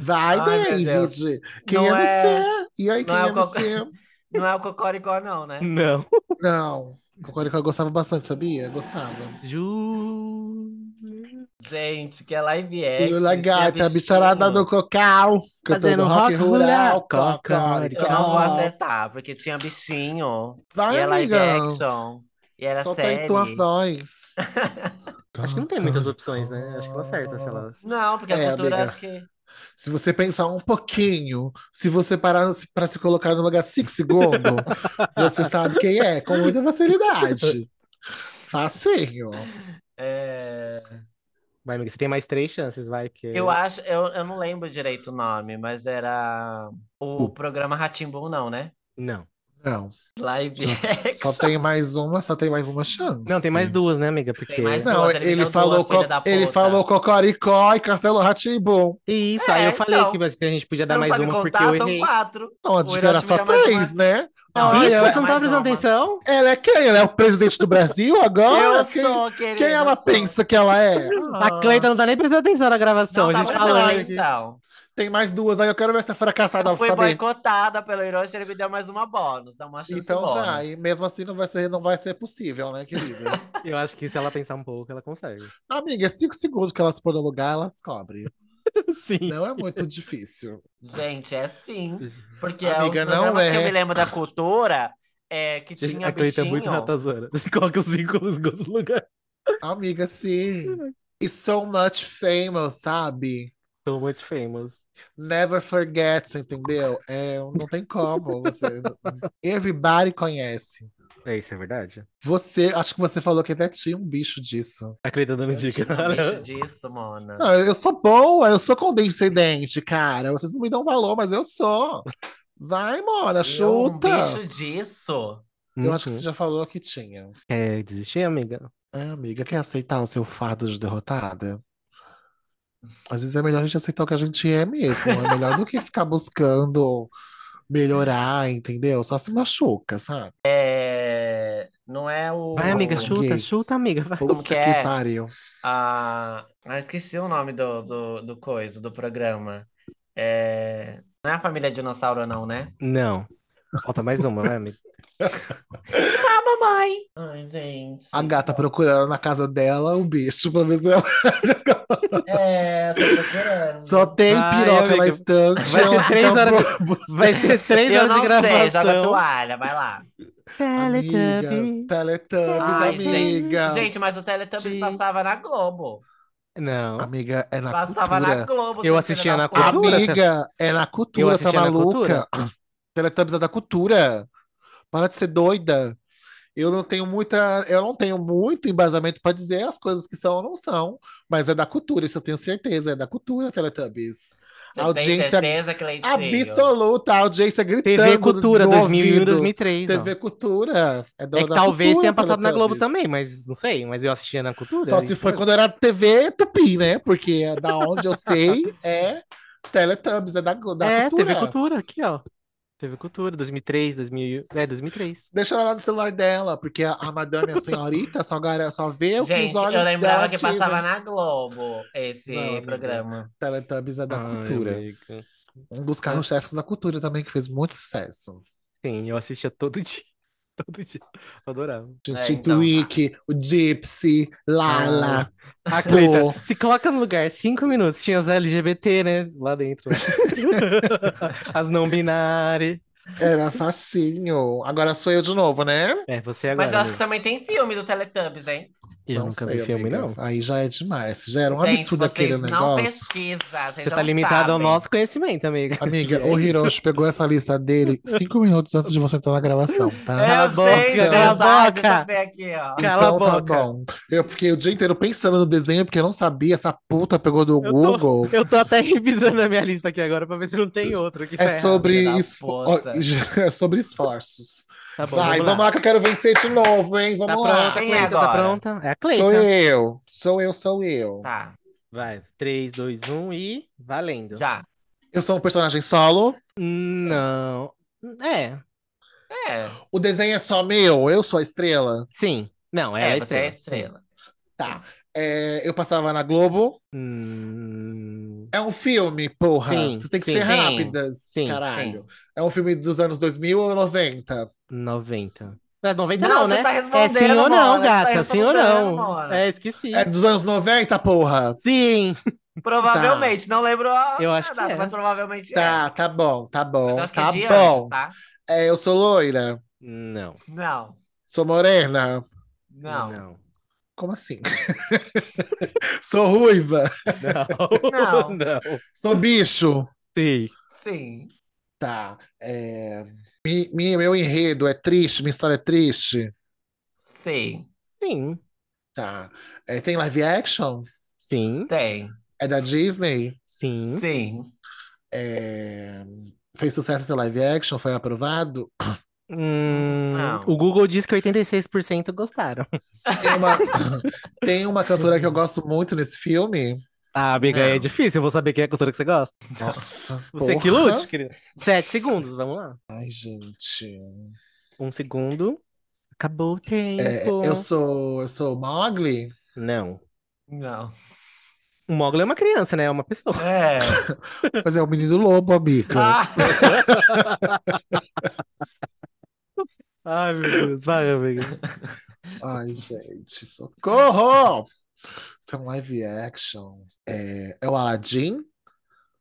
[SPEAKER 1] Vai,
[SPEAKER 2] Ai, meu Deus.
[SPEAKER 1] David. Quem
[SPEAKER 2] Não
[SPEAKER 1] é
[SPEAKER 2] é-
[SPEAKER 1] você? E aí, quem
[SPEAKER 2] não é
[SPEAKER 1] é
[SPEAKER 2] o Cocó.
[SPEAKER 1] você?
[SPEAKER 2] Não é o Cocoricó, não, né?
[SPEAKER 3] Não.
[SPEAKER 1] Não. Cocoricó eu gostava bastante, sabia? Gostava.
[SPEAKER 3] Ju...
[SPEAKER 2] Gente, que é live action.
[SPEAKER 1] Lula
[SPEAKER 2] bichinha,
[SPEAKER 1] Gata, bicharada
[SPEAKER 2] bichinho.
[SPEAKER 1] do Cocal, cantando
[SPEAKER 3] Fazendo
[SPEAKER 1] rock
[SPEAKER 3] rock
[SPEAKER 1] rural,
[SPEAKER 3] rural, Cocoricó.
[SPEAKER 2] Eu não vou
[SPEAKER 1] Cocoricó.
[SPEAKER 2] acertar, porque tinha bichinho.
[SPEAKER 1] Vai,
[SPEAKER 2] e é live
[SPEAKER 1] amiga.
[SPEAKER 2] action. E era
[SPEAKER 1] Solta aí
[SPEAKER 2] série.
[SPEAKER 1] tua voz.
[SPEAKER 3] Acho que não tem muitas opções, né? Acho que ela acerta, sei lá.
[SPEAKER 2] Não, porque
[SPEAKER 1] É,
[SPEAKER 2] a cultura
[SPEAKER 1] amiga.
[SPEAKER 2] acho que.
[SPEAKER 1] Se você pensar um pouquinho, se você parar para se colocar no lugar 5 segundos, você sabe quem é, com muita facilidade. Facinho.
[SPEAKER 2] é,
[SPEAKER 3] Vai, amiga, você tem mais três chances, vai, porque...
[SPEAKER 2] Eu acho, eu, eu não lembro direito o nome, mas era o programa Ratimbum, não, né?
[SPEAKER 3] Não.
[SPEAKER 1] Não,
[SPEAKER 2] Live
[SPEAKER 1] só
[SPEAKER 2] action.
[SPEAKER 1] tem mais uma, só tem mais uma chance.
[SPEAKER 3] Não, tem mais duas, né, amiga? Porque...
[SPEAKER 2] mais duas.
[SPEAKER 1] Não,
[SPEAKER 2] Nossa, ele me
[SPEAKER 1] ele
[SPEAKER 2] deu
[SPEAKER 1] falou,
[SPEAKER 2] duas, filha
[SPEAKER 1] co-
[SPEAKER 2] da
[SPEAKER 1] ele
[SPEAKER 2] puta.
[SPEAKER 1] falou Cocoricó e cancelou Rá-Tim-Bum.
[SPEAKER 3] Isso, aí
[SPEAKER 2] É,
[SPEAKER 3] eu falei
[SPEAKER 2] então.
[SPEAKER 3] que você- a gente podia
[SPEAKER 2] Você
[SPEAKER 3] dar
[SPEAKER 2] não
[SPEAKER 3] mais
[SPEAKER 2] sabe
[SPEAKER 3] uma porque
[SPEAKER 2] contar,
[SPEAKER 3] eu
[SPEAKER 2] são
[SPEAKER 3] errei.
[SPEAKER 2] quatro.
[SPEAKER 1] Não, antes
[SPEAKER 2] O
[SPEAKER 1] que Então, era
[SPEAKER 2] Hiroshima
[SPEAKER 1] só
[SPEAKER 2] era mais
[SPEAKER 1] três, né?
[SPEAKER 2] Não,
[SPEAKER 1] Olha,
[SPEAKER 3] Isso,
[SPEAKER 2] era
[SPEAKER 3] você não tá
[SPEAKER 2] mais
[SPEAKER 3] prestando
[SPEAKER 2] uma.
[SPEAKER 3] atenção?
[SPEAKER 1] Ela é quem? Ela é o presidente do Brasil agora?
[SPEAKER 2] Eu
[SPEAKER 1] Ah, quem,
[SPEAKER 2] sou, querido.
[SPEAKER 1] quem ela
[SPEAKER 2] eu sou.
[SPEAKER 1] pensa que ela é?
[SPEAKER 3] A Cleita não tá nem prestando atenção na
[SPEAKER 2] Não
[SPEAKER 3] gravação. a
[SPEAKER 2] tá
[SPEAKER 3] gente
[SPEAKER 1] tava
[SPEAKER 2] prestando
[SPEAKER 3] falando
[SPEAKER 1] falando.
[SPEAKER 3] aqui.
[SPEAKER 2] atenção.
[SPEAKER 1] Tem mais duas aí, eu quero ver essa fracassada
[SPEAKER 2] Eu
[SPEAKER 1] pra
[SPEAKER 2] fui
[SPEAKER 1] saber.
[SPEAKER 2] boicotada pelo Hiroshi, ele me deu mais uma bônus. Dá uma chance
[SPEAKER 1] Então
[SPEAKER 2] bônus.
[SPEAKER 1] vai, mesmo assim não vai ser, não vai ser possível, né, querida?
[SPEAKER 3] Eu acho que se ela pensar um pouco, ela consegue.
[SPEAKER 1] Amiga, é cinco segundos que elas põem no lugar, elas cobrem.
[SPEAKER 3] Sim.
[SPEAKER 1] Não é muito difícil.
[SPEAKER 2] Gente, é sim. Porque
[SPEAKER 1] Amiga,
[SPEAKER 2] os
[SPEAKER 1] não
[SPEAKER 2] programas que eu
[SPEAKER 1] é.
[SPEAKER 2] me lembro da cultura é que
[SPEAKER 3] Gente,
[SPEAKER 2] tinha
[SPEAKER 3] a Cleita é muito
[SPEAKER 2] bichinho.
[SPEAKER 3] ratazana. Coloca os cinco nos gols no lugar.
[SPEAKER 1] Amiga, sim. E so much famous, sabe?
[SPEAKER 3] Sou muito famous.
[SPEAKER 1] Never forgets, entendeu? É, não tem como. Você... Everybody conhece.
[SPEAKER 3] É isso, é verdade?
[SPEAKER 1] Você, acho que você falou que até tinha um bicho disso.
[SPEAKER 3] A Cleita dando
[SPEAKER 2] Eu
[SPEAKER 3] dica.
[SPEAKER 2] tinha um bicho disso, Mona.
[SPEAKER 3] Ah,
[SPEAKER 1] Não, eu sou boa, eu sou condescendente, cara. Vocês não me dão valor, mas eu sou. Vai, Mora,
[SPEAKER 2] Eu, um
[SPEAKER 1] chuta.
[SPEAKER 2] bicho disso.
[SPEAKER 1] Eu acho que
[SPEAKER 3] Uhum.
[SPEAKER 1] você já falou que tinha.
[SPEAKER 3] Quer desistir, amiga?
[SPEAKER 1] É, amiga, quer aceitar o seu fardo de derrotada? Às vezes é melhor a gente aceitar o que a gente é mesmo. É melhor do que ficar buscando melhorar, entendeu? Só se machuca, sabe?
[SPEAKER 2] É... Não é o.
[SPEAKER 3] Vai, amiga,
[SPEAKER 1] Nossa,
[SPEAKER 3] chuta,
[SPEAKER 1] gay.
[SPEAKER 3] chuta, amiga. Vai.
[SPEAKER 1] Puta
[SPEAKER 2] Como que é?
[SPEAKER 1] pariu.
[SPEAKER 2] Ah, ah, esqueci o nome do, do, do coisa, do programa. É... Não é a família dinossauro, não, né?
[SPEAKER 3] Não. Falta mais uma, vai, amiga.
[SPEAKER 2] Ah, mamãe! Ai, gente.
[SPEAKER 1] A gata procurando na casa dela o bicho pra ver se ela...
[SPEAKER 2] É, eu tô procurando.
[SPEAKER 1] Só tem
[SPEAKER 3] Ai,
[SPEAKER 1] piroca
[SPEAKER 3] amiga.
[SPEAKER 1] na estante.
[SPEAKER 3] Vai ser
[SPEAKER 1] ela
[SPEAKER 3] três
[SPEAKER 1] tá
[SPEAKER 3] horas
[SPEAKER 1] bobo.
[SPEAKER 3] Vai ser três
[SPEAKER 2] Eu
[SPEAKER 3] horas de
[SPEAKER 2] não sei, joga
[SPEAKER 3] gravação.
[SPEAKER 2] toalha, vai lá.
[SPEAKER 1] Amiga,
[SPEAKER 3] Teletubbies.
[SPEAKER 1] Teletubbies,
[SPEAKER 2] Ai,
[SPEAKER 1] amiga.
[SPEAKER 2] Gente, mas o Teletubbies
[SPEAKER 3] Sim.
[SPEAKER 2] passava na Globo.
[SPEAKER 3] Não.
[SPEAKER 1] Amiga, é na
[SPEAKER 2] Passava
[SPEAKER 1] cultura.
[SPEAKER 2] na Globo.
[SPEAKER 3] Eu
[SPEAKER 2] seu
[SPEAKER 3] assistia
[SPEAKER 2] filho da
[SPEAKER 3] na
[SPEAKER 2] puta.
[SPEAKER 3] Globo. Cultura,
[SPEAKER 1] Amiga, é na
[SPEAKER 3] Eu
[SPEAKER 1] cultura, tá
[SPEAKER 3] assistia na
[SPEAKER 1] maluca? Teletubbies é da cultura. Para de ser doida. Eu não tenho muita, eu não tenho muito embasamento pra dizer as coisas que são ou não são, mas é da cultura, isso eu tenho certeza, é da cultura, Teletubbies.
[SPEAKER 2] Você
[SPEAKER 1] Audiência
[SPEAKER 2] tem certeza, é Cleitinho?
[SPEAKER 1] Absoluta, a audiência gritando
[SPEAKER 3] TV Cultura,
[SPEAKER 1] no
[SPEAKER 3] 2001 e
[SPEAKER 1] ouvido.
[SPEAKER 3] 2003. ó.
[SPEAKER 1] TV Cultura, é da,
[SPEAKER 3] É que
[SPEAKER 1] da
[SPEAKER 3] talvez
[SPEAKER 1] cultura,
[SPEAKER 3] tenha passado na Globo
[SPEAKER 1] Teletubbies.
[SPEAKER 3] também, né? mas não sei. Mas eu assistia na Cultura.
[SPEAKER 1] Só se
[SPEAKER 3] isso
[SPEAKER 1] foi
[SPEAKER 3] mesmo.
[SPEAKER 1] quando era TV Tupi, né? Porque é da onde eu sei é Teletubbies, é da, da
[SPEAKER 3] é,
[SPEAKER 1] cultura.
[SPEAKER 3] TV Cultura, aqui, ó. TV Cultura, 2003, 2000... É, 2003.
[SPEAKER 1] Deixa ela lá no celular dela, porque a, a madame e a senhorita só, gara- só vê o que
[SPEAKER 2] Gente,
[SPEAKER 1] os olhos
[SPEAKER 2] eu
[SPEAKER 1] dela
[SPEAKER 2] lembrava que
[SPEAKER 1] dizem.
[SPEAKER 2] passava na Globo esse
[SPEAKER 1] Não, amiga.
[SPEAKER 2] programa.
[SPEAKER 1] Teletubbies é da
[SPEAKER 3] Ai,
[SPEAKER 1] cultura.
[SPEAKER 3] amiga.
[SPEAKER 1] Um dos carros-chefes da cultura também, que fez muito sucesso.
[SPEAKER 3] Sim, eu assistia todo dia. Todo dia. Eu adorava.
[SPEAKER 1] Tinha
[SPEAKER 2] É,
[SPEAKER 1] Tito
[SPEAKER 2] então.
[SPEAKER 3] tá.
[SPEAKER 1] Wick, o Gypsy,
[SPEAKER 3] Ah.
[SPEAKER 1] Lala.
[SPEAKER 3] A
[SPEAKER 1] Pô.
[SPEAKER 3] Cleita, se coloca no lugar cinco minutos, tinha as LGBT, né? Lá dentro. as não binárias.
[SPEAKER 1] Era facinho. Agora sou eu de novo, né?
[SPEAKER 3] É, você agora.
[SPEAKER 2] Mas eu acho que
[SPEAKER 3] amiga.
[SPEAKER 2] também tem filme do Teletubbies, hein?
[SPEAKER 3] Eu nunca vi filme,
[SPEAKER 1] amiga.
[SPEAKER 3] não.
[SPEAKER 1] Aí já é demais. Já era um
[SPEAKER 2] Gente,
[SPEAKER 1] absurdo aquele
[SPEAKER 2] vocês não
[SPEAKER 1] negócio.
[SPEAKER 2] pesquisam, vocês
[SPEAKER 3] Você tá
[SPEAKER 2] não
[SPEAKER 3] limitado ao
[SPEAKER 2] sabem.
[SPEAKER 3] nosso conhecimento, amiga.
[SPEAKER 1] Amiga,
[SPEAKER 3] É
[SPEAKER 1] o
[SPEAKER 3] isso.
[SPEAKER 1] Hiroshi pegou essa lista dele cinco minutos antes de você entrar na gravação, tá?
[SPEAKER 3] Cala a
[SPEAKER 2] Eu sei,
[SPEAKER 1] boca.
[SPEAKER 2] você
[SPEAKER 1] Cala
[SPEAKER 2] sabe,
[SPEAKER 3] a boca.
[SPEAKER 2] deixa eu ver aqui, ó.
[SPEAKER 3] É, Cala a
[SPEAKER 1] Então tá
[SPEAKER 3] boca.
[SPEAKER 1] bom. Eu fiquei o dia inteiro pensando no desenho, porque eu não sabia, essa puta pegou do
[SPEAKER 3] tô-
[SPEAKER 1] Google.
[SPEAKER 3] Eu tô até revisando a minha lista aqui agora pra ver se não tem outro que tá
[SPEAKER 1] É
[SPEAKER 3] errado.
[SPEAKER 1] sobre,
[SPEAKER 2] filha da
[SPEAKER 1] esfo-
[SPEAKER 2] puta.
[SPEAKER 1] ó, é sobre esforços.
[SPEAKER 3] Tá bom,
[SPEAKER 1] Vai,
[SPEAKER 3] vamos,
[SPEAKER 1] vamos
[SPEAKER 3] lá.
[SPEAKER 1] lá que eu quero vencer de novo, hein?
[SPEAKER 3] Tá
[SPEAKER 1] Vamos lá.
[SPEAKER 3] pronta,
[SPEAKER 2] Quem é
[SPEAKER 3] Cleita, tá
[SPEAKER 2] agora?
[SPEAKER 3] pronta? É a Cleita.
[SPEAKER 1] Sou eu, sou eu, sou eu.
[SPEAKER 2] Tá,
[SPEAKER 3] Vai, 3, 2, 1 e valendo.
[SPEAKER 2] já.
[SPEAKER 1] Eu sou um personagem solo.
[SPEAKER 3] Não. É,
[SPEAKER 2] É,
[SPEAKER 1] O desenho é só meu, eu sou a estrela.
[SPEAKER 3] sim. Não, ela
[SPEAKER 2] é,
[SPEAKER 3] é
[SPEAKER 2] você é
[SPEAKER 3] estrela.
[SPEAKER 2] estrela.
[SPEAKER 1] Tá. É, eu passava na Globo.
[SPEAKER 3] Hum,
[SPEAKER 1] É um filme, porra.
[SPEAKER 3] Sim,
[SPEAKER 1] Você tem que
[SPEAKER 3] sim,
[SPEAKER 1] ser
[SPEAKER 2] sim,
[SPEAKER 1] rápidas,
[SPEAKER 3] sim,
[SPEAKER 1] caralho. É um filme dos anos 2000 ou 90?
[SPEAKER 3] 90. É 90 não,
[SPEAKER 2] Não, você
[SPEAKER 3] né?
[SPEAKER 2] tá
[SPEAKER 3] É
[SPEAKER 2] respondendo,
[SPEAKER 3] sim ou não,
[SPEAKER 2] Mona, você tá
[SPEAKER 3] gata? Sim ou
[SPEAKER 2] respondendo,
[SPEAKER 3] não?
[SPEAKER 2] Mona.
[SPEAKER 3] É, esqueci.
[SPEAKER 1] É dos anos 90, porra?
[SPEAKER 3] Sim.
[SPEAKER 2] Provavelmente, não lembro a
[SPEAKER 3] tá. Eu acho
[SPEAKER 2] a data,
[SPEAKER 3] que é.
[SPEAKER 2] mas provavelmente é.
[SPEAKER 1] Tá, tá bom, tá bom,
[SPEAKER 2] Mas eu acho que
[SPEAKER 1] tá
[SPEAKER 2] é de
[SPEAKER 1] bom.
[SPEAKER 2] antes, tá?
[SPEAKER 1] É, eu sou loira,
[SPEAKER 3] Não,
[SPEAKER 2] Não,
[SPEAKER 1] sou morena.
[SPEAKER 2] não, não.
[SPEAKER 3] não.
[SPEAKER 1] Como assim? sou ruiva,
[SPEAKER 3] Não.
[SPEAKER 2] Não.
[SPEAKER 3] Não.
[SPEAKER 1] sou bicho.
[SPEAKER 3] Sim.
[SPEAKER 2] Sim.
[SPEAKER 1] Tá. É... mi- mi- meu enredo é triste, minha história é triste.
[SPEAKER 2] Sim.
[SPEAKER 3] Sim.
[SPEAKER 1] Tá. É, tem live action?
[SPEAKER 3] Sim.
[SPEAKER 2] Tem.
[SPEAKER 1] É da Disney?
[SPEAKER 3] Sim.
[SPEAKER 2] Sim.
[SPEAKER 1] É, Fez sucesso seu live action? Foi aprovado?
[SPEAKER 3] Hum,
[SPEAKER 2] Não.
[SPEAKER 3] o Google diz que 86% gostaram.
[SPEAKER 1] Tem uma, tem uma cantora que eu gosto muito nesse filme.
[SPEAKER 3] Ah, amiga, é
[SPEAKER 2] Não.
[SPEAKER 3] difícil. Eu vou saber quem é a cultura que você gosta.
[SPEAKER 1] Nossa,
[SPEAKER 3] Você que
[SPEAKER 1] porra.
[SPEAKER 3] lute, querida. Sete segundos, vamos lá.
[SPEAKER 1] Ai, gente.
[SPEAKER 3] Um segundo. Acabou o
[SPEAKER 1] É,
[SPEAKER 3] tempo.
[SPEAKER 1] eu sou, eu sou Mowgli?
[SPEAKER 3] Não.
[SPEAKER 2] Não.
[SPEAKER 3] O Mogli é uma criança, né? É uma pessoa.
[SPEAKER 2] É.
[SPEAKER 1] Mas é o menino lobo,
[SPEAKER 3] É.
[SPEAKER 1] amiga.
[SPEAKER 2] Ah,
[SPEAKER 3] Ai, meu Deus. Vai, amiga.
[SPEAKER 1] Ai, gente, socorro! Isso é um live action. É, é o Aladdin?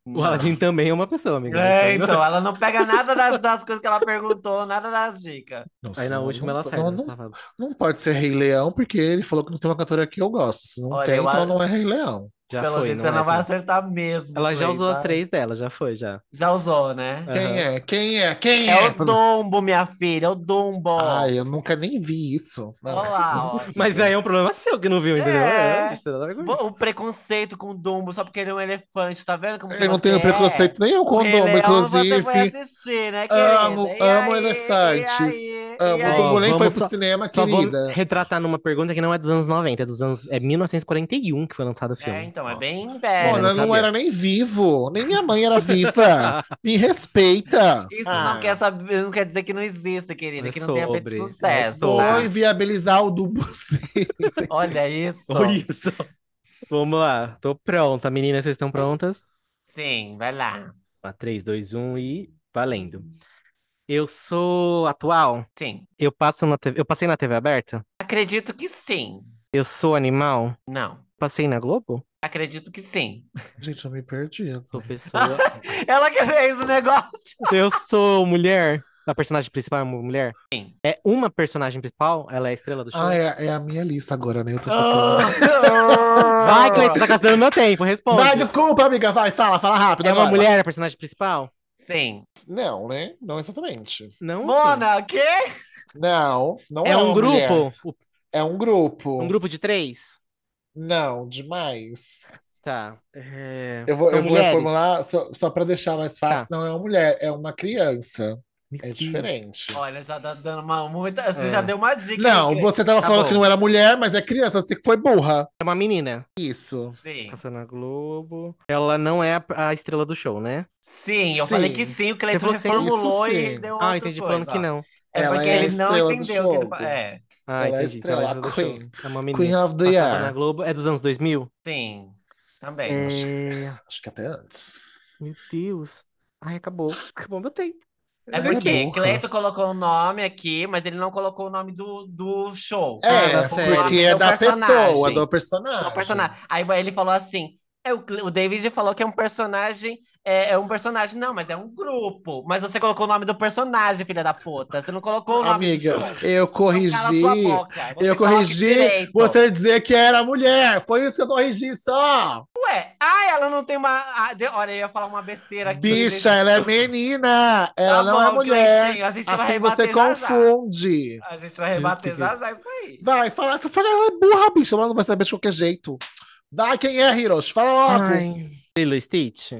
[SPEAKER 3] O Aladdin também é uma pessoa, amiga.
[SPEAKER 2] É, então, ela não pega nada das, das coisas que ela perguntou, nada das dicas.
[SPEAKER 1] Nossa,
[SPEAKER 3] Aí na
[SPEAKER 1] não-
[SPEAKER 3] última
[SPEAKER 1] não,
[SPEAKER 3] ela né? sai.
[SPEAKER 1] não, não, não pode ser Rei Leão, porque ele falou que não tem uma cantora que eu gosto. Se Não
[SPEAKER 2] Olha,
[SPEAKER 1] tem,
[SPEAKER 2] eu
[SPEAKER 1] então
[SPEAKER 2] a-
[SPEAKER 1] não é Rei Leão.
[SPEAKER 3] Já
[SPEAKER 2] Pelo
[SPEAKER 3] foi,
[SPEAKER 2] jeito,
[SPEAKER 3] não
[SPEAKER 2] você
[SPEAKER 3] é,
[SPEAKER 2] não vai
[SPEAKER 3] tá?
[SPEAKER 2] acertar mesmo.
[SPEAKER 3] Ela já
[SPEAKER 2] Clay,
[SPEAKER 3] usou as
[SPEAKER 2] tá?
[SPEAKER 3] três dela, já foi, já.
[SPEAKER 2] Já usou, né?
[SPEAKER 3] É.
[SPEAKER 1] Quem
[SPEAKER 3] Aham.
[SPEAKER 1] é? Quem é? Quem
[SPEAKER 2] É
[SPEAKER 1] é?
[SPEAKER 2] o Dumbo, minha filha, é o Dumbo.
[SPEAKER 1] Ai, eu nunca nem vi isso. Não,
[SPEAKER 2] Olha lá,
[SPEAKER 1] não é
[SPEAKER 2] ó.
[SPEAKER 1] possível.
[SPEAKER 3] Mas aí é um problema seu que não viu, entendeu?
[SPEAKER 2] É.
[SPEAKER 3] É, bicho, nada a ver com isso.
[SPEAKER 2] Vo- O preconceito com o Dumbo só porque ele é um elefante, tá vendo como que
[SPEAKER 1] Eu não
[SPEAKER 2] você
[SPEAKER 1] tenho
[SPEAKER 2] é?
[SPEAKER 1] preconceito nenhum com
[SPEAKER 2] O
[SPEAKER 1] o
[SPEAKER 2] Rei
[SPEAKER 1] Dumbo,
[SPEAKER 2] Leão você vai
[SPEAKER 1] inclusive.
[SPEAKER 2] assistir, né,
[SPEAKER 1] Amo,
[SPEAKER 2] querida? E
[SPEAKER 1] amo
[SPEAKER 2] aí,
[SPEAKER 1] elefantes.
[SPEAKER 2] E aí,
[SPEAKER 1] Amo.
[SPEAKER 2] e
[SPEAKER 1] Ah, O
[SPEAKER 2] aí?
[SPEAKER 1] Dumbo nem foi
[SPEAKER 3] Vamos
[SPEAKER 1] pro
[SPEAKER 3] só-
[SPEAKER 1] cinema,
[SPEAKER 3] Só vou
[SPEAKER 1] querida.
[SPEAKER 3] retratar numa pergunta que não é dos anos 90, é dos anos. É 1941 que foi lançado o
[SPEAKER 2] É,
[SPEAKER 3] filme.
[SPEAKER 2] então, é
[SPEAKER 1] Nossa.
[SPEAKER 2] bem
[SPEAKER 3] É,
[SPEAKER 1] Mona,
[SPEAKER 2] velho.
[SPEAKER 3] não
[SPEAKER 1] eu não
[SPEAKER 3] sabia.
[SPEAKER 1] era nem vivo. Nem minha mãe era viva. Me respeita.
[SPEAKER 2] Isso
[SPEAKER 1] Ah.
[SPEAKER 2] não quer saber, não quer dizer que não exista, querida,
[SPEAKER 3] É
[SPEAKER 2] que não tenha feito
[SPEAKER 3] sobre, é
[SPEAKER 2] sucesso,
[SPEAKER 1] Vou
[SPEAKER 2] tá?
[SPEAKER 1] inviabilizar o Dumbo. sim.
[SPEAKER 2] Olha isso.
[SPEAKER 3] Ou isso. Vamos lá. Tô pronta, meninas. Vocês estão prontas?
[SPEAKER 2] Sim, vai lá.
[SPEAKER 3] 3, 2, 1 e valendo. Eu sou atual?
[SPEAKER 2] Sim.
[SPEAKER 3] Eu passo na TV... Eu passei na TV aberta?
[SPEAKER 2] Acredito que sim.
[SPEAKER 3] Eu sou animal?
[SPEAKER 2] Não.
[SPEAKER 3] Passei na Globo?
[SPEAKER 2] Acredito que sim.
[SPEAKER 1] Gente, eu me perdi.
[SPEAKER 3] Sou pessoa.
[SPEAKER 2] Ela que fez o negócio.
[SPEAKER 3] Eu sou mulher? A personagem principal é uma mulher?
[SPEAKER 2] Sim.
[SPEAKER 3] É uma personagem principal? Ela é a estrela do show?
[SPEAKER 1] Ah, é, é a minha lista agora, né? Eu tô
[SPEAKER 3] Ah,
[SPEAKER 1] procurando.
[SPEAKER 2] Vai,
[SPEAKER 3] Vai, Cleiton, tá gastando meu tempo, responde.
[SPEAKER 1] Vai, desculpa, amiga. Vai, fala, fala rápido
[SPEAKER 3] É uma
[SPEAKER 1] agora.
[SPEAKER 3] mulher a personagem principal?
[SPEAKER 2] Sim.
[SPEAKER 1] Não, né? Não exatamente.
[SPEAKER 3] Não. sim.
[SPEAKER 2] Mona, o quê?
[SPEAKER 1] Não, não é,
[SPEAKER 3] É um
[SPEAKER 1] uma mulher.
[SPEAKER 3] grupo? O-
[SPEAKER 1] É um grupo.
[SPEAKER 3] Um grupo de três?
[SPEAKER 1] Não, demais.
[SPEAKER 3] Tá. É,
[SPEAKER 1] Eu vou,
[SPEAKER 3] são
[SPEAKER 1] eu vou
[SPEAKER 3] mulheres?
[SPEAKER 1] reformular só, só para deixar mais fácil.
[SPEAKER 2] Tá.
[SPEAKER 1] Não é uma mulher, é uma criança.
[SPEAKER 3] Meu
[SPEAKER 1] É
[SPEAKER 3] Deus.
[SPEAKER 1] diferente.
[SPEAKER 2] Olha, já tá dando uma muita. Você
[SPEAKER 3] É.
[SPEAKER 2] já deu uma dica.
[SPEAKER 1] Não,
[SPEAKER 2] né,
[SPEAKER 1] você estava
[SPEAKER 3] Tá
[SPEAKER 1] falando
[SPEAKER 3] bom.
[SPEAKER 1] que não era mulher, mas é criança, você que foi burra.
[SPEAKER 3] É uma menina.
[SPEAKER 1] Isso.
[SPEAKER 2] Cleiton? Sim.
[SPEAKER 3] Passou na Globo. Ela não é a, a estrela do show, né?
[SPEAKER 2] Sim, eu
[SPEAKER 1] Sim.
[SPEAKER 2] falei que sim, o Cleiton
[SPEAKER 3] falou que sim.
[SPEAKER 2] reformulou
[SPEAKER 1] Isso
[SPEAKER 2] e
[SPEAKER 1] sim.
[SPEAKER 2] deu outra
[SPEAKER 3] Ah, entendi
[SPEAKER 2] coisa.
[SPEAKER 3] falando que
[SPEAKER 2] ó.
[SPEAKER 3] não.
[SPEAKER 2] É
[SPEAKER 1] Ela
[SPEAKER 2] porque
[SPEAKER 1] é a
[SPEAKER 2] ele não
[SPEAKER 1] estrela do
[SPEAKER 2] entendeu o que ele
[SPEAKER 1] jogo.
[SPEAKER 2] falou. É,
[SPEAKER 3] Ah,
[SPEAKER 1] Ela é
[SPEAKER 3] entendi. Então
[SPEAKER 1] estrela,
[SPEAKER 3] ela estrela do
[SPEAKER 1] Queen.
[SPEAKER 3] show. É uma menina.
[SPEAKER 1] Queen of the
[SPEAKER 3] Passava na
[SPEAKER 1] Year.
[SPEAKER 3] Globo. É dos anos 2000?
[SPEAKER 2] sim. Também.
[SPEAKER 3] É...
[SPEAKER 1] Acho que até antes.
[SPEAKER 3] Meu Deus. Ai, acabou. Acabou meu tempo.
[SPEAKER 2] É
[SPEAKER 1] Ela é
[SPEAKER 2] porque
[SPEAKER 1] burra.
[SPEAKER 2] Cleiton colocou o nome aqui, mas ele não colocou o nome do, do show.
[SPEAKER 3] Ah,
[SPEAKER 1] É,
[SPEAKER 3] da série.
[SPEAKER 1] porque é
[SPEAKER 2] Do
[SPEAKER 1] da
[SPEAKER 2] personagem.
[SPEAKER 1] pessoa, do
[SPEAKER 2] É um
[SPEAKER 1] personagem.
[SPEAKER 2] personagem. Aí ele falou assim: é, o, Cle- o David falou que é um personagem. É, é um personagem, não, mas é um grupo. Mas você colocou o nome do personagem, filha da puta. Você não colocou o nome
[SPEAKER 1] Amiga,
[SPEAKER 2] do show.
[SPEAKER 1] eu
[SPEAKER 2] Então cala sua
[SPEAKER 1] corrigi.
[SPEAKER 2] boca. Você
[SPEAKER 1] Eu
[SPEAKER 2] coloca
[SPEAKER 1] corrigi
[SPEAKER 2] direito.
[SPEAKER 1] você dizer que era mulher. Foi isso que eu corrigi só.
[SPEAKER 2] Ué, ah, ela não tem uma. ah, de- Olha, eu ia falar uma besteira aqui.
[SPEAKER 1] Bicha, ela é menina. Ela
[SPEAKER 2] Tá
[SPEAKER 1] não é
[SPEAKER 2] bom,
[SPEAKER 1] mulher.
[SPEAKER 2] Cleitinho, a gente vai
[SPEAKER 1] Assim
[SPEAKER 2] rebater
[SPEAKER 1] você
[SPEAKER 2] já, já.
[SPEAKER 1] confunde.
[SPEAKER 2] A gente vai
[SPEAKER 3] Deus, que
[SPEAKER 2] rebater já
[SPEAKER 3] Deus.
[SPEAKER 2] já é isso aí.
[SPEAKER 1] Vai, fala. Você fala, ela é burra, bicha. Ela não vai saber de qualquer jeito. Vai, quem é, Hiroshi? Fala logo.
[SPEAKER 3] Lilo e Stitch?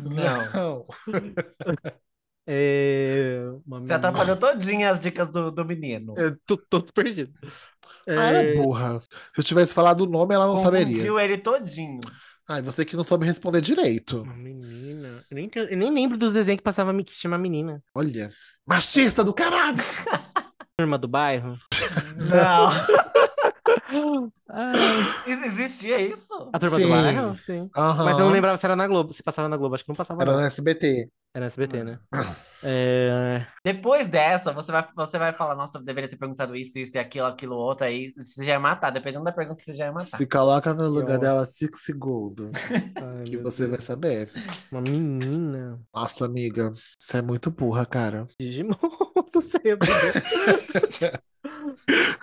[SPEAKER 2] Não.
[SPEAKER 3] É... Uma
[SPEAKER 2] Você
[SPEAKER 1] tá
[SPEAKER 3] menina.
[SPEAKER 2] atrapalhou todinha as dicas do, do menino.
[SPEAKER 3] Eu tô todo perdido.
[SPEAKER 1] Ah, ela é burra. Se eu tivesse falado o nome, ela não saberia.
[SPEAKER 2] Confundiu ele todinho.
[SPEAKER 1] Ai, você que não soube responder direito.
[SPEAKER 3] Uma menina. Eu nem, entendo- eu nem lembro dos desenhos que passava me- que chama menina.
[SPEAKER 1] Olha. Machista do caralho!
[SPEAKER 3] Turma do bairro?
[SPEAKER 2] Não.
[SPEAKER 3] Ai.
[SPEAKER 2] Ex- Existia isso?
[SPEAKER 3] A turma
[SPEAKER 1] Sim.
[SPEAKER 3] do bairro? Sim.
[SPEAKER 1] Aham.
[SPEAKER 3] Mas eu não lembrava se era na Globo. Se passava na Globo, acho que não passava.
[SPEAKER 1] Era
[SPEAKER 3] não.
[SPEAKER 1] no SBT.
[SPEAKER 3] Era SBT, né? É,
[SPEAKER 2] Depois dessa, você vai, você vai falar, nossa, eu deveria ter perguntado isso, isso e aquilo, aquilo, outro, aí você já ia matar. Dependendo da pergunta, você já ia matar.
[SPEAKER 1] Se coloca no lugar
[SPEAKER 3] horror.
[SPEAKER 1] dela 5 segundos,
[SPEAKER 3] ai,
[SPEAKER 1] que
[SPEAKER 3] meu
[SPEAKER 1] você vai
[SPEAKER 3] Deus.
[SPEAKER 1] saber.
[SPEAKER 3] Uma menina.
[SPEAKER 1] Nossa, amiga, você é muito burra, cara.
[SPEAKER 3] Digimon, não sei. eu tô-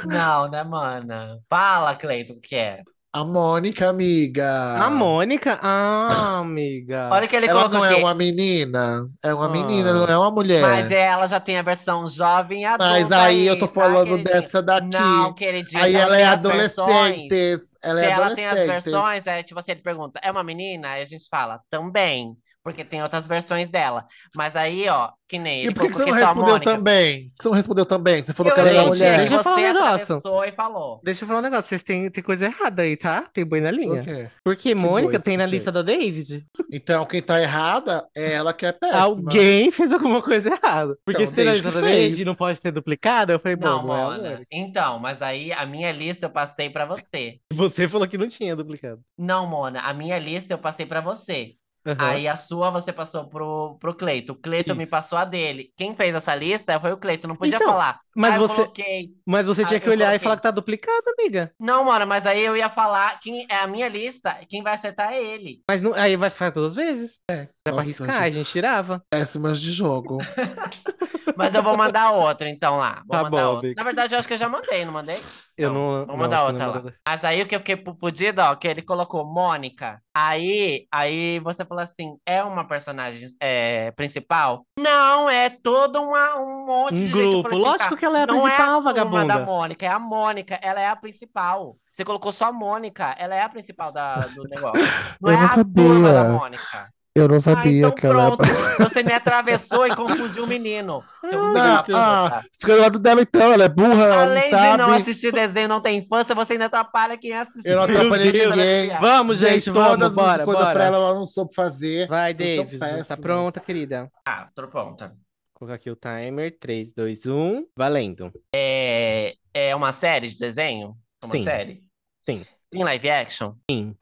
[SPEAKER 2] Não, né, mana? Fala, Cleiton, o que é?
[SPEAKER 1] A Mônica, amiga.
[SPEAKER 3] A Mônica? Ah, amiga.
[SPEAKER 2] Olha que ele
[SPEAKER 1] Ela
[SPEAKER 2] colocou
[SPEAKER 1] não é
[SPEAKER 2] aqui.
[SPEAKER 1] uma menina, é uma
[SPEAKER 3] Ah.
[SPEAKER 1] menina, não é uma mulher.
[SPEAKER 2] Mas ela já tem a versão jovem e adulta
[SPEAKER 1] Mas aí eu tô
[SPEAKER 2] tá,
[SPEAKER 1] falando
[SPEAKER 2] queridinha?
[SPEAKER 1] dessa daqui.
[SPEAKER 2] Não, queridinha,
[SPEAKER 1] Aí
[SPEAKER 2] ela
[SPEAKER 1] ela é
[SPEAKER 2] tem as versões.
[SPEAKER 1] adolescentes. Ela
[SPEAKER 2] Se
[SPEAKER 1] é
[SPEAKER 2] ela tem as versões,
[SPEAKER 1] adolescentes.
[SPEAKER 2] é tipo assim, ele pergunta, é uma menina? Aí a gente fala, também, porque tem outras versões dela. Mas aí, ó, que nem
[SPEAKER 1] E
[SPEAKER 2] ele
[SPEAKER 1] por que que
[SPEAKER 2] colocou
[SPEAKER 1] você não
[SPEAKER 2] aqui só a
[SPEAKER 1] respondeu
[SPEAKER 2] Mônica.
[SPEAKER 1] também? Por que Você não respondeu também? Você falou
[SPEAKER 2] Eu
[SPEAKER 1] que ela era
[SPEAKER 2] entendi,
[SPEAKER 1] mulher.
[SPEAKER 2] é que
[SPEAKER 3] Deixa eu falar um
[SPEAKER 2] você
[SPEAKER 3] negócio.
[SPEAKER 2] atravessou e falou.
[SPEAKER 3] Deixa eu falar um negócio. Vocês têm, tem coisa errada aí, tá? Tem boi na linha.
[SPEAKER 1] Por quê?
[SPEAKER 3] Porque Mônica
[SPEAKER 1] dois,
[SPEAKER 3] tem na
[SPEAKER 1] ok.
[SPEAKER 3] lista da David.
[SPEAKER 1] Então, quem tá errada é ela que é péssima.
[SPEAKER 3] Alguém fez alguma coisa errada. Porque
[SPEAKER 1] Então,
[SPEAKER 3] se tem na
[SPEAKER 1] desde
[SPEAKER 3] lista da
[SPEAKER 1] que fez.
[SPEAKER 3] David e não pode ter duplicado, eu falei, bom,
[SPEAKER 2] Não,
[SPEAKER 3] não é a
[SPEAKER 2] Mona.
[SPEAKER 3] Mônica.
[SPEAKER 2] Então, mas aí a minha lista eu passei pra você.
[SPEAKER 3] Você falou que não tinha duplicado.
[SPEAKER 2] Não, Mona, a minha lista eu passei pra você.
[SPEAKER 3] Aham.
[SPEAKER 2] Aí a sua você passou pro, pro Cleito. O Cleito me
[SPEAKER 3] Isso.
[SPEAKER 2] passou a dele. Quem fez essa lista foi o Cleito. Não podia
[SPEAKER 3] Então,
[SPEAKER 2] falar.
[SPEAKER 3] Mas
[SPEAKER 2] ah, eu
[SPEAKER 3] você,
[SPEAKER 2] coloquei.
[SPEAKER 3] mas você
[SPEAKER 2] Ah,
[SPEAKER 3] tinha que
[SPEAKER 2] eu
[SPEAKER 3] olhar e
[SPEAKER 2] coloquei.
[SPEAKER 3] falar que tá duplicado, amiga.
[SPEAKER 2] Não, Mona, mas aí eu ia falar. Quem é a minha lista? Quem vai acertar é ele.
[SPEAKER 3] Mas não, aí vai ficar duas vezes. Era pra
[SPEAKER 1] Nossa,
[SPEAKER 3] arriscar, a gente tirava.
[SPEAKER 1] Péssimas de jogo.
[SPEAKER 2] Mas eu vou mandar outra, então lá. Vou
[SPEAKER 3] Tá
[SPEAKER 2] mandar
[SPEAKER 3] bom,
[SPEAKER 2] outra.
[SPEAKER 3] Bic.
[SPEAKER 2] Na verdade, eu acho que eu já mandei, não mandei?
[SPEAKER 3] Eu
[SPEAKER 2] Não,
[SPEAKER 3] não.
[SPEAKER 2] vamos
[SPEAKER 3] não,
[SPEAKER 2] mandar
[SPEAKER 3] acho que não
[SPEAKER 2] outra
[SPEAKER 3] manda-
[SPEAKER 2] Mas aí o que eu fiquei pu- fudido, ó, que ele colocou Mônica. Aí, aí você falou assim, é uma personagem é, principal? Não, é todo uma- um monte de
[SPEAKER 3] Um
[SPEAKER 2] gente. Eu
[SPEAKER 3] grupo.
[SPEAKER 2] falei assim,
[SPEAKER 3] Lógico
[SPEAKER 2] tá,
[SPEAKER 3] que ela é a
[SPEAKER 2] não é a
[SPEAKER 3] principal,
[SPEAKER 2] turma da
[SPEAKER 3] vagabunda.
[SPEAKER 2] Mônica, é a Mônica, ela é a principal. Você colocou só Mônica, ela é a principal da- do negócio. Não
[SPEAKER 1] Eu
[SPEAKER 2] é
[SPEAKER 1] não
[SPEAKER 2] a turma da
[SPEAKER 1] sabia.
[SPEAKER 2] Mônica.
[SPEAKER 1] Eu não
[SPEAKER 2] Ah,
[SPEAKER 1] sabia
[SPEAKER 2] então
[SPEAKER 1] que ela era.
[SPEAKER 2] pronto, você me atravessou e confundiu o menino. Seu filho da
[SPEAKER 1] Não,
[SPEAKER 2] puta.
[SPEAKER 1] ah, fica do lado dela então, ela é burra, ela não
[SPEAKER 2] Além de
[SPEAKER 1] sabe.
[SPEAKER 2] não assistir desenho, não tem infância, você ainda atrapalha quem assiste.
[SPEAKER 1] Eu não
[SPEAKER 3] Meu
[SPEAKER 1] atrapalhei
[SPEAKER 3] Deus.
[SPEAKER 1] ninguém.
[SPEAKER 3] Vamos,
[SPEAKER 1] Dei
[SPEAKER 3] gente, vamos,
[SPEAKER 1] todas
[SPEAKER 3] bora,
[SPEAKER 1] as coisas
[SPEAKER 3] bora.
[SPEAKER 1] pra ela, ela não soube fazer.
[SPEAKER 3] Vai,
[SPEAKER 1] Vocês são
[SPEAKER 3] David. Tá
[SPEAKER 1] péssimas.
[SPEAKER 3] pronta, querida?
[SPEAKER 2] Ah, tô pronta.
[SPEAKER 3] Vou colocar aqui o timer. 3, 2, 1. Valendo.
[SPEAKER 2] É, é uma série de desenho? É Uma
[SPEAKER 3] Sim.
[SPEAKER 2] série?
[SPEAKER 3] Sim.
[SPEAKER 2] Tem live action?
[SPEAKER 3] Sim.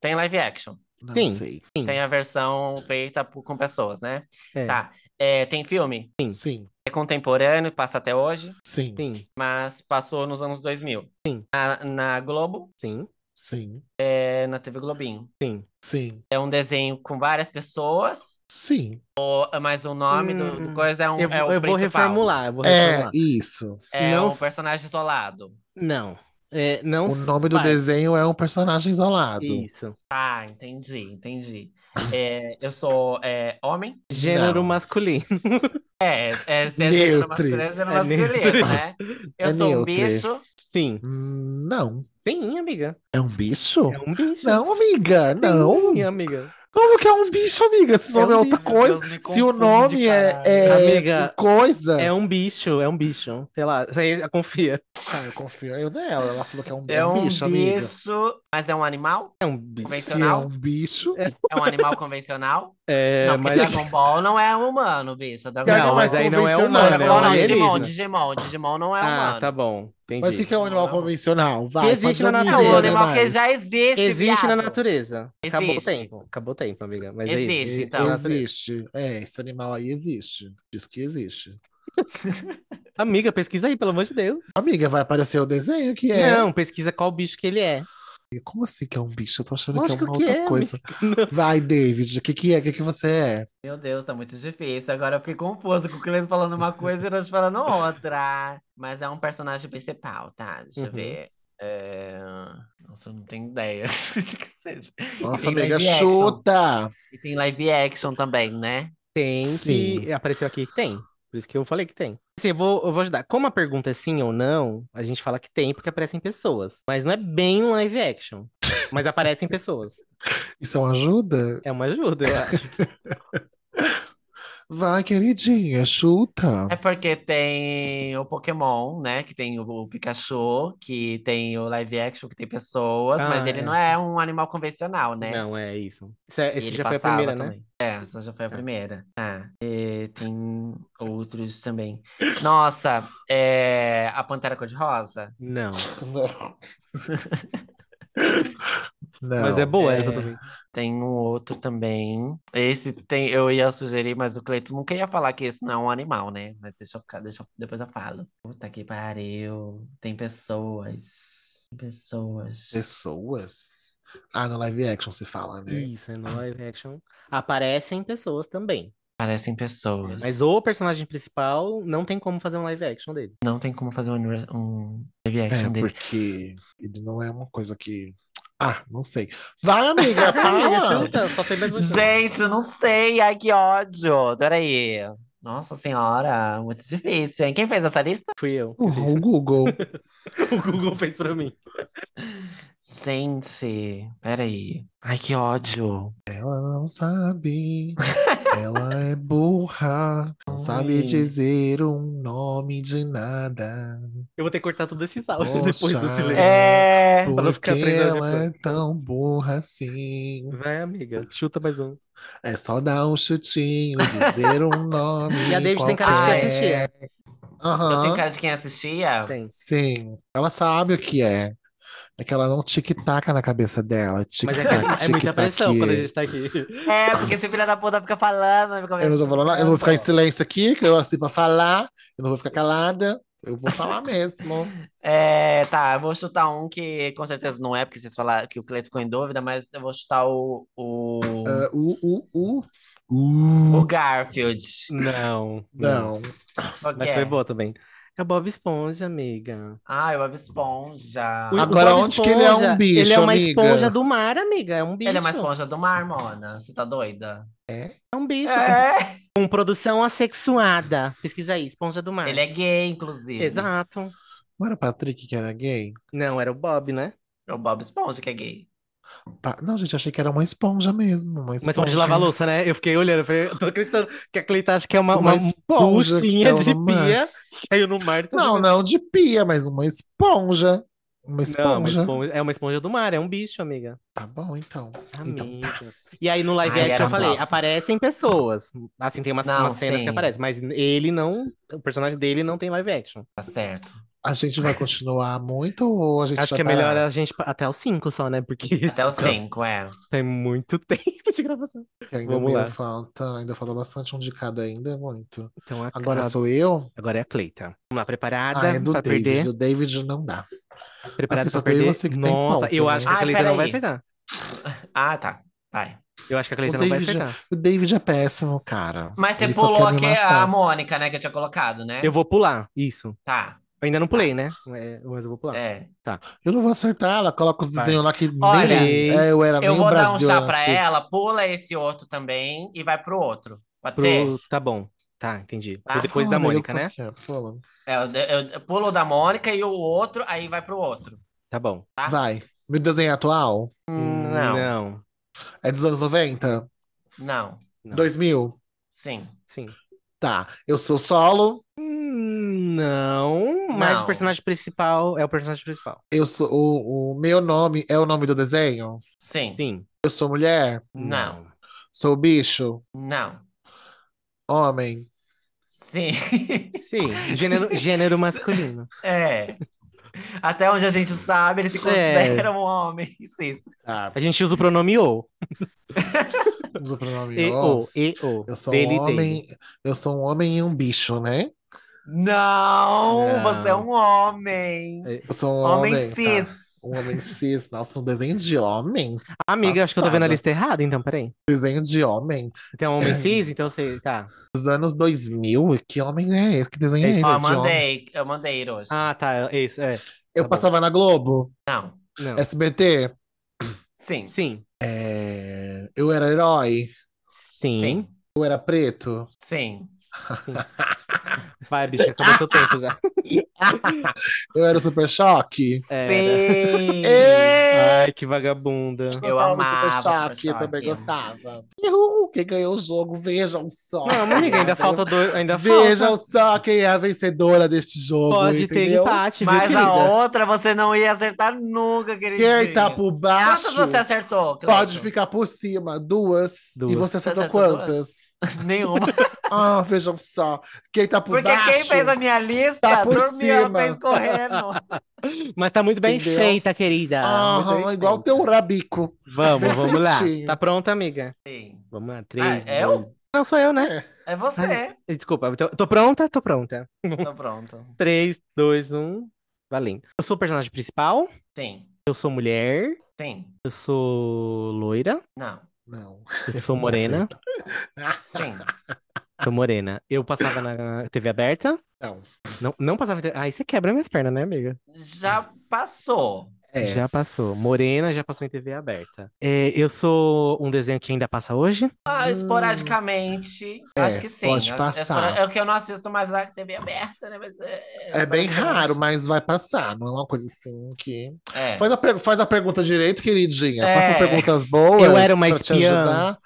[SPEAKER 2] Tem live action.
[SPEAKER 1] Não
[SPEAKER 3] Sim.
[SPEAKER 1] sei.
[SPEAKER 3] Sim.
[SPEAKER 2] Tem a versão feita por- com pessoas, né?
[SPEAKER 3] É.
[SPEAKER 2] Tá. É, tem filme?
[SPEAKER 3] Sim.
[SPEAKER 1] Sim,
[SPEAKER 2] É contemporâneo, passa até hoje,
[SPEAKER 1] sim,
[SPEAKER 3] É. Sim.
[SPEAKER 2] mas passou nos anos 2000.
[SPEAKER 3] Sim.
[SPEAKER 2] Na, na Globo,
[SPEAKER 3] Sim.
[SPEAKER 1] sim,
[SPEAKER 2] é, na TV Globinho.
[SPEAKER 3] Sim.
[SPEAKER 1] sim,
[SPEAKER 2] É um desenho com várias pessoas,
[SPEAKER 1] sim.
[SPEAKER 2] ou- mas o nome do, do
[SPEAKER 3] Hum.
[SPEAKER 2] coisa é, um,
[SPEAKER 3] Eu,
[SPEAKER 2] é o
[SPEAKER 3] eu vou
[SPEAKER 2] principal.
[SPEAKER 3] reformular. Eu vou
[SPEAKER 1] É,
[SPEAKER 3] reformular.
[SPEAKER 1] isso.
[SPEAKER 2] É
[SPEAKER 3] Não
[SPEAKER 2] um
[SPEAKER 3] s-
[SPEAKER 2] personagem isolado.
[SPEAKER 3] Não. É, não.
[SPEAKER 1] O
[SPEAKER 3] s-
[SPEAKER 1] nome do
[SPEAKER 3] vai.
[SPEAKER 1] desenho é um personagem isolado.
[SPEAKER 3] Isso.
[SPEAKER 2] Ah, entendi, entendi. É, eu sou é, homem?
[SPEAKER 3] Gênero
[SPEAKER 1] Não.
[SPEAKER 3] masculino.
[SPEAKER 2] É, é, se é gênero
[SPEAKER 1] Neutre.
[SPEAKER 2] masculino, é gênero
[SPEAKER 3] É
[SPEAKER 2] masculino,
[SPEAKER 3] neutre.
[SPEAKER 2] né? Eu
[SPEAKER 1] É
[SPEAKER 2] sou um
[SPEAKER 1] neutre.
[SPEAKER 2] bicho.
[SPEAKER 3] Sim.
[SPEAKER 1] Hum, Não.
[SPEAKER 3] Sim, amiga.
[SPEAKER 1] É um bicho?
[SPEAKER 3] É um bicho.
[SPEAKER 1] Não, amiga, não.
[SPEAKER 3] Sim, amiga.
[SPEAKER 1] Como que é um bicho, amiga? Se o
[SPEAKER 3] É
[SPEAKER 1] nome é
[SPEAKER 3] um
[SPEAKER 1] outra
[SPEAKER 3] bicho.
[SPEAKER 1] coisa,
[SPEAKER 2] Deus, me
[SPEAKER 1] se o
[SPEAKER 2] confunde,
[SPEAKER 1] nome é,
[SPEAKER 2] caralho.
[SPEAKER 1] é
[SPEAKER 3] né? Amiga,
[SPEAKER 1] coisa.
[SPEAKER 3] É um bicho, é um bicho. Sei lá, isso aí confia.
[SPEAKER 1] Ah, eu confio eu nela. Ela falou que é um,
[SPEAKER 2] É um
[SPEAKER 1] bicho, amiga.
[SPEAKER 2] bicho, mas é um animal?
[SPEAKER 3] É um bicho.
[SPEAKER 1] Se é um bicho.
[SPEAKER 2] É um animal convencional?
[SPEAKER 3] É,
[SPEAKER 2] Não, porque
[SPEAKER 3] mas
[SPEAKER 2] Dragon Ball não é humano, bicho. Dragon
[SPEAKER 1] Cara,
[SPEAKER 3] Não,
[SPEAKER 2] Ball
[SPEAKER 3] mas
[SPEAKER 2] é
[SPEAKER 3] aí não é
[SPEAKER 1] convencional,
[SPEAKER 3] humano, é um
[SPEAKER 2] Não, não, Digimon,
[SPEAKER 3] alienígena.
[SPEAKER 2] Digimon, Digimon não é
[SPEAKER 3] Ah,
[SPEAKER 2] humano.
[SPEAKER 3] tá bom. Entendi.
[SPEAKER 1] Mas o que que é um animal
[SPEAKER 2] Não, não.
[SPEAKER 1] convencional? Vai,
[SPEAKER 3] Que existe na
[SPEAKER 2] É um
[SPEAKER 1] padroniza,
[SPEAKER 3] natureza.
[SPEAKER 1] né,
[SPEAKER 2] animal que
[SPEAKER 1] mais?
[SPEAKER 2] já existe,
[SPEAKER 3] Existe na
[SPEAKER 2] viado.
[SPEAKER 3] natureza. Acabou o
[SPEAKER 2] Existe.
[SPEAKER 3] tempo. Acabou o tempo, amiga. Mas é
[SPEAKER 2] Existe.
[SPEAKER 3] isso.
[SPEAKER 1] E-
[SPEAKER 2] então.
[SPEAKER 1] Existe. É, esse animal aí existe. Diz que existe.
[SPEAKER 3] Amiga, pesquisa aí, pelo amor de Deus.
[SPEAKER 1] Amiga, vai aparecer o desenho que é.
[SPEAKER 3] Não, pesquisa qual bicho que ele é.
[SPEAKER 1] E Como assim que é um bicho? Eu tô achando que é
[SPEAKER 3] Lógico
[SPEAKER 1] uma
[SPEAKER 3] que
[SPEAKER 1] outra
[SPEAKER 3] é,
[SPEAKER 1] coisa. Vai, David, o que que é? O que que você é?
[SPEAKER 2] Meu Deus, tá muito difícil. Agora eu fiquei confuso com o Cleiton falando uma coisa e nós falando outra. Mas é um personagem principal, tá? Deixa eu
[SPEAKER 3] Uhum.
[SPEAKER 2] ver. É... Nossa, eu não tenho ideia.
[SPEAKER 1] Nossa,
[SPEAKER 2] tem
[SPEAKER 3] é
[SPEAKER 1] amiga,
[SPEAKER 2] live action.
[SPEAKER 1] chuta!
[SPEAKER 2] E tem live action também, né?
[SPEAKER 3] Tem
[SPEAKER 1] Sim.
[SPEAKER 3] que. Apareceu aqui que tem. Por isso que eu falei que tem. Assim, eu vou, eu vou ajudar. Como a pergunta é sim ou não, a gente fala que tem porque aparecem pessoas. Mas não é bem um live action. Mas aparecem pessoas.
[SPEAKER 1] Isso é uma ajuda?
[SPEAKER 3] É uma ajuda, eu acho.
[SPEAKER 1] Vai, queridinha, chuta.
[SPEAKER 2] É porque tem o Pokémon, né? Que tem o, o Pikachu, que tem o live action, que tem pessoas, mas
[SPEAKER 3] Ah,
[SPEAKER 2] ele
[SPEAKER 3] é.
[SPEAKER 2] não é um animal convencional, né?
[SPEAKER 3] Não, é isso. Isso é-
[SPEAKER 2] E
[SPEAKER 3] esse
[SPEAKER 2] ele
[SPEAKER 3] já foi a
[SPEAKER 2] passava
[SPEAKER 3] primeira, né?
[SPEAKER 2] também. É, essa já foi a primeira. Tá. E tem outros também. Nossa, é, a Pantera Cor-de-Rosa.
[SPEAKER 3] Não.
[SPEAKER 1] Não.
[SPEAKER 3] Mas é boa
[SPEAKER 2] é.
[SPEAKER 3] essa também.
[SPEAKER 2] Tem um outro também. Esse tem, eu ia sugerir, mas o Cleiton nunca ia falar que esse não é um animal, né? Mas deixa eu ficar, deixa eu- depois eu falo. Puta que pariu. Tem pessoas. Tem pessoas.
[SPEAKER 1] Pessoas? Ah, no live action se fala, né?
[SPEAKER 3] Isso, é no live action. Aparecem pessoas também.
[SPEAKER 2] Parecem pessoas.
[SPEAKER 3] Mas o personagem principal não tem como fazer um live action dele.
[SPEAKER 2] Não tem como fazer um, univer- um live action
[SPEAKER 1] É,
[SPEAKER 2] dele.
[SPEAKER 1] porque ele não é uma coisa que. Ah, não sei. Vai, amiga,
[SPEAKER 3] Amiga,
[SPEAKER 1] fala!
[SPEAKER 3] chuta, é só tem mais uma chance.
[SPEAKER 2] Gente, eu não sei. Ai, que ódio. Peraí. Nossa senhora, muito difícil, hein? Quem fez essa lista?
[SPEAKER 3] Fui eu. que
[SPEAKER 1] O Google.
[SPEAKER 3] fiz. O Google fez pra mim.
[SPEAKER 2] Gente, peraí. Ai, que ódio.
[SPEAKER 1] Ela não sabe, ela é burra, não sabe
[SPEAKER 3] Ai.
[SPEAKER 1] dizer um nome de nada.
[SPEAKER 3] Eu vou ter que cortar todos esses áudios depois do
[SPEAKER 1] Poxa.
[SPEAKER 3] silêncio.
[SPEAKER 2] É.
[SPEAKER 3] Pra
[SPEAKER 1] Porque
[SPEAKER 3] não ficar três horas
[SPEAKER 1] ela é tão burra assim.
[SPEAKER 3] Vai, amiga, chuta mais um.
[SPEAKER 1] É só dar um chutinho, dizer um nome.
[SPEAKER 3] E a David tem cara de
[SPEAKER 1] qualquer.
[SPEAKER 3] que é assim. assistia.
[SPEAKER 2] Eu tenho
[SPEAKER 1] Aham,
[SPEAKER 2] cara de quem assistia?
[SPEAKER 3] Tem.
[SPEAKER 1] sim. Ela sabe o que é. É que ela não tic-taca na cabeça dela.
[SPEAKER 3] Mas é,
[SPEAKER 1] Tic-tac,
[SPEAKER 3] que é muita pressão
[SPEAKER 1] tic-tac.
[SPEAKER 3] quando a gente tá aqui.
[SPEAKER 2] É, porque esse filho da puta fica falando. Fica
[SPEAKER 1] Eu não tô falando nada, eu vou ficar em silêncio aqui, que eu assim pra falar, eu não vou ficar calada, eu vou falar mesmo.
[SPEAKER 2] É, tá, eu vou chutar um que com certeza não é, porque vocês falaram que o Cleiton ficou em dúvida, mas eu vou chutar o, o,
[SPEAKER 1] Ah, uh, uh, uh,
[SPEAKER 2] o
[SPEAKER 1] uh.
[SPEAKER 2] Garfield.
[SPEAKER 3] Não,
[SPEAKER 1] Não,
[SPEAKER 2] Qual que
[SPEAKER 3] Mas
[SPEAKER 2] é?
[SPEAKER 3] foi boa também. É o Bob Esponja, amiga.
[SPEAKER 2] Ah, o Bob Esponja.
[SPEAKER 3] O- o
[SPEAKER 1] Agora,
[SPEAKER 3] Bob
[SPEAKER 1] onde que ele é um
[SPEAKER 3] Esponja,
[SPEAKER 1] bicho,
[SPEAKER 3] Ele é uma
[SPEAKER 1] amiga?
[SPEAKER 3] esponja do mar, amiga. É um bicho.
[SPEAKER 2] Ele é uma esponja do mar, Mona. Você tá doida?
[SPEAKER 3] É um bicho.
[SPEAKER 2] É.
[SPEAKER 3] Com produção assexuada. Pesquisa aí, esponja do mar.
[SPEAKER 2] Ele é gay, inclusive.
[SPEAKER 3] Exato.
[SPEAKER 1] não era o Patrick que era gay?
[SPEAKER 3] Não, era o Bob, né?
[SPEAKER 2] É o Bob Esponja que é gay.
[SPEAKER 1] Pa- Não, gente, achei que era uma esponja mesmo. Uma
[SPEAKER 3] Mas esponja de
[SPEAKER 1] esponja.
[SPEAKER 3] lavar louça, né? Eu fiquei olhando, eu falei, eu tô acreditando que a Cleita acha que é uma,
[SPEAKER 1] Uma
[SPEAKER 3] uma,
[SPEAKER 1] esponja que
[SPEAKER 3] buchinha
[SPEAKER 1] caiu
[SPEAKER 3] de
[SPEAKER 1] no mar.
[SPEAKER 3] pia que caiu no mar. e tá
[SPEAKER 1] Não,
[SPEAKER 3] jogando.
[SPEAKER 1] não de pia, mas uma esponja. Uma
[SPEAKER 3] Não, uma
[SPEAKER 1] esponja.
[SPEAKER 3] esponja- é uma esponja do mar, é um bicho, amiga.
[SPEAKER 1] Tá bom, então. Então
[SPEAKER 3] Amiga.
[SPEAKER 1] tá.
[SPEAKER 3] E aí no live
[SPEAKER 2] Ai,
[SPEAKER 3] action
[SPEAKER 2] era
[SPEAKER 3] eu falei,
[SPEAKER 2] um bafo.
[SPEAKER 3] aparecem pessoas. Assim, tem umas,
[SPEAKER 2] Não,
[SPEAKER 3] umas cenas
[SPEAKER 2] sim.
[SPEAKER 3] que aparecem, mas ele não. O personagem dele não tem live action.
[SPEAKER 2] Tá certo.
[SPEAKER 1] A gente vai continuar muito ou a gente já
[SPEAKER 3] Acho que é
[SPEAKER 1] tá-
[SPEAKER 3] melhor a gente pa- até os 5 só, né? Porque
[SPEAKER 2] Até o 5, é.
[SPEAKER 3] tem muito tempo de gravação.
[SPEAKER 1] que ainda
[SPEAKER 3] Vamos
[SPEAKER 1] bem,
[SPEAKER 3] lá.
[SPEAKER 1] falta, ainda falta bastante um de cada ainda, muito.
[SPEAKER 3] Então a-
[SPEAKER 1] Agora
[SPEAKER 3] a-
[SPEAKER 1] sou eu?
[SPEAKER 3] agora é a Cleita. Vamos lá, preparada
[SPEAKER 1] Ah, é do
[SPEAKER 3] pra
[SPEAKER 1] David.
[SPEAKER 3] perder?
[SPEAKER 1] O David não dá.
[SPEAKER 3] Preparada
[SPEAKER 1] Assim, só
[SPEAKER 3] pra
[SPEAKER 1] tem
[SPEAKER 3] perder?
[SPEAKER 1] você que tem
[SPEAKER 3] Nossa,
[SPEAKER 1] ponto,
[SPEAKER 3] eu
[SPEAKER 1] né?
[SPEAKER 3] acho que a
[SPEAKER 2] Ai,
[SPEAKER 3] Cleita não vai
[SPEAKER 2] peraí.
[SPEAKER 3] acertar.
[SPEAKER 2] Ah, tá. Vai.
[SPEAKER 3] Eu acho que a
[SPEAKER 1] O
[SPEAKER 3] Cleita não vai
[SPEAKER 1] David-
[SPEAKER 3] acertar.
[SPEAKER 1] O David é péssimo, cara.
[SPEAKER 2] Mas você
[SPEAKER 1] Ele só
[SPEAKER 2] pulou
[SPEAKER 1] quer me
[SPEAKER 2] aqui a
[SPEAKER 1] matar.
[SPEAKER 2] Mônica, né? Que eu tinha colocado, né?
[SPEAKER 3] Eu vou pular, isso.
[SPEAKER 2] Tá.
[SPEAKER 3] Eu ainda não pulei, né? É, Mas eu vou pular.
[SPEAKER 2] É.
[SPEAKER 1] Eu não vou acertar, ela coloca os
[SPEAKER 3] Vai.
[SPEAKER 1] desenhos lá que nem,
[SPEAKER 2] Olha,
[SPEAKER 1] é, eu era
[SPEAKER 2] Eu
[SPEAKER 1] nem o
[SPEAKER 2] vou dar um
[SPEAKER 1] Brasil
[SPEAKER 2] chá
[SPEAKER 1] era
[SPEAKER 2] pra
[SPEAKER 1] assim.
[SPEAKER 2] ela, pula esse outro também e vai pro outro. Pode ser?
[SPEAKER 3] Pro... Tá bom. Tá, entendi.
[SPEAKER 2] Ah,
[SPEAKER 3] Depois
[SPEAKER 1] Fala,
[SPEAKER 3] da
[SPEAKER 1] amiga,
[SPEAKER 3] Mônica,
[SPEAKER 1] qual
[SPEAKER 3] né?
[SPEAKER 1] que é? Fala.
[SPEAKER 2] É, eu, eu- eu pulo o da Mônica e o outro, aí vai pro outro.
[SPEAKER 3] Tá bom.
[SPEAKER 2] Ah.
[SPEAKER 1] Vai. Meu desenho é atual
[SPEAKER 3] Hum,
[SPEAKER 2] Não, não.
[SPEAKER 3] Não.
[SPEAKER 1] é dos anos 90?
[SPEAKER 3] Não.
[SPEAKER 1] 2000?
[SPEAKER 2] Sim.
[SPEAKER 3] Sim.
[SPEAKER 1] Tá. Eu sou solo,
[SPEAKER 3] Hum, Não, mas
[SPEAKER 2] Não.
[SPEAKER 3] o personagem principal é o personagem principal.
[SPEAKER 1] eu sou o, o meu nome é o nome do desenho?
[SPEAKER 2] Sim.
[SPEAKER 3] Sim.
[SPEAKER 1] Eu sou mulher?
[SPEAKER 2] Não.
[SPEAKER 1] Sou bicho?
[SPEAKER 2] Não.
[SPEAKER 1] Homem?
[SPEAKER 2] Sim.
[SPEAKER 3] Sim. Gênero, gênero masculino.
[SPEAKER 2] É. Até onde a gente sabe, eles se
[SPEAKER 3] É.
[SPEAKER 2] consideram um homem. Cis.
[SPEAKER 1] Tá.
[SPEAKER 3] A gente usa o pronome o.
[SPEAKER 1] Usa o pronome
[SPEAKER 3] E
[SPEAKER 1] ó.
[SPEAKER 3] o, e o.
[SPEAKER 1] Eu sou
[SPEAKER 3] Dele,
[SPEAKER 1] um
[SPEAKER 3] dele.
[SPEAKER 1] homem, eu sou um homem e um bicho, né?
[SPEAKER 2] Não,
[SPEAKER 3] Não.
[SPEAKER 2] você é um homem.
[SPEAKER 1] Eu sou um
[SPEAKER 2] Homem,
[SPEAKER 1] homem, tá.
[SPEAKER 2] cis.
[SPEAKER 1] Um homem cis, nossa, um desenho de homem?
[SPEAKER 3] Amiga, acho que eu tô vendo a
[SPEAKER 1] Passada.
[SPEAKER 3] lista errada, então, peraí.
[SPEAKER 1] Desenho de homem?
[SPEAKER 3] Então, homem cis, então você. Tá.
[SPEAKER 1] Dos anos 2000? Que homem é esse? Que desenho é
[SPEAKER 3] Esse-
[SPEAKER 1] esse?
[SPEAKER 2] Ó, eu
[SPEAKER 1] de homem?
[SPEAKER 2] mandei, eu mandei hoje.
[SPEAKER 3] Ah, tá. É isso. É.
[SPEAKER 1] Eu
[SPEAKER 3] Tá bom.
[SPEAKER 1] passava na Globo,
[SPEAKER 2] Não.
[SPEAKER 3] Não.
[SPEAKER 1] SBT.
[SPEAKER 2] Sim.
[SPEAKER 3] Sim.
[SPEAKER 1] É, Eu era herói,
[SPEAKER 3] Sim.
[SPEAKER 2] Sim.
[SPEAKER 1] eu era preto.
[SPEAKER 2] Sim.
[SPEAKER 3] Vai, bicho, acabou seu tempo já.
[SPEAKER 1] Eu era o super choque.
[SPEAKER 3] Era.
[SPEAKER 2] Sim!
[SPEAKER 3] Ai, que vagabunda.
[SPEAKER 1] Eu
[SPEAKER 2] Eu
[SPEAKER 1] gostava do
[SPEAKER 2] amava
[SPEAKER 1] super
[SPEAKER 2] Super
[SPEAKER 1] choque, eu também
[SPEAKER 2] Choque.
[SPEAKER 1] gostava. Uhul, quem ganhou o jogo, vejam só.
[SPEAKER 3] Não, mas, amiga, ainda falta dois. Ainda
[SPEAKER 1] Vejam
[SPEAKER 3] falta.
[SPEAKER 1] só quem é a vencedora deste jogo,
[SPEAKER 3] Pode ter
[SPEAKER 1] entendeu?
[SPEAKER 3] empate, viu,
[SPEAKER 2] Mas
[SPEAKER 3] querida?
[SPEAKER 2] a outra você não ia acertar nunca, queridinha.
[SPEAKER 1] Quem tá por baixo
[SPEAKER 2] Quantas você acertou, Cleiton?
[SPEAKER 1] pode ficar por cima. Duas. E
[SPEAKER 3] Duas.
[SPEAKER 1] você acertou
[SPEAKER 2] acertou duas?
[SPEAKER 1] quantas?
[SPEAKER 2] Nenhuma.
[SPEAKER 1] Ah, vejam só. Quem tá por
[SPEAKER 2] Porque
[SPEAKER 1] baixo.
[SPEAKER 2] quem fez a minha lista
[SPEAKER 1] tá por
[SPEAKER 2] dormiu, ela
[SPEAKER 1] cima.
[SPEAKER 2] fez correndo.
[SPEAKER 3] Mas tá muito bem
[SPEAKER 1] Entendeu?
[SPEAKER 3] feita, querida. Muito
[SPEAKER 1] Aham,
[SPEAKER 3] bem
[SPEAKER 1] igual o
[SPEAKER 3] feita.
[SPEAKER 1] teu rabico.
[SPEAKER 3] Vamos, vamos lá.
[SPEAKER 1] Perfeitinho.
[SPEAKER 3] Tá pronta, amiga?
[SPEAKER 2] Sim.
[SPEAKER 3] Vamos lá. Três.
[SPEAKER 2] Ah, eu?
[SPEAKER 3] dois- Não, sou eu, né?
[SPEAKER 2] É você.
[SPEAKER 3] Desculpa, eu tô, tô pronta? Tô pronta.
[SPEAKER 2] Tô pronto.
[SPEAKER 3] 3, 2, 1. Valendo. Eu sou o personagem principal.
[SPEAKER 2] Sim.
[SPEAKER 3] Eu sou mulher.
[SPEAKER 2] Sim.
[SPEAKER 3] Eu sou loira.
[SPEAKER 2] Não.
[SPEAKER 1] Não.
[SPEAKER 3] Eu sou morena.
[SPEAKER 2] Sim.
[SPEAKER 3] Sou morena. Eu passava na TV aberta.
[SPEAKER 1] Não.
[SPEAKER 3] Não, não passava. em TV Ai, você quebra minhas pernas, né, amiga?
[SPEAKER 2] Já passou.
[SPEAKER 1] É.
[SPEAKER 3] Já passou. Morena já passou em TV aberta. É, eu sou um desenho que ainda passa hoje.
[SPEAKER 2] Ah, esporadicamente. acho que sim.
[SPEAKER 1] Hum. pode
[SPEAKER 2] Acho- é
[SPEAKER 1] passar.
[SPEAKER 2] espora- É o que eu não assisto mais na TV aberta, né? Mas é,
[SPEAKER 1] É bem
[SPEAKER 2] esporadicamente.
[SPEAKER 1] raro, mas vai passar. Não é uma coisa assim que.
[SPEAKER 2] É.
[SPEAKER 1] Faz a, per- faz a pergunta direito, queridinha.
[SPEAKER 2] É.
[SPEAKER 1] Faça perguntas boas.
[SPEAKER 3] Eu era uma
[SPEAKER 1] pra te
[SPEAKER 3] espiã.
[SPEAKER 1] ajudar.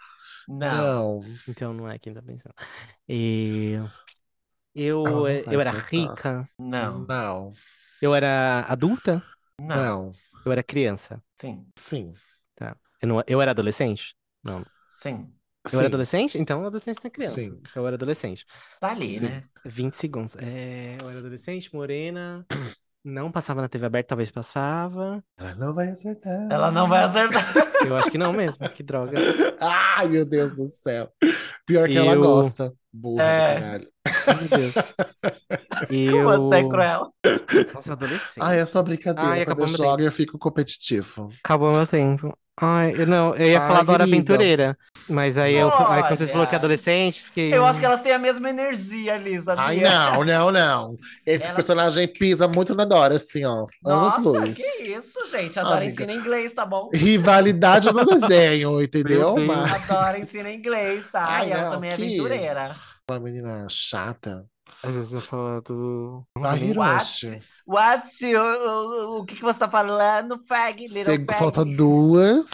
[SPEAKER 2] Não.
[SPEAKER 1] Não.
[SPEAKER 3] Então não é quem tá pensando. E... Eu, é,
[SPEAKER 1] Ela Ah, não tá. vai
[SPEAKER 3] eu era
[SPEAKER 1] acertar.
[SPEAKER 3] rica.
[SPEAKER 2] Não.
[SPEAKER 1] Não.
[SPEAKER 3] Eu era adulta.
[SPEAKER 2] Não.
[SPEAKER 1] Não.
[SPEAKER 3] Eu era criança.
[SPEAKER 2] Sim.
[SPEAKER 1] Sim.
[SPEAKER 3] Eu, não- eu era adolescente?
[SPEAKER 2] Sim.
[SPEAKER 3] Eu era
[SPEAKER 1] Sim.
[SPEAKER 3] adolescente? Então, adolescente na criança.
[SPEAKER 1] Sim.
[SPEAKER 3] Então, eu era adolescente.
[SPEAKER 2] Tá ali,
[SPEAKER 1] Sim.
[SPEAKER 2] né?
[SPEAKER 3] 20 segundos. É, eu era adolescente, morena. Não passava na TV aberta, talvez passava.
[SPEAKER 1] Ela não vai acertar.
[SPEAKER 2] Ela não vai acertar.
[SPEAKER 3] Eu acho que não mesmo. Que droga.
[SPEAKER 1] Ai, meu Deus do céu. Pior que ela
[SPEAKER 3] Eu-
[SPEAKER 1] gosta. Burra
[SPEAKER 2] É.
[SPEAKER 1] do caralho.
[SPEAKER 3] Meu Deus. Eu.
[SPEAKER 2] Você é cruel.
[SPEAKER 3] Nossa, adolescente.
[SPEAKER 1] Ai, é só brincadeira.
[SPEAKER 3] Ai,
[SPEAKER 1] Quando
[SPEAKER 3] acabou
[SPEAKER 1] eu
[SPEAKER 3] meu
[SPEAKER 1] jogo, eu fico competitivo.
[SPEAKER 3] Acabou meu tempo. Ai, eu não, eu ia
[SPEAKER 1] Ai,
[SPEAKER 3] falar da hora
[SPEAKER 1] querida.
[SPEAKER 3] aventureira. Mas aí, eu, aí quando
[SPEAKER 2] Olha.
[SPEAKER 3] você falou que é adolescente, fiquei.
[SPEAKER 2] Eu acho que elas têm a mesma energia ali, sabia?
[SPEAKER 1] Ai, não, não, não. Esse
[SPEAKER 2] Ela-
[SPEAKER 1] personagem pisa muito na Dora, assim, ó. Anos
[SPEAKER 2] Nossa,
[SPEAKER 1] luz.
[SPEAKER 2] que isso, gente. Adora
[SPEAKER 1] Ah, Amiga.
[SPEAKER 2] ensina inglês, tá bom?
[SPEAKER 1] Rivalidade do desenho, entendeu?
[SPEAKER 3] Deus.
[SPEAKER 1] Mas
[SPEAKER 2] Adora ensina inglês, tá?
[SPEAKER 1] Ai,
[SPEAKER 2] e ela
[SPEAKER 1] não,
[SPEAKER 2] também é
[SPEAKER 1] que-
[SPEAKER 2] aventureira.
[SPEAKER 1] uma menina chata. um
[SPEAKER 3] Às vezes eu falo do.
[SPEAKER 1] Vai, Hiroshi.
[SPEAKER 2] What? What? O, o, o que, que você tá falando? Peg, little
[SPEAKER 1] Cê-
[SPEAKER 2] peg.
[SPEAKER 1] Falta duas,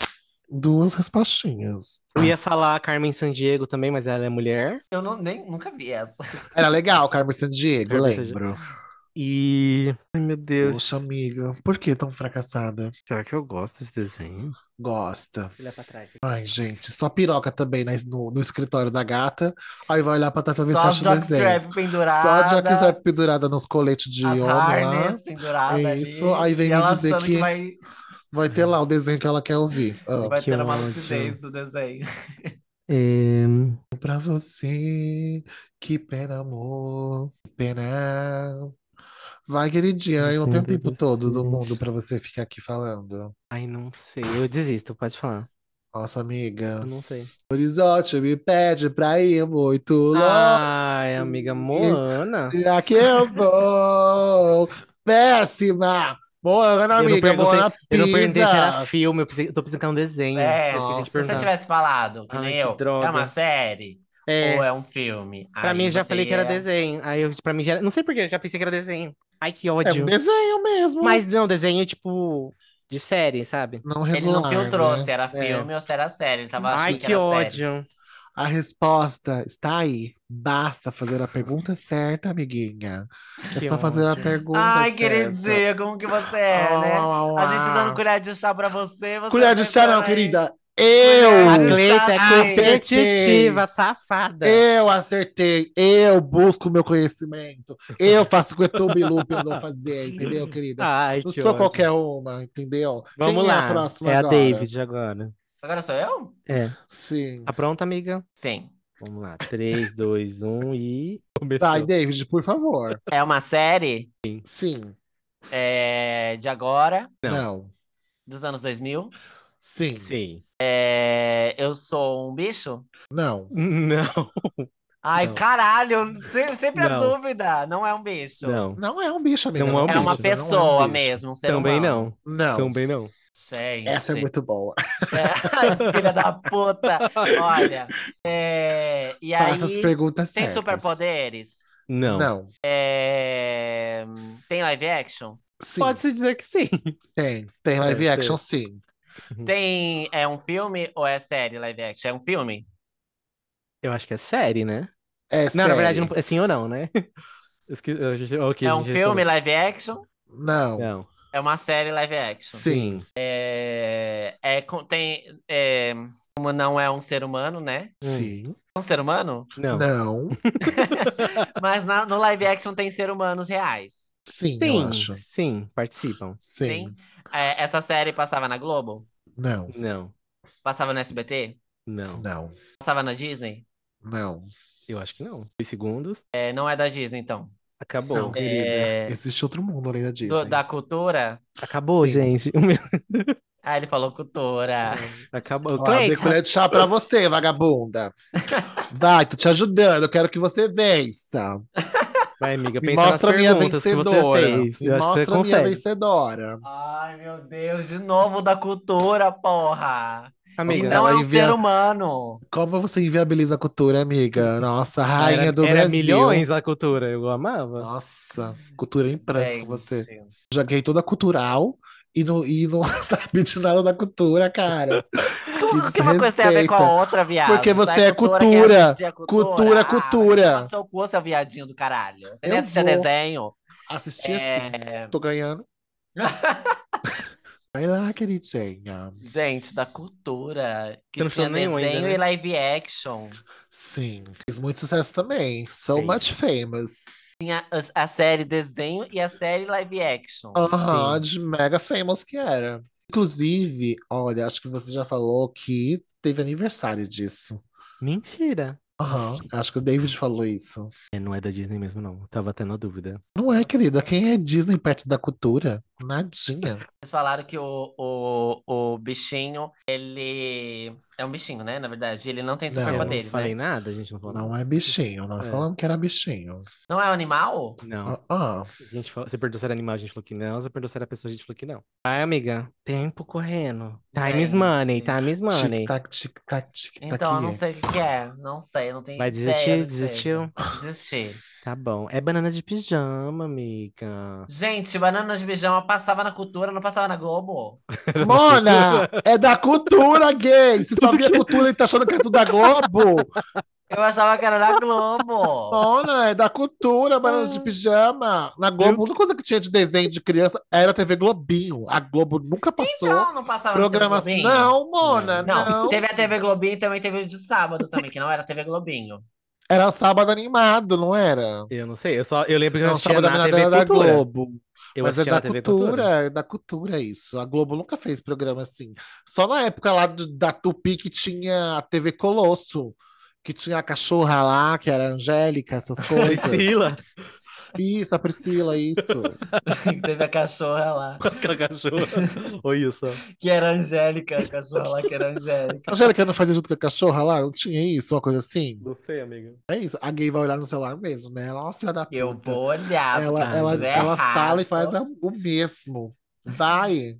[SPEAKER 1] duas respostinhas.
[SPEAKER 3] Eu ia falar Carmen Sandiego também, mas ela é mulher.
[SPEAKER 2] Eu não, nem, nunca vi essa.
[SPEAKER 1] Era legal, Carmen Sandiego,
[SPEAKER 3] Carmen Sandiego.
[SPEAKER 1] lembro.
[SPEAKER 3] E. Ai, meu Deus.
[SPEAKER 1] Poxa, amiga, por que tão fracassada?
[SPEAKER 3] Será que eu gosto desse desenho?
[SPEAKER 1] Gosta.
[SPEAKER 2] é
[SPEAKER 3] Olha pra trás.
[SPEAKER 1] Ai, gente, só piroca também nas- no, no escritório da gata. Aí vai olhar pra trás pra ver
[SPEAKER 2] Só
[SPEAKER 1] se acha o desenho.
[SPEAKER 2] jockstrap
[SPEAKER 1] Só
[SPEAKER 2] pendurada.
[SPEAKER 1] a Jack pendurada nos coletes de
[SPEAKER 2] As
[SPEAKER 1] homem lá.
[SPEAKER 2] harness pendurada
[SPEAKER 1] É
[SPEAKER 2] ali,
[SPEAKER 1] isso, aí vem
[SPEAKER 2] e
[SPEAKER 1] me
[SPEAKER 2] ela
[SPEAKER 1] dizer
[SPEAKER 2] achando
[SPEAKER 1] que- Oh,
[SPEAKER 2] vai,
[SPEAKER 1] Vai ter lá o desenho que ela quer ouvir. Ó,
[SPEAKER 2] vai
[SPEAKER 3] que
[SPEAKER 2] ter uma
[SPEAKER 3] ódio.
[SPEAKER 2] lucidez do desenho.
[SPEAKER 3] É,
[SPEAKER 1] Pra você, que pena, amor, que pena. Vai, queridinha, eu não tenho o
[SPEAKER 3] Sendo
[SPEAKER 1] tempo todo do
[SPEAKER 3] decente.
[SPEAKER 1] mundo pra você ficar aqui falando.
[SPEAKER 3] Ai, não sei. Eu desisto, pode falar.
[SPEAKER 1] Nossa, amiga.
[SPEAKER 3] Eu não sei.
[SPEAKER 1] Horizonte me pede pra ir muito longe.
[SPEAKER 3] Ai, amiga Moana.
[SPEAKER 1] Será que eu vou? Péssima! Moana,
[SPEAKER 3] Eu não
[SPEAKER 1] amiga,
[SPEAKER 3] perguntei-
[SPEAKER 1] Moana
[SPEAKER 3] Eu não perguntei se era
[SPEAKER 1] pisa.
[SPEAKER 3] filme, eu, pensei, eu tô pensando que é um desenho.
[SPEAKER 2] É,
[SPEAKER 3] eu
[SPEAKER 1] Hum, nossa.
[SPEAKER 3] esqueci de
[SPEAKER 2] se você
[SPEAKER 3] perguntar.
[SPEAKER 2] tivesse falado, que
[SPEAKER 3] Ai,
[SPEAKER 2] nem
[SPEAKER 3] que
[SPEAKER 2] eu, é
[SPEAKER 3] droga.
[SPEAKER 2] uma série
[SPEAKER 3] É,
[SPEAKER 2] ou é um filme?
[SPEAKER 3] pra
[SPEAKER 2] Aí
[SPEAKER 3] mim, eu já
[SPEAKER 2] você
[SPEAKER 3] falei que era
[SPEAKER 2] ia-
[SPEAKER 3] desenho. Aí, eu, pra mim, já... Não sei por quê, eu já pensei que era desenho. Ai, que
[SPEAKER 1] É um
[SPEAKER 3] ódio.
[SPEAKER 1] desenho mesmo.
[SPEAKER 3] Mas não, desenho, tipo, de série, sabe?
[SPEAKER 1] Não
[SPEAKER 2] Ele não
[SPEAKER 1] regular,
[SPEAKER 2] filtrou
[SPEAKER 1] né?
[SPEAKER 2] se era filme ou se era série. Ele tava
[SPEAKER 3] Ai,
[SPEAKER 2] achando
[SPEAKER 3] que,
[SPEAKER 2] que era série.
[SPEAKER 3] ódio.
[SPEAKER 1] A resposta está aí. Basta fazer a pergunta certa, amiguinha. É
[SPEAKER 3] Que
[SPEAKER 1] só fazer a
[SPEAKER 3] ódio.
[SPEAKER 1] pergunta
[SPEAKER 2] Ai,
[SPEAKER 1] certa.
[SPEAKER 2] queridinha, como que você é,
[SPEAKER 1] Au,
[SPEAKER 2] né?
[SPEAKER 1] au, au,
[SPEAKER 2] A gente
[SPEAKER 1] au.
[SPEAKER 2] dando colher de chá pra você, você
[SPEAKER 1] Colher de
[SPEAKER 2] vai
[SPEAKER 1] chá,
[SPEAKER 2] pra
[SPEAKER 1] não,
[SPEAKER 2] aí.
[SPEAKER 1] querida. Eu!
[SPEAKER 3] A
[SPEAKER 2] Ai,
[SPEAKER 3] Cleita é
[SPEAKER 2] ai,
[SPEAKER 3] competitiva, safada.
[SPEAKER 1] Eu acertei, eu busco o meu conhecimento, eu faço o que o YouTube Loop andou fazer, entendeu, querida?
[SPEAKER 3] Ai,
[SPEAKER 1] Não
[SPEAKER 3] Ah, que
[SPEAKER 1] sou
[SPEAKER 3] ódio.
[SPEAKER 1] qualquer uma, entendeu? Quem
[SPEAKER 3] Vamos lá.
[SPEAKER 1] é a próxima
[SPEAKER 3] é
[SPEAKER 1] agora?
[SPEAKER 3] a David agora.
[SPEAKER 2] Agora sou eu?
[SPEAKER 3] É.
[SPEAKER 1] Sim.
[SPEAKER 3] Tá pronta, amiga?
[SPEAKER 2] Sim.
[SPEAKER 3] Vamos lá. 3, 2, 1 e. Começou.
[SPEAKER 1] Vai, David, por favor.
[SPEAKER 2] É uma série
[SPEAKER 1] Sim.
[SPEAKER 2] é, de agora,
[SPEAKER 1] Não.
[SPEAKER 3] Não.
[SPEAKER 2] dos anos 2000.
[SPEAKER 1] Sim.
[SPEAKER 3] Sim.
[SPEAKER 2] É, eu sou um bicho?
[SPEAKER 1] Não.
[SPEAKER 3] Não,
[SPEAKER 2] Ai,
[SPEAKER 3] Não.
[SPEAKER 2] caralho, se- sempre a
[SPEAKER 3] Não.
[SPEAKER 2] dúvida. Não é um bicho.
[SPEAKER 3] não.
[SPEAKER 1] Não é um bicho, amiga.
[SPEAKER 3] Não é um
[SPEAKER 2] É uma
[SPEAKER 3] bicho,
[SPEAKER 1] você não é um
[SPEAKER 2] pessoa
[SPEAKER 1] bicho.
[SPEAKER 2] mesmo, um ser
[SPEAKER 3] Também
[SPEAKER 2] humano.
[SPEAKER 3] não.
[SPEAKER 1] Não.
[SPEAKER 3] Também não.
[SPEAKER 2] Gente.
[SPEAKER 1] Essa é muito boa.
[SPEAKER 2] É, ai, filha da puta. Olha. é, e
[SPEAKER 1] Faça as
[SPEAKER 2] aí,
[SPEAKER 1] perguntas
[SPEAKER 2] tem
[SPEAKER 1] certas.
[SPEAKER 2] superpoderes?
[SPEAKER 3] Não.
[SPEAKER 1] Não.
[SPEAKER 2] É, hum, Tem live action?
[SPEAKER 1] Sim,
[SPEAKER 3] Pode-se dizer que sim.
[SPEAKER 1] tem. Tem live
[SPEAKER 3] Deve
[SPEAKER 1] action, sim.
[SPEAKER 2] Tem. É um filme ou é série live action? É um filme?
[SPEAKER 3] Eu acho que é série, né?
[SPEAKER 1] É
[SPEAKER 3] Não, na verdade,
[SPEAKER 1] série.
[SPEAKER 3] não, é sim ou não, né? Esque... eu já- ok,
[SPEAKER 2] é
[SPEAKER 3] a
[SPEAKER 2] um
[SPEAKER 3] gente
[SPEAKER 2] filme
[SPEAKER 3] respondeu.
[SPEAKER 2] live action?
[SPEAKER 1] Não,
[SPEAKER 3] Não.
[SPEAKER 2] É uma série live action?
[SPEAKER 1] sim.
[SPEAKER 2] É, é com- tem. é, como não é um ser humano, né?
[SPEAKER 1] Sim.
[SPEAKER 2] É um ser humano?
[SPEAKER 3] Hum. Não.
[SPEAKER 1] Não.
[SPEAKER 2] Mas na- no live action tem ser humanos reais.
[SPEAKER 1] Sim, eu
[SPEAKER 3] Sim,
[SPEAKER 1] acho.
[SPEAKER 3] sim, participam.
[SPEAKER 1] Sim.
[SPEAKER 2] Sim. É, essa série passava na Globo?
[SPEAKER 1] Não.
[SPEAKER 3] Não,
[SPEAKER 2] Passava no SBT?
[SPEAKER 3] não.
[SPEAKER 1] Não.
[SPEAKER 2] Passava na Disney?
[SPEAKER 1] Não.
[SPEAKER 3] Eu acho que não. Dois segundos,
[SPEAKER 2] É, não é da Disney, então.
[SPEAKER 3] acabou.
[SPEAKER 1] Não, querida.
[SPEAKER 2] É.
[SPEAKER 1] Existe outro mundo além da Disney.
[SPEAKER 2] Do- da cultura?
[SPEAKER 3] Acabou,
[SPEAKER 1] Sim.
[SPEAKER 3] gente. O meu...
[SPEAKER 2] Ah, ele falou cultura.
[SPEAKER 3] Acabou.
[SPEAKER 1] Ó, dei colher de chá pra você, vagabunda. Vai, tô te ajudando. Eu quero que você vença.
[SPEAKER 3] Vai, amiga,
[SPEAKER 1] Me
[SPEAKER 3] pensa nas
[SPEAKER 1] mostra minha
[SPEAKER 3] perguntas que você
[SPEAKER 1] vencedora.
[SPEAKER 3] fez.
[SPEAKER 1] Me
[SPEAKER 3] Eu acho que você
[SPEAKER 1] mostra minha
[SPEAKER 3] consegue.
[SPEAKER 1] vencedora.
[SPEAKER 2] Ai, meu Deus, de novo da cultura, porra!
[SPEAKER 3] Amiga,
[SPEAKER 2] E não é um
[SPEAKER 1] envia-
[SPEAKER 2] ser humano.
[SPEAKER 1] Como você inviabiliza a cultura, amiga? Nossa, rainha
[SPEAKER 3] era,
[SPEAKER 1] do
[SPEAKER 3] era
[SPEAKER 1] Brasil.
[SPEAKER 3] milhões a cultura, eu amava.
[SPEAKER 1] Nossa, cultura em prantos com você.
[SPEAKER 2] Gente.
[SPEAKER 1] Joguei toda cultural e não, e não sabe de nada da cultura, cara.
[SPEAKER 2] Mas Como
[SPEAKER 1] Que
[SPEAKER 2] que, uma coisa tem a ver com a
[SPEAKER 1] desrespeita.
[SPEAKER 2] outra, viado?
[SPEAKER 1] Porque
[SPEAKER 2] Só
[SPEAKER 1] você é
[SPEAKER 2] quer
[SPEAKER 1] cultura.
[SPEAKER 2] assistir a
[SPEAKER 1] Cultura, cultura.
[SPEAKER 2] Ah, vai tomar no seu cu, seu viadinho do caralho. Você nem
[SPEAKER 1] Eu
[SPEAKER 2] assiste a
[SPEAKER 1] vou.
[SPEAKER 2] desenho.
[SPEAKER 1] Assisti assim,
[SPEAKER 2] É,
[SPEAKER 1] tô ganhando. Vai lá, queridinha.
[SPEAKER 2] Gente, da cultura. Que
[SPEAKER 3] Eu não
[SPEAKER 2] tinha
[SPEAKER 3] sou nenhum ainda,
[SPEAKER 2] desenho
[SPEAKER 3] né?
[SPEAKER 2] e live action.
[SPEAKER 1] Sim, fez muito sucesso também. So
[SPEAKER 3] Fez.
[SPEAKER 1] much famous.
[SPEAKER 2] Tinha as- a, série desenho e a série live action.
[SPEAKER 3] Ah.
[SPEAKER 1] Aham, de mega famous que era. Inclusive, olha, acho que você já falou que teve aniversário disso.
[SPEAKER 3] Mentira.
[SPEAKER 1] Aham, acho que o David falou isso.
[SPEAKER 3] É, não é da Disney mesmo, não. Tava até na dúvida.
[SPEAKER 1] Não é, querida? Quem é Disney perto da cultura? Nadinha.
[SPEAKER 2] Vocês falaram que o, o, o bichinho, ele. É um bichinho, né? Na verdade, ele não tem
[SPEAKER 1] Não.
[SPEAKER 3] É, Eu não
[SPEAKER 2] superpoderes, né?
[SPEAKER 3] falei nada, a gente não falou
[SPEAKER 1] Não
[SPEAKER 3] nada.
[SPEAKER 1] é bichinho, nós
[SPEAKER 3] É.
[SPEAKER 1] falamos que era bichinho.
[SPEAKER 2] Não é um animal?
[SPEAKER 3] Não.
[SPEAKER 1] Ah, ah,
[SPEAKER 3] A gente falou- Você perguntou se era animal, a gente falou que não. Você perguntou se era pessoa, a gente falou que não. Ai, amiga, tempo correndo. Time is money,
[SPEAKER 2] Gente.
[SPEAKER 3] time is money.
[SPEAKER 1] tic-tac, tic-tac, tic-tac.
[SPEAKER 2] Então, eu não sei o que que é. Não sei, não tenho
[SPEAKER 3] Vai
[SPEAKER 2] ideia
[SPEAKER 3] desistir?
[SPEAKER 2] do que seja.
[SPEAKER 3] Desistiu?
[SPEAKER 2] Desisti.
[SPEAKER 3] Tá bom. É banana de pijama, amiga.
[SPEAKER 2] Gente, Banana de Bijama passava na cultura, não passava na Globo.
[SPEAKER 1] Mona, é da cultura, gay! Se só
[SPEAKER 3] Tudo
[SPEAKER 1] via
[SPEAKER 3] que-
[SPEAKER 1] cultura e tá achando que é tudo da Globo!
[SPEAKER 2] Eu achava que era na Globo.
[SPEAKER 1] Mona, é da cultura, banana
[SPEAKER 3] Ah.
[SPEAKER 1] de pijama. Na Globo, a única coisa que tinha de desenho de criança era a TV Globinho. A Globo nunca passou
[SPEAKER 2] Então, não
[SPEAKER 3] é
[SPEAKER 2] passava na TV
[SPEAKER 1] programação.
[SPEAKER 2] Globinho.
[SPEAKER 1] Não, Mona,
[SPEAKER 2] Não,
[SPEAKER 1] não.
[SPEAKER 2] teve a TV Globinho e também teve o de sábado também, que não era TV Globinho.
[SPEAKER 1] Era sábado animado, não era?
[SPEAKER 3] Eu não sei, eu só eu lembro que eu
[SPEAKER 1] Não,
[SPEAKER 3] assistia
[SPEAKER 1] sábado
[SPEAKER 3] na
[SPEAKER 1] animado
[SPEAKER 3] TV
[SPEAKER 1] era da
[SPEAKER 3] Cultura.
[SPEAKER 1] Globo.
[SPEAKER 3] Eu
[SPEAKER 1] Mas é
[SPEAKER 3] assistia
[SPEAKER 1] da
[SPEAKER 3] na TV
[SPEAKER 1] cultura, é da cultura isso. A Globo nunca fez programa assim. Só na época lá do- da Tupi que tinha a TV Colosso. Que tinha a cachorra lá, que era a Angélica, essas coisas.
[SPEAKER 3] Priscila,
[SPEAKER 1] Isso, a Priscila, isso.
[SPEAKER 2] teve a cachorra lá,
[SPEAKER 3] aquela cachorra. Olha só.
[SPEAKER 2] que era a Angélica, a cachorra lá que era a Angélica.
[SPEAKER 1] A Angélica não fazia junto com a cachorra lá? Não tinha isso, uma coisa assim?
[SPEAKER 3] Não sei, amiga.
[SPEAKER 1] É isso. A gay vai olhar no celular mesmo, né? Ela é uma filha da puta.
[SPEAKER 2] Eu vou olhar,
[SPEAKER 1] ela,
[SPEAKER 2] porque
[SPEAKER 1] ela,
[SPEAKER 2] se tiver
[SPEAKER 1] ela fala e
[SPEAKER 2] errado,
[SPEAKER 1] faz a- o mesmo. Vai.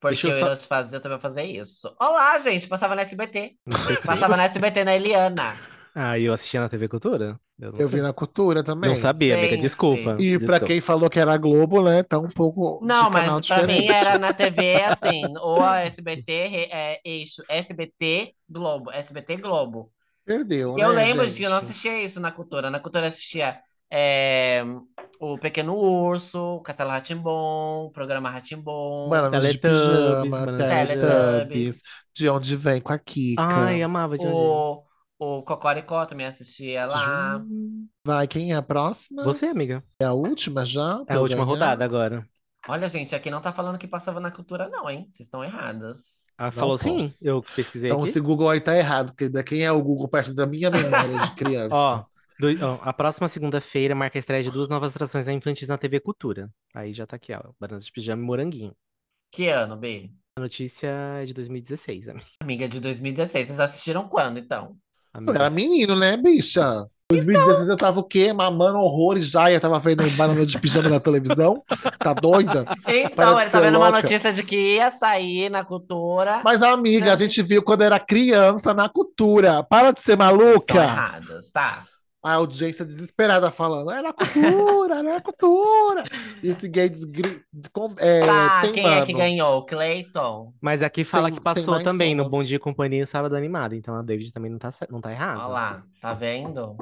[SPEAKER 2] Porque
[SPEAKER 3] Deixa eu
[SPEAKER 2] eu
[SPEAKER 3] só-
[SPEAKER 2] irei fazer, eu também vou fazer isso. Olá, gente, passava na SBT. Passava na SBT na Eliana.
[SPEAKER 3] Ah, e eu assistia na TV Cultura? não
[SPEAKER 1] Eu
[SPEAKER 3] sei.
[SPEAKER 1] vi na cultura também.
[SPEAKER 3] Não sabia, amiga,
[SPEAKER 2] Gente.
[SPEAKER 3] desculpa.
[SPEAKER 1] E pra
[SPEAKER 3] desculpa.
[SPEAKER 1] quem falou que era Globo, né? Tá um pouco
[SPEAKER 2] Não,
[SPEAKER 1] de canal
[SPEAKER 2] mas pra mim
[SPEAKER 1] diferente.
[SPEAKER 2] era na TV assim, ou a SBT, re- é, eixo, SBT Globo, SBT Globo.
[SPEAKER 1] Perdeu,
[SPEAKER 2] eu
[SPEAKER 1] né,
[SPEAKER 2] lembro de que eu não
[SPEAKER 1] gente?
[SPEAKER 2] assistia isso na cultura. Na cultura eu assistia é, o Pequeno Urso, o Castelo Rá-Tim-Bum, o Programa Rá-Tim-Bum,
[SPEAKER 1] Bananas de
[SPEAKER 3] Teletubbies,
[SPEAKER 1] pijama,
[SPEAKER 3] Bananas
[SPEAKER 1] Teletubbies,
[SPEAKER 3] de
[SPEAKER 2] Teletubbies,
[SPEAKER 1] de onde vem com a Kika.
[SPEAKER 3] Ai, amava de onde?
[SPEAKER 2] o, o Cocoricó também assistia lá.
[SPEAKER 3] Ju-
[SPEAKER 1] Vai, quem é a próxima?
[SPEAKER 3] Você, amiga.
[SPEAKER 1] É a última já?
[SPEAKER 3] É
[SPEAKER 1] pra
[SPEAKER 3] a
[SPEAKER 1] eu
[SPEAKER 3] última
[SPEAKER 1] ganhar?
[SPEAKER 3] rodada agora.
[SPEAKER 2] Olha, gente, aqui não tá falando que passava na cultura, não, hein? Vocês estão errados.
[SPEAKER 3] Ah, falou
[SPEAKER 1] tá.
[SPEAKER 3] sim? Eu pesquisei
[SPEAKER 1] Então,
[SPEAKER 3] aqui.
[SPEAKER 1] esse Google aí tá errado, porque da- quem é o Google perto da minha memória de criança?
[SPEAKER 3] Ó, do- ó, a próxima segunda-feira marca a estreia de duas novas atrações infantis na TV Cultura. Aí já tá aqui, ó. Bananas de pijama e moranguinho.
[SPEAKER 2] Que ano, B?
[SPEAKER 3] A notícia é de 2016, amiga.
[SPEAKER 2] Amiga de 2016, vocês assistiram quando, então?
[SPEAKER 1] Eu era
[SPEAKER 3] Amigas.
[SPEAKER 1] menino, né, bicha? 2016 eu tava o quê? Mamando horrores já, e eu tava vendo banana de pijama na televisão. Tá doida? Para
[SPEAKER 2] Então,
[SPEAKER 1] de
[SPEAKER 2] ele tá
[SPEAKER 1] ser
[SPEAKER 2] vendo uma
[SPEAKER 1] louca.
[SPEAKER 2] notícia de que ia sair na cultura.
[SPEAKER 1] Mas, amiga, a gente viu quando era criança na cultura. Para de ser
[SPEAKER 2] Vocês estão
[SPEAKER 1] maluca.
[SPEAKER 2] errados, tá?
[SPEAKER 1] a audiência desesperada falando, era cultura, era cultura. E esse gay desgri... com- é,
[SPEAKER 2] Tá, quem é que
[SPEAKER 1] teimando.
[SPEAKER 2] ganhou? Clayton?
[SPEAKER 3] Mas aqui fala
[SPEAKER 1] Tem-
[SPEAKER 3] que
[SPEAKER 1] tem
[SPEAKER 3] passou
[SPEAKER 1] mais
[SPEAKER 3] também no
[SPEAKER 1] uma.
[SPEAKER 3] Bom Dia e Companhia e Sábado Animado. Então a David também não tá, cer- não tá errada.
[SPEAKER 2] Olha lá, tá vendo?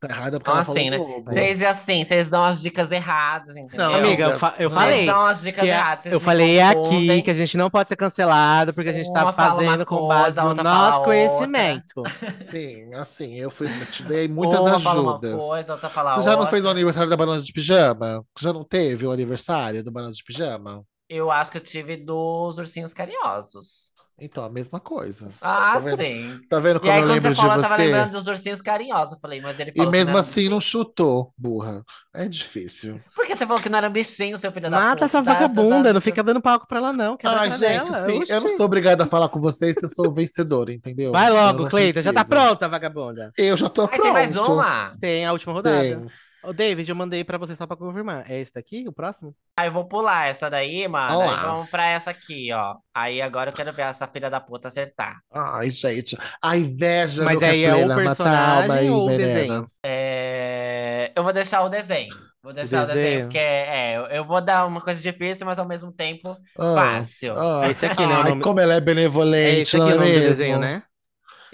[SPEAKER 1] Tá errada porque
[SPEAKER 2] Então,
[SPEAKER 1] ela falou
[SPEAKER 2] assim, né?
[SPEAKER 1] Globo.
[SPEAKER 2] Vocês é assim, vocês dão as dicas erradas, entendeu?
[SPEAKER 1] Não,
[SPEAKER 3] Amiga,
[SPEAKER 1] não,
[SPEAKER 3] eu, fa- eu
[SPEAKER 1] não.
[SPEAKER 2] Vocês
[SPEAKER 3] falei.
[SPEAKER 2] dão as dicas
[SPEAKER 3] que
[SPEAKER 1] é
[SPEAKER 3] a-
[SPEAKER 2] erradas. vocês
[SPEAKER 3] eu
[SPEAKER 2] me
[SPEAKER 3] falei aqui
[SPEAKER 2] confundem.
[SPEAKER 3] que a gente não pode ser cancelado porque a gente tá
[SPEAKER 2] Uma fala uma
[SPEAKER 3] fazendo com
[SPEAKER 2] coisa,
[SPEAKER 3] base
[SPEAKER 2] a
[SPEAKER 3] no
[SPEAKER 2] outra fala
[SPEAKER 3] nosso
[SPEAKER 2] outra.
[SPEAKER 3] conhecimento.
[SPEAKER 1] Sim, assim, eu fui, te dei muitas
[SPEAKER 2] uma fala uma
[SPEAKER 1] ajudas.
[SPEAKER 2] coisa, outra fala
[SPEAKER 1] Você já não fez o
[SPEAKER 2] outra.
[SPEAKER 1] aniversário da Banana de Pijama? Já não teve o aniversário do Banana de Pijama?
[SPEAKER 2] Eu acho que eu tive dos ursinhos carinhosos.
[SPEAKER 1] Então, a mesma coisa.
[SPEAKER 2] Ah,
[SPEAKER 1] Tá vendo?
[SPEAKER 2] sim.
[SPEAKER 1] Tá vendo
[SPEAKER 2] E
[SPEAKER 1] como
[SPEAKER 2] aí,
[SPEAKER 1] eu
[SPEAKER 2] quando
[SPEAKER 1] lembro
[SPEAKER 2] você
[SPEAKER 1] de
[SPEAKER 2] falou, eu tava
[SPEAKER 1] você?
[SPEAKER 2] lembrando dos ursinhos carinhosos. Eu falei, mas ele
[SPEAKER 1] E
[SPEAKER 2] falou que
[SPEAKER 1] mesmo
[SPEAKER 2] não era um
[SPEAKER 1] assim não
[SPEAKER 2] bichinho.
[SPEAKER 1] chutou, burra. É difícil.
[SPEAKER 2] Por que você falou que não era um bichinho, seu filho da
[SPEAKER 3] Mata
[SPEAKER 2] puta?
[SPEAKER 3] essa
[SPEAKER 2] Dá-
[SPEAKER 3] vagabunda,
[SPEAKER 2] dá-
[SPEAKER 3] não fica dando palco pra ela, não. Quebra a
[SPEAKER 1] Ai,
[SPEAKER 3] cara
[SPEAKER 1] gente,
[SPEAKER 3] dela.
[SPEAKER 1] sim, eu não
[SPEAKER 3] Oxi.
[SPEAKER 1] sou obrigado a falar com vocês se eu sou o vencedor, entendeu?
[SPEAKER 3] Vai
[SPEAKER 1] Então,
[SPEAKER 3] logo,
[SPEAKER 1] não
[SPEAKER 3] Cleiton. Já tá
[SPEAKER 1] preciso.
[SPEAKER 3] pronta, vagabunda.
[SPEAKER 1] Eu já tô
[SPEAKER 2] Ai, tem mais
[SPEAKER 1] pronto.
[SPEAKER 2] uma?
[SPEAKER 3] Tem a última rodada.
[SPEAKER 1] Tem.
[SPEAKER 3] Ô, David, eu mandei pra você só pra confirmar. É esse daqui, o próximo?
[SPEAKER 2] Ah, eu vou pular essa daí, mano.
[SPEAKER 1] Olha
[SPEAKER 2] Aí
[SPEAKER 1] lá.
[SPEAKER 2] vamos pra essa aqui, ó. Aí agora eu quero ver essa filha da puta acertar.
[SPEAKER 1] Ai, gente. A inveja
[SPEAKER 3] Mas
[SPEAKER 1] nunca
[SPEAKER 3] aí é o
[SPEAKER 1] plena mata a alma
[SPEAKER 3] personagem
[SPEAKER 1] e
[SPEAKER 3] ou o
[SPEAKER 1] envenena.
[SPEAKER 3] desenho?
[SPEAKER 2] É, Eu vou deixar o desenho. Vou deixar o desenho,
[SPEAKER 3] desenho?
[SPEAKER 2] porque é, eu- eu vou dar uma coisa difícil, mas ao mesmo tempo
[SPEAKER 1] Ah,
[SPEAKER 2] fácil.
[SPEAKER 1] ah.
[SPEAKER 3] É esse aqui, né? o
[SPEAKER 1] Ai,
[SPEAKER 3] nome-
[SPEAKER 1] como ela é
[SPEAKER 3] É
[SPEAKER 1] benevolente,
[SPEAKER 3] esse aqui
[SPEAKER 1] não
[SPEAKER 3] o
[SPEAKER 1] é
[SPEAKER 3] nome do
[SPEAKER 1] mesmo?
[SPEAKER 3] desenho, né?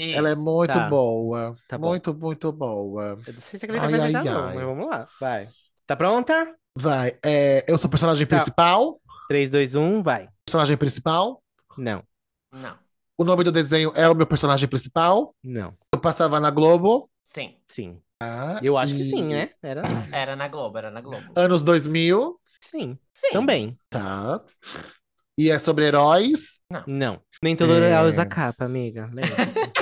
[SPEAKER 1] Ela é
[SPEAKER 2] Isso.
[SPEAKER 1] muito
[SPEAKER 3] Tá.
[SPEAKER 1] boa.
[SPEAKER 3] Tá bom.
[SPEAKER 1] muito, muito boa.
[SPEAKER 3] Eu não sei se a Cleiton
[SPEAKER 1] Ai,
[SPEAKER 3] vai
[SPEAKER 1] ai,
[SPEAKER 3] acertar, não,
[SPEAKER 1] ai.
[SPEAKER 3] mas vamos lá. Vai. Tá pronta?
[SPEAKER 1] Vai, é, eu sou o personagem
[SPEAKER 3] Tá.
[SPEAKER 1] principal.
[SPEAKER 3] 3, 2, 1, vai.
[SPEAKER 1] Personagem principal.
[SPEAKER 3] Não,
[SPEAKER 2] Não.
[SPEAKER 1] O nome do desenho é o meu personagem principal.
[SPEAKER 3] não,
[SPEAKER 1] Eu passava na Globo.
[SPEAKER 2] Sim.
[SPEAKER 3] sim.
[SPEAKER 1] tá?
[SPEAKER 3] Eu acho que
[SPEAKER 1] E
[SPEAKER 3] sim, né? Era.
[SPEAKER 2] Era na Globo, era na Globo.
[SPEAKER 1] Anos 2000.
[SPEAKER 3] Sim,
[SPEAKER 2] Sim.
[SPEAKER 3] também.
[SPEAKER 1] Tá. E é sobre heróis.
[SPEAKER 3] Não. Nem todo
[SPEAKER 1] É.
[SPEAKER 3] é... usa capa, amiga. Lembra-se.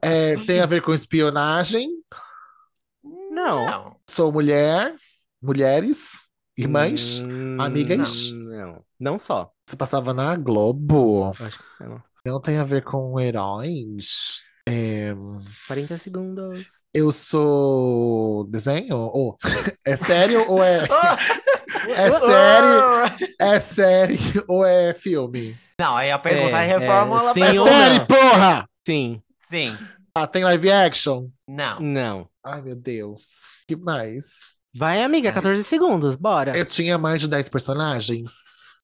[SPEAKER 1] É, tem a ver com espionagem.
[SPEAKER 3] Não.
[SPEAKER 2] Não.
[SPEAKER 1] Sou mulher. Mulheres. Irmãs.
[SPEAKER 3] Hum,
[SPEAKER 1] amigas?
[SPEAKER 3] Não. Não só.
[SPEAKER 1] Você passava na Globo.
[SPEAKER 3] Eu Acho que é não.
[SPEAKER 1] Não tem a ver com heróis. É,
[SPEAKER 3] 40 segundos.
[SPEAKER 1] eu sou desenho? Ou- é sério ou é, é sério? É série ou é filme?
[SPEAKER 2] Não, aí a pergunta
[SPEAKER 3] É, é,
[SPEAKER 2] reformula
[SPEAKER 3] sim
[SPEAKER 2] a
[SPEAKER 1] É
[SPEAKER 3] ou
[SPEAKER 2] pergunta.
[SPEAKER 1] série,
[SPEAKER 3] não?
[SPEAKER 1] porra!
[SPEAKER 3] Sim.
[SPEAKER 2] Sim.
[SPEAKER 1] Ah, tem live action?
[SPEAKER 2] Não.
[SPEAKER 3] Não.
[SPEAKER 1] Ai, meu Deus. Que mais?
[SPEAKER 3] Vai, amiga,
[SPEAKER 2] Ai.
[SPEAKER 3] 14 segundos. Bora.
[SPEAKER 1] Eu tinha mais de 10 personagens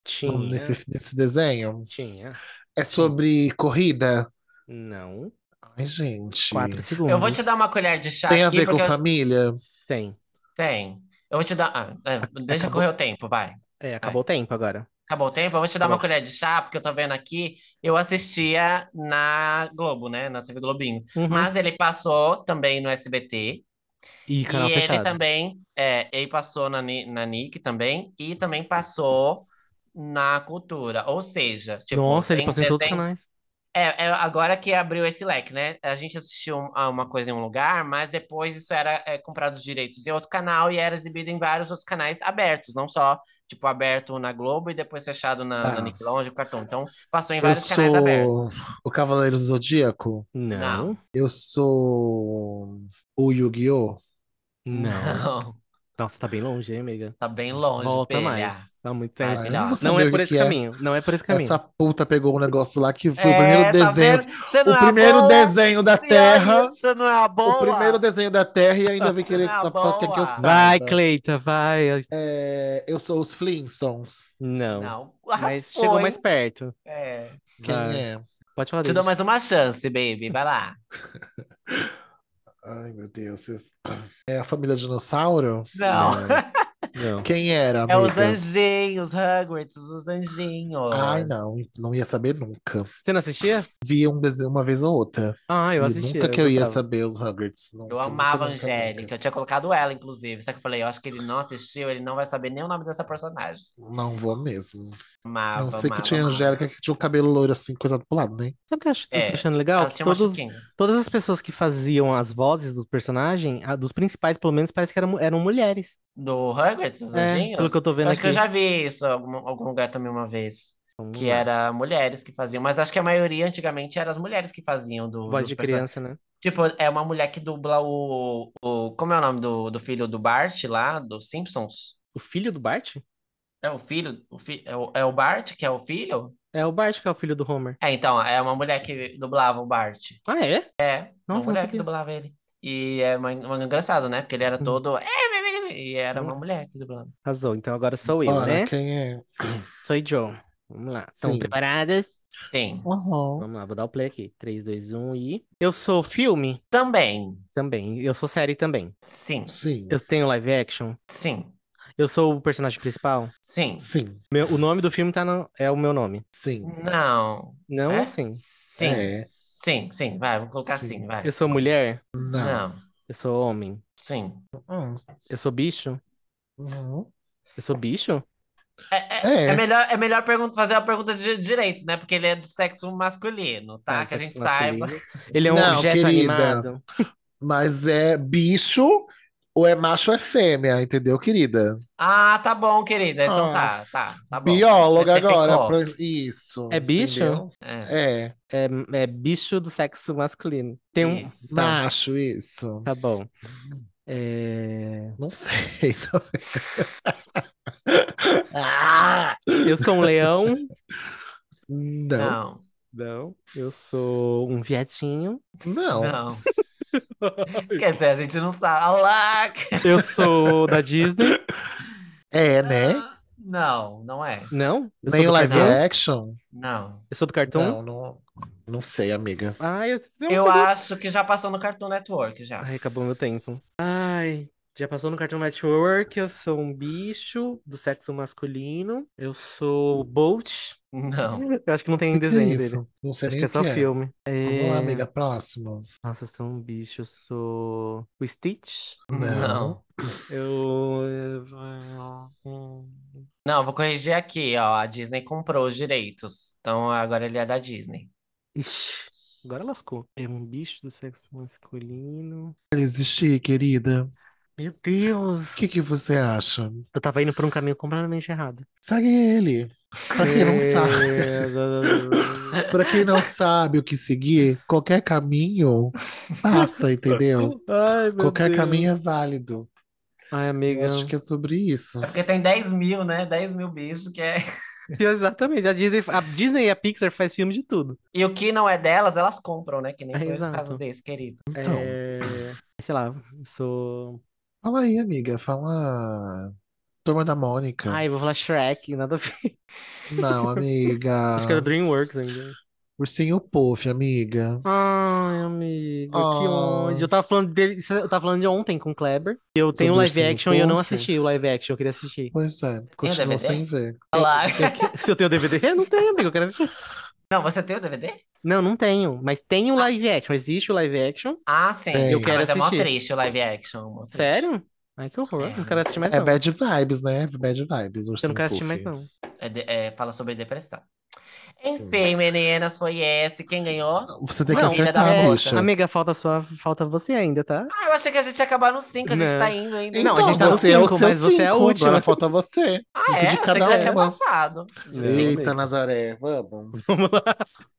[SPEAKER 3] Tinha.
[SPEAKER 1] nesse, nesse desenho.
[SPEAKER 3] Tinha.
[SPEAKER 1] É sobre corrida?
[SPEAKER 3] Não.
[SPEAKER 1] Ai, gente.
[SPEAKER 3] 4 segundos.
[SPEAKER 2] Eu vou te dar uma colher de chá
[SPEAKER 1] Tem a
[SPEAKER 2] aqui,
[SPEAKER 1] ver com
[SPEAKER 2] porque eu-
[SPEAKER 1] família?
[SPEAKER 3] Tem.
[SPEAKER 2] Tem. Eu vou te dar. ah, é, deixa
[SPEAKER 3] Acabou.
[SPEAKER 2] correr o tempo, vai.
[SPEAKER 3] É, acabou o tempo agora.
[SPEAKER 2] Acabou o tempo? Eu vou te dar uma
[SPEAKER 3] Acabou.
[SPEAKER 2] colher de chá, porque eu tô vendo aqui. Eu assistia na Globo, né? Na TV Globinho.
[SPEAKER 3] Uhum.
[SPEAKER 2] Mas ele passou também no SBT.
[SPEAKER 3] Ih, canal
[SPEAKER 2] e ele
[SPEAKER 3] fechado.
[SPEAKER 2] também. É, ele passou na, Ni- na Nick também. E também passou na Cultura. Ou seja, tipo,
[SPEAKER 3] Nossa, ele
[SPEAKER 2] tem
[SPEAKER 3] passou em todos os
[SPEAKER 2] desenhos-
[SPEAKER 3] canais.
[SPEAKER 2] É, é agora que abriu esse leque, né? A gente assistiu um- a uma coisa em um lugar, mas depois isso era é, comprado os direitos de outro canal e era exibido em vários outros canais abertos, não só, tipo, aberto na Globo e depois fechado na,
[SPEAKER 1] Tá.
[SPEAKER 2] na Nickelodeon, Cartoon. Então, passou em
[SPEAKER 1] Eu
[SPEAKER 2] vários canais
[SPEAKER 1] sou-
[SPEAKER 2] abertos.
[SPEAKER 1] O Cavaleiro do Zodíaco?
[SPEAKER 3] Não.
[SPEAKER 1] Eu sou o Yu-Gi-Oh!
[SPEAKER 3] Não. Nossa, tá bem longe, hein, amiga?
[SPEAKER 2] tá bem longe,
[SPEAKER 3] Volta
[SPEAKER 2] filha.
[SPEAKER 3] mais. Tá muito
[SPEAKER 2] Ai,
[SPEAKER 3] tempo.
[SPEAKER 1] Ah, eu
[SPEAKER 2] melhor.
[SPEAKER 1] não vou
[SPEAKER 3] Não
[SPEAKER 1] saber
[SPEAKER 3] é
[SPEAKER 1] o
[SPEAKER 3] por
[SPEAKER 1] que
[SPEAKER 3] esse
[SPEAKER 1] que é.
[SPEAKER 3] caminho. Não é por esse caminho.
[SPEAKER 1] Essa puta pegou um negócio lá que foi o
[SPEAKER 2] É,
[SPEAKER 1] primeiro
[SPEAKER 2] tá
[SPEAKER 1] desenho.
[SPEAKER 2] vendo? Você não
[SPEAKER 1] O
[SPEAKER 2] é
[SPEAKER 1] primeiro
[SPEAKER 2] boa,
[SPEAKER 1] desenho da Terra.
[SPEAKER 2] senhorita, Você não é a boa.
[SPEAKER 1] O primeiro desenho da Terra e ainda vem querer que
[SPEAKER 2] Ah,
[SPEAKER 1] só só quer que eu
[SPEAKER 2] boa.
[SPEAKER 1] saiba.
[SPEAKER 3] Vai, Cleita, vai.
[SPEAKER 1] É, eu sou os Flintstones.
[SPEAKER 3] Não.
[SPEAKER 2] Não,
[SPEAKER 3] Mas
[SPEAKER 2] foi.
[SPEAKER 3] chegou mais perto.
[SPEAKER 2] É.
[SPEAKER 1] Quem
[SPEAKER 3] Vai.
[SPEAKER 1] é?
[SPEAKER 3] Pode falar
[SPEAKER 2] Te
[SPEAKER 3] dele.
[SPEAKER 2] dou mais uma chance, baby. Vai lá.
[SPEAKER 1] Ai, meu Deus. vocês- É a família dinossauro?
[SPEAKER 2] Não.
[SPEAKER 3] Não.
[SPEAKER 1] Quem era,
[SPEAKER 2] É os
[SPEAKER 1] amiga?
[SPEAKER 2] anjinhos, Hogwarts, os anjinhos.
[SPEAKER 1] Ai, não, não ia saber nunca.
[SPEAKER 3] Você não assistia?
[SPEAKER 1] Vi um desenho uma vez ou outra.
[SPEAKER 3] Ah, eu
[SPEAKER 1] e
[SPEAKER 3] assistia.
[SPEAKER 1] nunca que eu, ia
[SPEAKER 3] gostava.
[SPEAKER 1] saber os Hagrids. Nunca,
[SPEAKER 2] Eu
[SPEAKER 1] nunca,
[SPEAKER 2] amava a
[SPEAKER 1] nunca,
[SPEAKER 2] Angélica. Eu tinha colocado ela, inclusive. Só que eu falei, eu acho que ele não assistiu, ele não vai saber nem o nome dessa personagem.
[SPEAKER 1] nunca. Não vou mesmo.
[SPEAKER 2] Amava,
[SPEAKER 1] Não sei que
[SPEAKER 2] amava,
[SPEAKER 1] tinha
[SPEAKER 2] amava.
[SPEAKER 1] Angélica que tinha o cabelo loiro assim, coisado pro lado, né?
[SPEAKER 3] Sabe o que eu acho,
[SPEAKER 2] É,
[SPEAKER 3] tô achando legal?
[SPEAKER 2] Ela
[SPEAKER 3] Que
[SPEAKER 2] tinha umas
[SPEAKER 3] todos,
[SPEAKER 2] chiquinhas.
[SPEAKER 3] todas as pessoas que faziam as vozes dos personagens, a- dos principais, pelo menos, parece que eram, eram mulheres.
[SPEAKER 2] Do Hogwarts, os
[SPEAKER 3] É,
[SPEAKER 2] anjinhos?
[SPEAKER 3] pelo que eu tô vendo
[SPEAKER 2] acho que eu
[SPEAKER 3] aqui.
[SPEAKER 2] já vi isso em algum, algum lugar também uma vez.
[SPEAKER 3] Vamos
[SPEAKER 2] Que é
[SPEAKER 3] lá.
[SPEAKER 2] era mulheres que faziam. Mas acho que a maioria antigamente eram as mulheres que faziam do,
[SPEAKER 3] Voz
[SPEAKER 2] dos
[SPEAKER 3] de
[SPEAKER 2] personagens.
[SPEAKER 3] criança, né?
[SPEAKER 2] Tipo, é uma mulher que dubla o, o. Como é o nome do, do filho do Bart lá, dos Simpsons?
[SPEAKER 3] O filho do Bart?
[SPEAKER 2] É o filho? O fi, é, o, é o Bart que é o filho?
[SPEAKER 3] É o Bart que é o filho do Homer.
[SPEAKER 2] É, então, é uma mulher que dublava o Bart.
[SPEAKER 3] Ah, é?
[SPEAKER 2] É, uma
[SPEAKER 3] Nossa, não
[SPEAKER 2] mulher que
[SPEAKER 3] sabia. Hum.
[SPEAKER 2] dublava ele. E é uma- uma- engraçado, né? Porque ele era todo. E era uma mulher que dublando.
[SPEAKER 3] Arrasou, então agora sou eu,
[SPEAKER 1] Bora,
[SPEAKER 3] né?
[SPEAKER 1] quem é?
[SPEAKER 3] Sou Joe. Vamos lá. Estão
[SPEAKER 1] Sim.
[SPEAKER 3] preparadas?
[SPEAKER 2] Sim.
[SPEAKER 1] Uhum.
[SPEAKER 3] Vamos lá, vou dar o play aqui. 3, 2, 1 e. Eu sou filme
[SPEAKER 2] Também.
[SPEAKER 3] também. Eu sou série também.
[SPEAKER 2] Sim.
[SPEAKER 1] Sim.
[SPEAKER 3] Eu tenho live action.
[SPEAKER 2] Sim.
[SPEAKER 3] Eu sou o personagem principal.
[SPEAKER 2] Sim.
[SPEAKER 1] Sim.
[SPEAKER 3] Meu- o nome do filme tá no- é o meu nome.
[SPEAKER 1] Sim.
[SPEAKER 2] Não.
[SPEAKER 3] Não
[SPEAKER 2] É?
[SPEAKER 3] assim.
[SPEAKER 2] Sim.
[SPEAKER 1] Então, É.
[SPEAKER 2] Sim, sim. Vai, vou colocar
[SPEAKER 1] Sim.
[SPEAKER 2] sim, vai.
[SPEAKER 3] Eu sou mulher?
[SPEAKER 1] Não.
[SPEAKER 2] Não.
[SPEAKER 3] Eu sou homem.
[SPEAKER 2] Sim.
[SPEAKER 1] Hum.
[SPEAKER 3] Eu sou bicho?
[SPEAKER 1] Uhum.
[SPEAKER 3] Eu sou bicho?
[SPEAKER 2] É, é-
[SPEAKER 1] É.
[SPEAKER 2] é melhor, é melhor pergunta, fazer a pergunta de direito, né? Porque ele é do sexo masculino, tá? Que a gente saiba.
[SPEAKER 3] Ele é um
[SPEAKER 1] Não,
[SPEAKER 3] objeto
[SPEAKER 1] querida.
[SPEAKER 3] animado?
[SPEAKER 1] Mas é bicho, ou é macho ou é fêmea, entendeu, querida?
[SPEAKER 2] Ah, tá bom, querida. Então
[SPEAKER 1] Ah.
[SPEAKER 2] tá, tá, tá bom.
[SPEAKER 1] Bióloga agora.
[SPEAKER 2] Especificou.
[SPEAKER 1] pra- Isso.
[SPEAKER 3] É bicho?
[SPEAKER 1] entendeu?
[SPEAKER 2] É.
[SPEAKER 1] É.
[SPEAKER 3] É, é bicho do sexo masculino. Tem um.
[SPEAKER 2] Isso.
[SPEAKER 3] Tá,
[SPEAKER 1] Macho, isso.
[SPEAKER 3] tá bom. É,
[SPEAKER 1] Não sei. talvez. Ah!
[SPEAKER 3] Eu sou um leão?
[SPEAKER 1] Não,
[SPEAKER 2] Não,
[SPEAKER 3] Não. Eu sou um viadinho?
[SPEAKER 1] não.
[SPEAKER 2] não. Quer dizer, a gente não sabe. Olha lá!
[SPEAKER 3] Eu sou da Disney?
[SPEAKER 1] É, né?
[SPEAKER 2] Não, não é.
[SPEAKER 3] Não? Eu sou
[SPEAKER 1] Nem
[SPEAKER 3] do
[SPEAKER 1] o live
[SPEAKER 3] cartoon?
[SPEAKER 1] action?
[SPEAKER 2] Não.
[SPEAKER 3] Eu sou do cartoon?
[SPEAKER 1] Não, não, não sei, amiga.
[SPEAKER 3] Ai, eu,
[SPEAKER 1] Então
[SPEAKER 3] eu não
[SPEAKER 2] Eu
[SPEAKER 3] sabia.
[SPEAKER 2] acho que já passou no Cartoon Network já.
[SPEAKER 3] Ai, acabou meu tempo. Ai, já passou no Cartoon Network, eu sou um bicho do sexo masculino. Eu sou Bolt.
[SPEAKER 2] Não.
[SPEAKER 3] Eu acho que não tem
[SPEAKER 1] Que que é
[SPEAKER 3] desenho dele.
[SPEAKER 1] isso? Não sei
[SPEAKER 3] Acho
[SPEAKER 1] nem
[SPEAKER 3] que é
[SPEAKER 1] o
[SPEAKER 3] só
[SPEAKER 1] que é.
[SPEAKER 3] filme.
[SPEAKER 1] Vamos
[SPEAKER 3] É,
[SPEAKER 1] lá, amiga, próximo.
[SPEAKER 3] Nossa, eu sou um bicho, eu sou o Stitch.
[SPEAKER 1] Não.
[SPEAKER 2] Não.
[SPEAKER 3] Eu. ah,
[SPEAKER 2] Não, vou corrigir aqui, ó. A Disney comprou os direitos. Então agora ele é da Disney.
[SPEAKER 3] Ixi, agora lascou. É um bicho do sexo masculino.
[SPEAKER 1] Ela existir, querida.
[SPEAKER 3] Meu Deus!
[SPEAKER 1] O que que você acha?
[SPEAKER 3] Eu tava indo por um caminho completamente errado.
[SPEAKER 1] Segue ele. Pra quem não sabe,
[SPEAKER 3] É...
[SPEAKER 1] para quem não sabe o que seguir, qualquer caminho basta, entendeu?
[SPEAKER 3] Ai, meu
[SPEAKER 1] Qualquer
[SPEAKER 3] Deus.
[SPEAKER 1] caminho é válido.
[SPEAKER 3] Ai,
[SPEAKER 1] Eu
[SPEAKER 3] amiga.
[SPEAKER 1] acho que é sobre isso.
[SPEAKER 2] É porque tem 10 mil, né? 10 mil bichos que é.
[SPEAKER 3] Exatamente. A Disney, a Disney e a Pixar faz filme de tudo.
[SPEAKER 2] E o que não é delas, elas compram, né? Que nem
[SPEAKER 3] É,
[SPEAKER 2] foi o
[SPEAKER 3] exato.
[SPEAKER 2] caso desse, querido.
[SPEAKER 1] Então,
[SPEAKER 3] É, Sei lá, eu sou.
[SPEAKER 1] fala aí, amiga. Fala. Turma da Mônica.
[SPEAKER 3] Ai, eu vou falar Shrek, nada a ver.
[SPEAKER 1] Não, amiga.
[SPEAKER 3] Acho
[SPEAKER 1] Ah.
[SPEAKER 3] que era Dreamworks ainda.
[SPEAKER 1] Ursinho Puff, amiga.
[SPEAKER 3] Ai, amiga, que
[SPEAKER 1] Ah.
[SPEAKER 3] ódio. Eu tava falando dele, é, eu tava falando de ontem com o Kleber. Eu tenho
[SPEAKER 1] Sobre o
[SPEAKER 3] live
[SPEAKER 1] Ursinho
[SPEAKER 3] action e eu não
[SPEAKER 1] Puff?
[SPEAKER 3] assisti o live action, eu queria assistir.
[SPEAKER 1] Pois é,
[SPEAKER 2] DVD?
[SPEAKER 1] continua sem ver.
[SPEAKER 2] Olha lá.
[SPEAKER 3] Se eu tenho DVD, eu não tenho, amigo, eu quero assistir.
[SPEAKER 2] Não, você tem o DVD?
[SPEAKER 3] Não, não tenho. Mas tem o live action. Existe o live action.
[SPEAKER 2] Ah, sim.
[SPEAKER 1] Tem. Eu
[SPEAKER 2] Ah,
[SPEAKER 3] quero
[SPEAKER 2] mas é mó
[SPEAKER 3] assistir.
[SPEAKER 2] triste o live action. mó triste.
[SPEAKER 3] Sério? Ai, que horror. Não quero assistir mais,
[SPEAKER 1] É
[SPEAKER 3] não.
[SPEAKER 1] bad vibes, né? Bad vibes, Ursinho
[SPEAKER 3] Eu Então. não quero assistir
[SPEAKER 1] Puff.
[SPEAKER 3] mais, não.
[SPEAKER 2] É de- é, fala sobre depressão. Enfim, meninas, foi esse. Quem ganhou?
[SPEAKER 1] Você tem que
[SPEAKER 3] Não, é,
[SPEAKER 2] filha da
[SPEAKER 1] acertar,
[SPEAKER 2] puta.
[SPEAKER 1] bicha.
[SPEAKER 3] Amiga, falta sua, falta você ainda, tá?
[SPEAKER 2] Ah, eu achei que a gente ia acabar no 5, a gente
[SPEAKER 3] Não.
[SPEAKER 2] tá indo ainda.
[SPEAKER 3] Não, a gente tá no
[SPEAKER 1] você é o
[SPEAKER 3] cinco,
[SPEAKER 1] seu
[SPEAKER 3] mas você é a
[SPEAKER 1] cinco,
[SPEAKER 3] última.
[SPEAKER 1] Agora falta você. Cinco
[SPEAKER 2] Ah, é?
[SPEAKER 1] de
[SPEAKER 2] Achei que
[SPEAKER 1] cada
[SPEAKER 2] já tinha
[SPEAKER 1] uma.
[SPEAKER 2] passado.
[SPEAKER 1] Eita,
[SPEAKER 3] amigo.
[SPEAKER 1] Nazaré, vamos.
[SPEAKER 3] Vamos lá.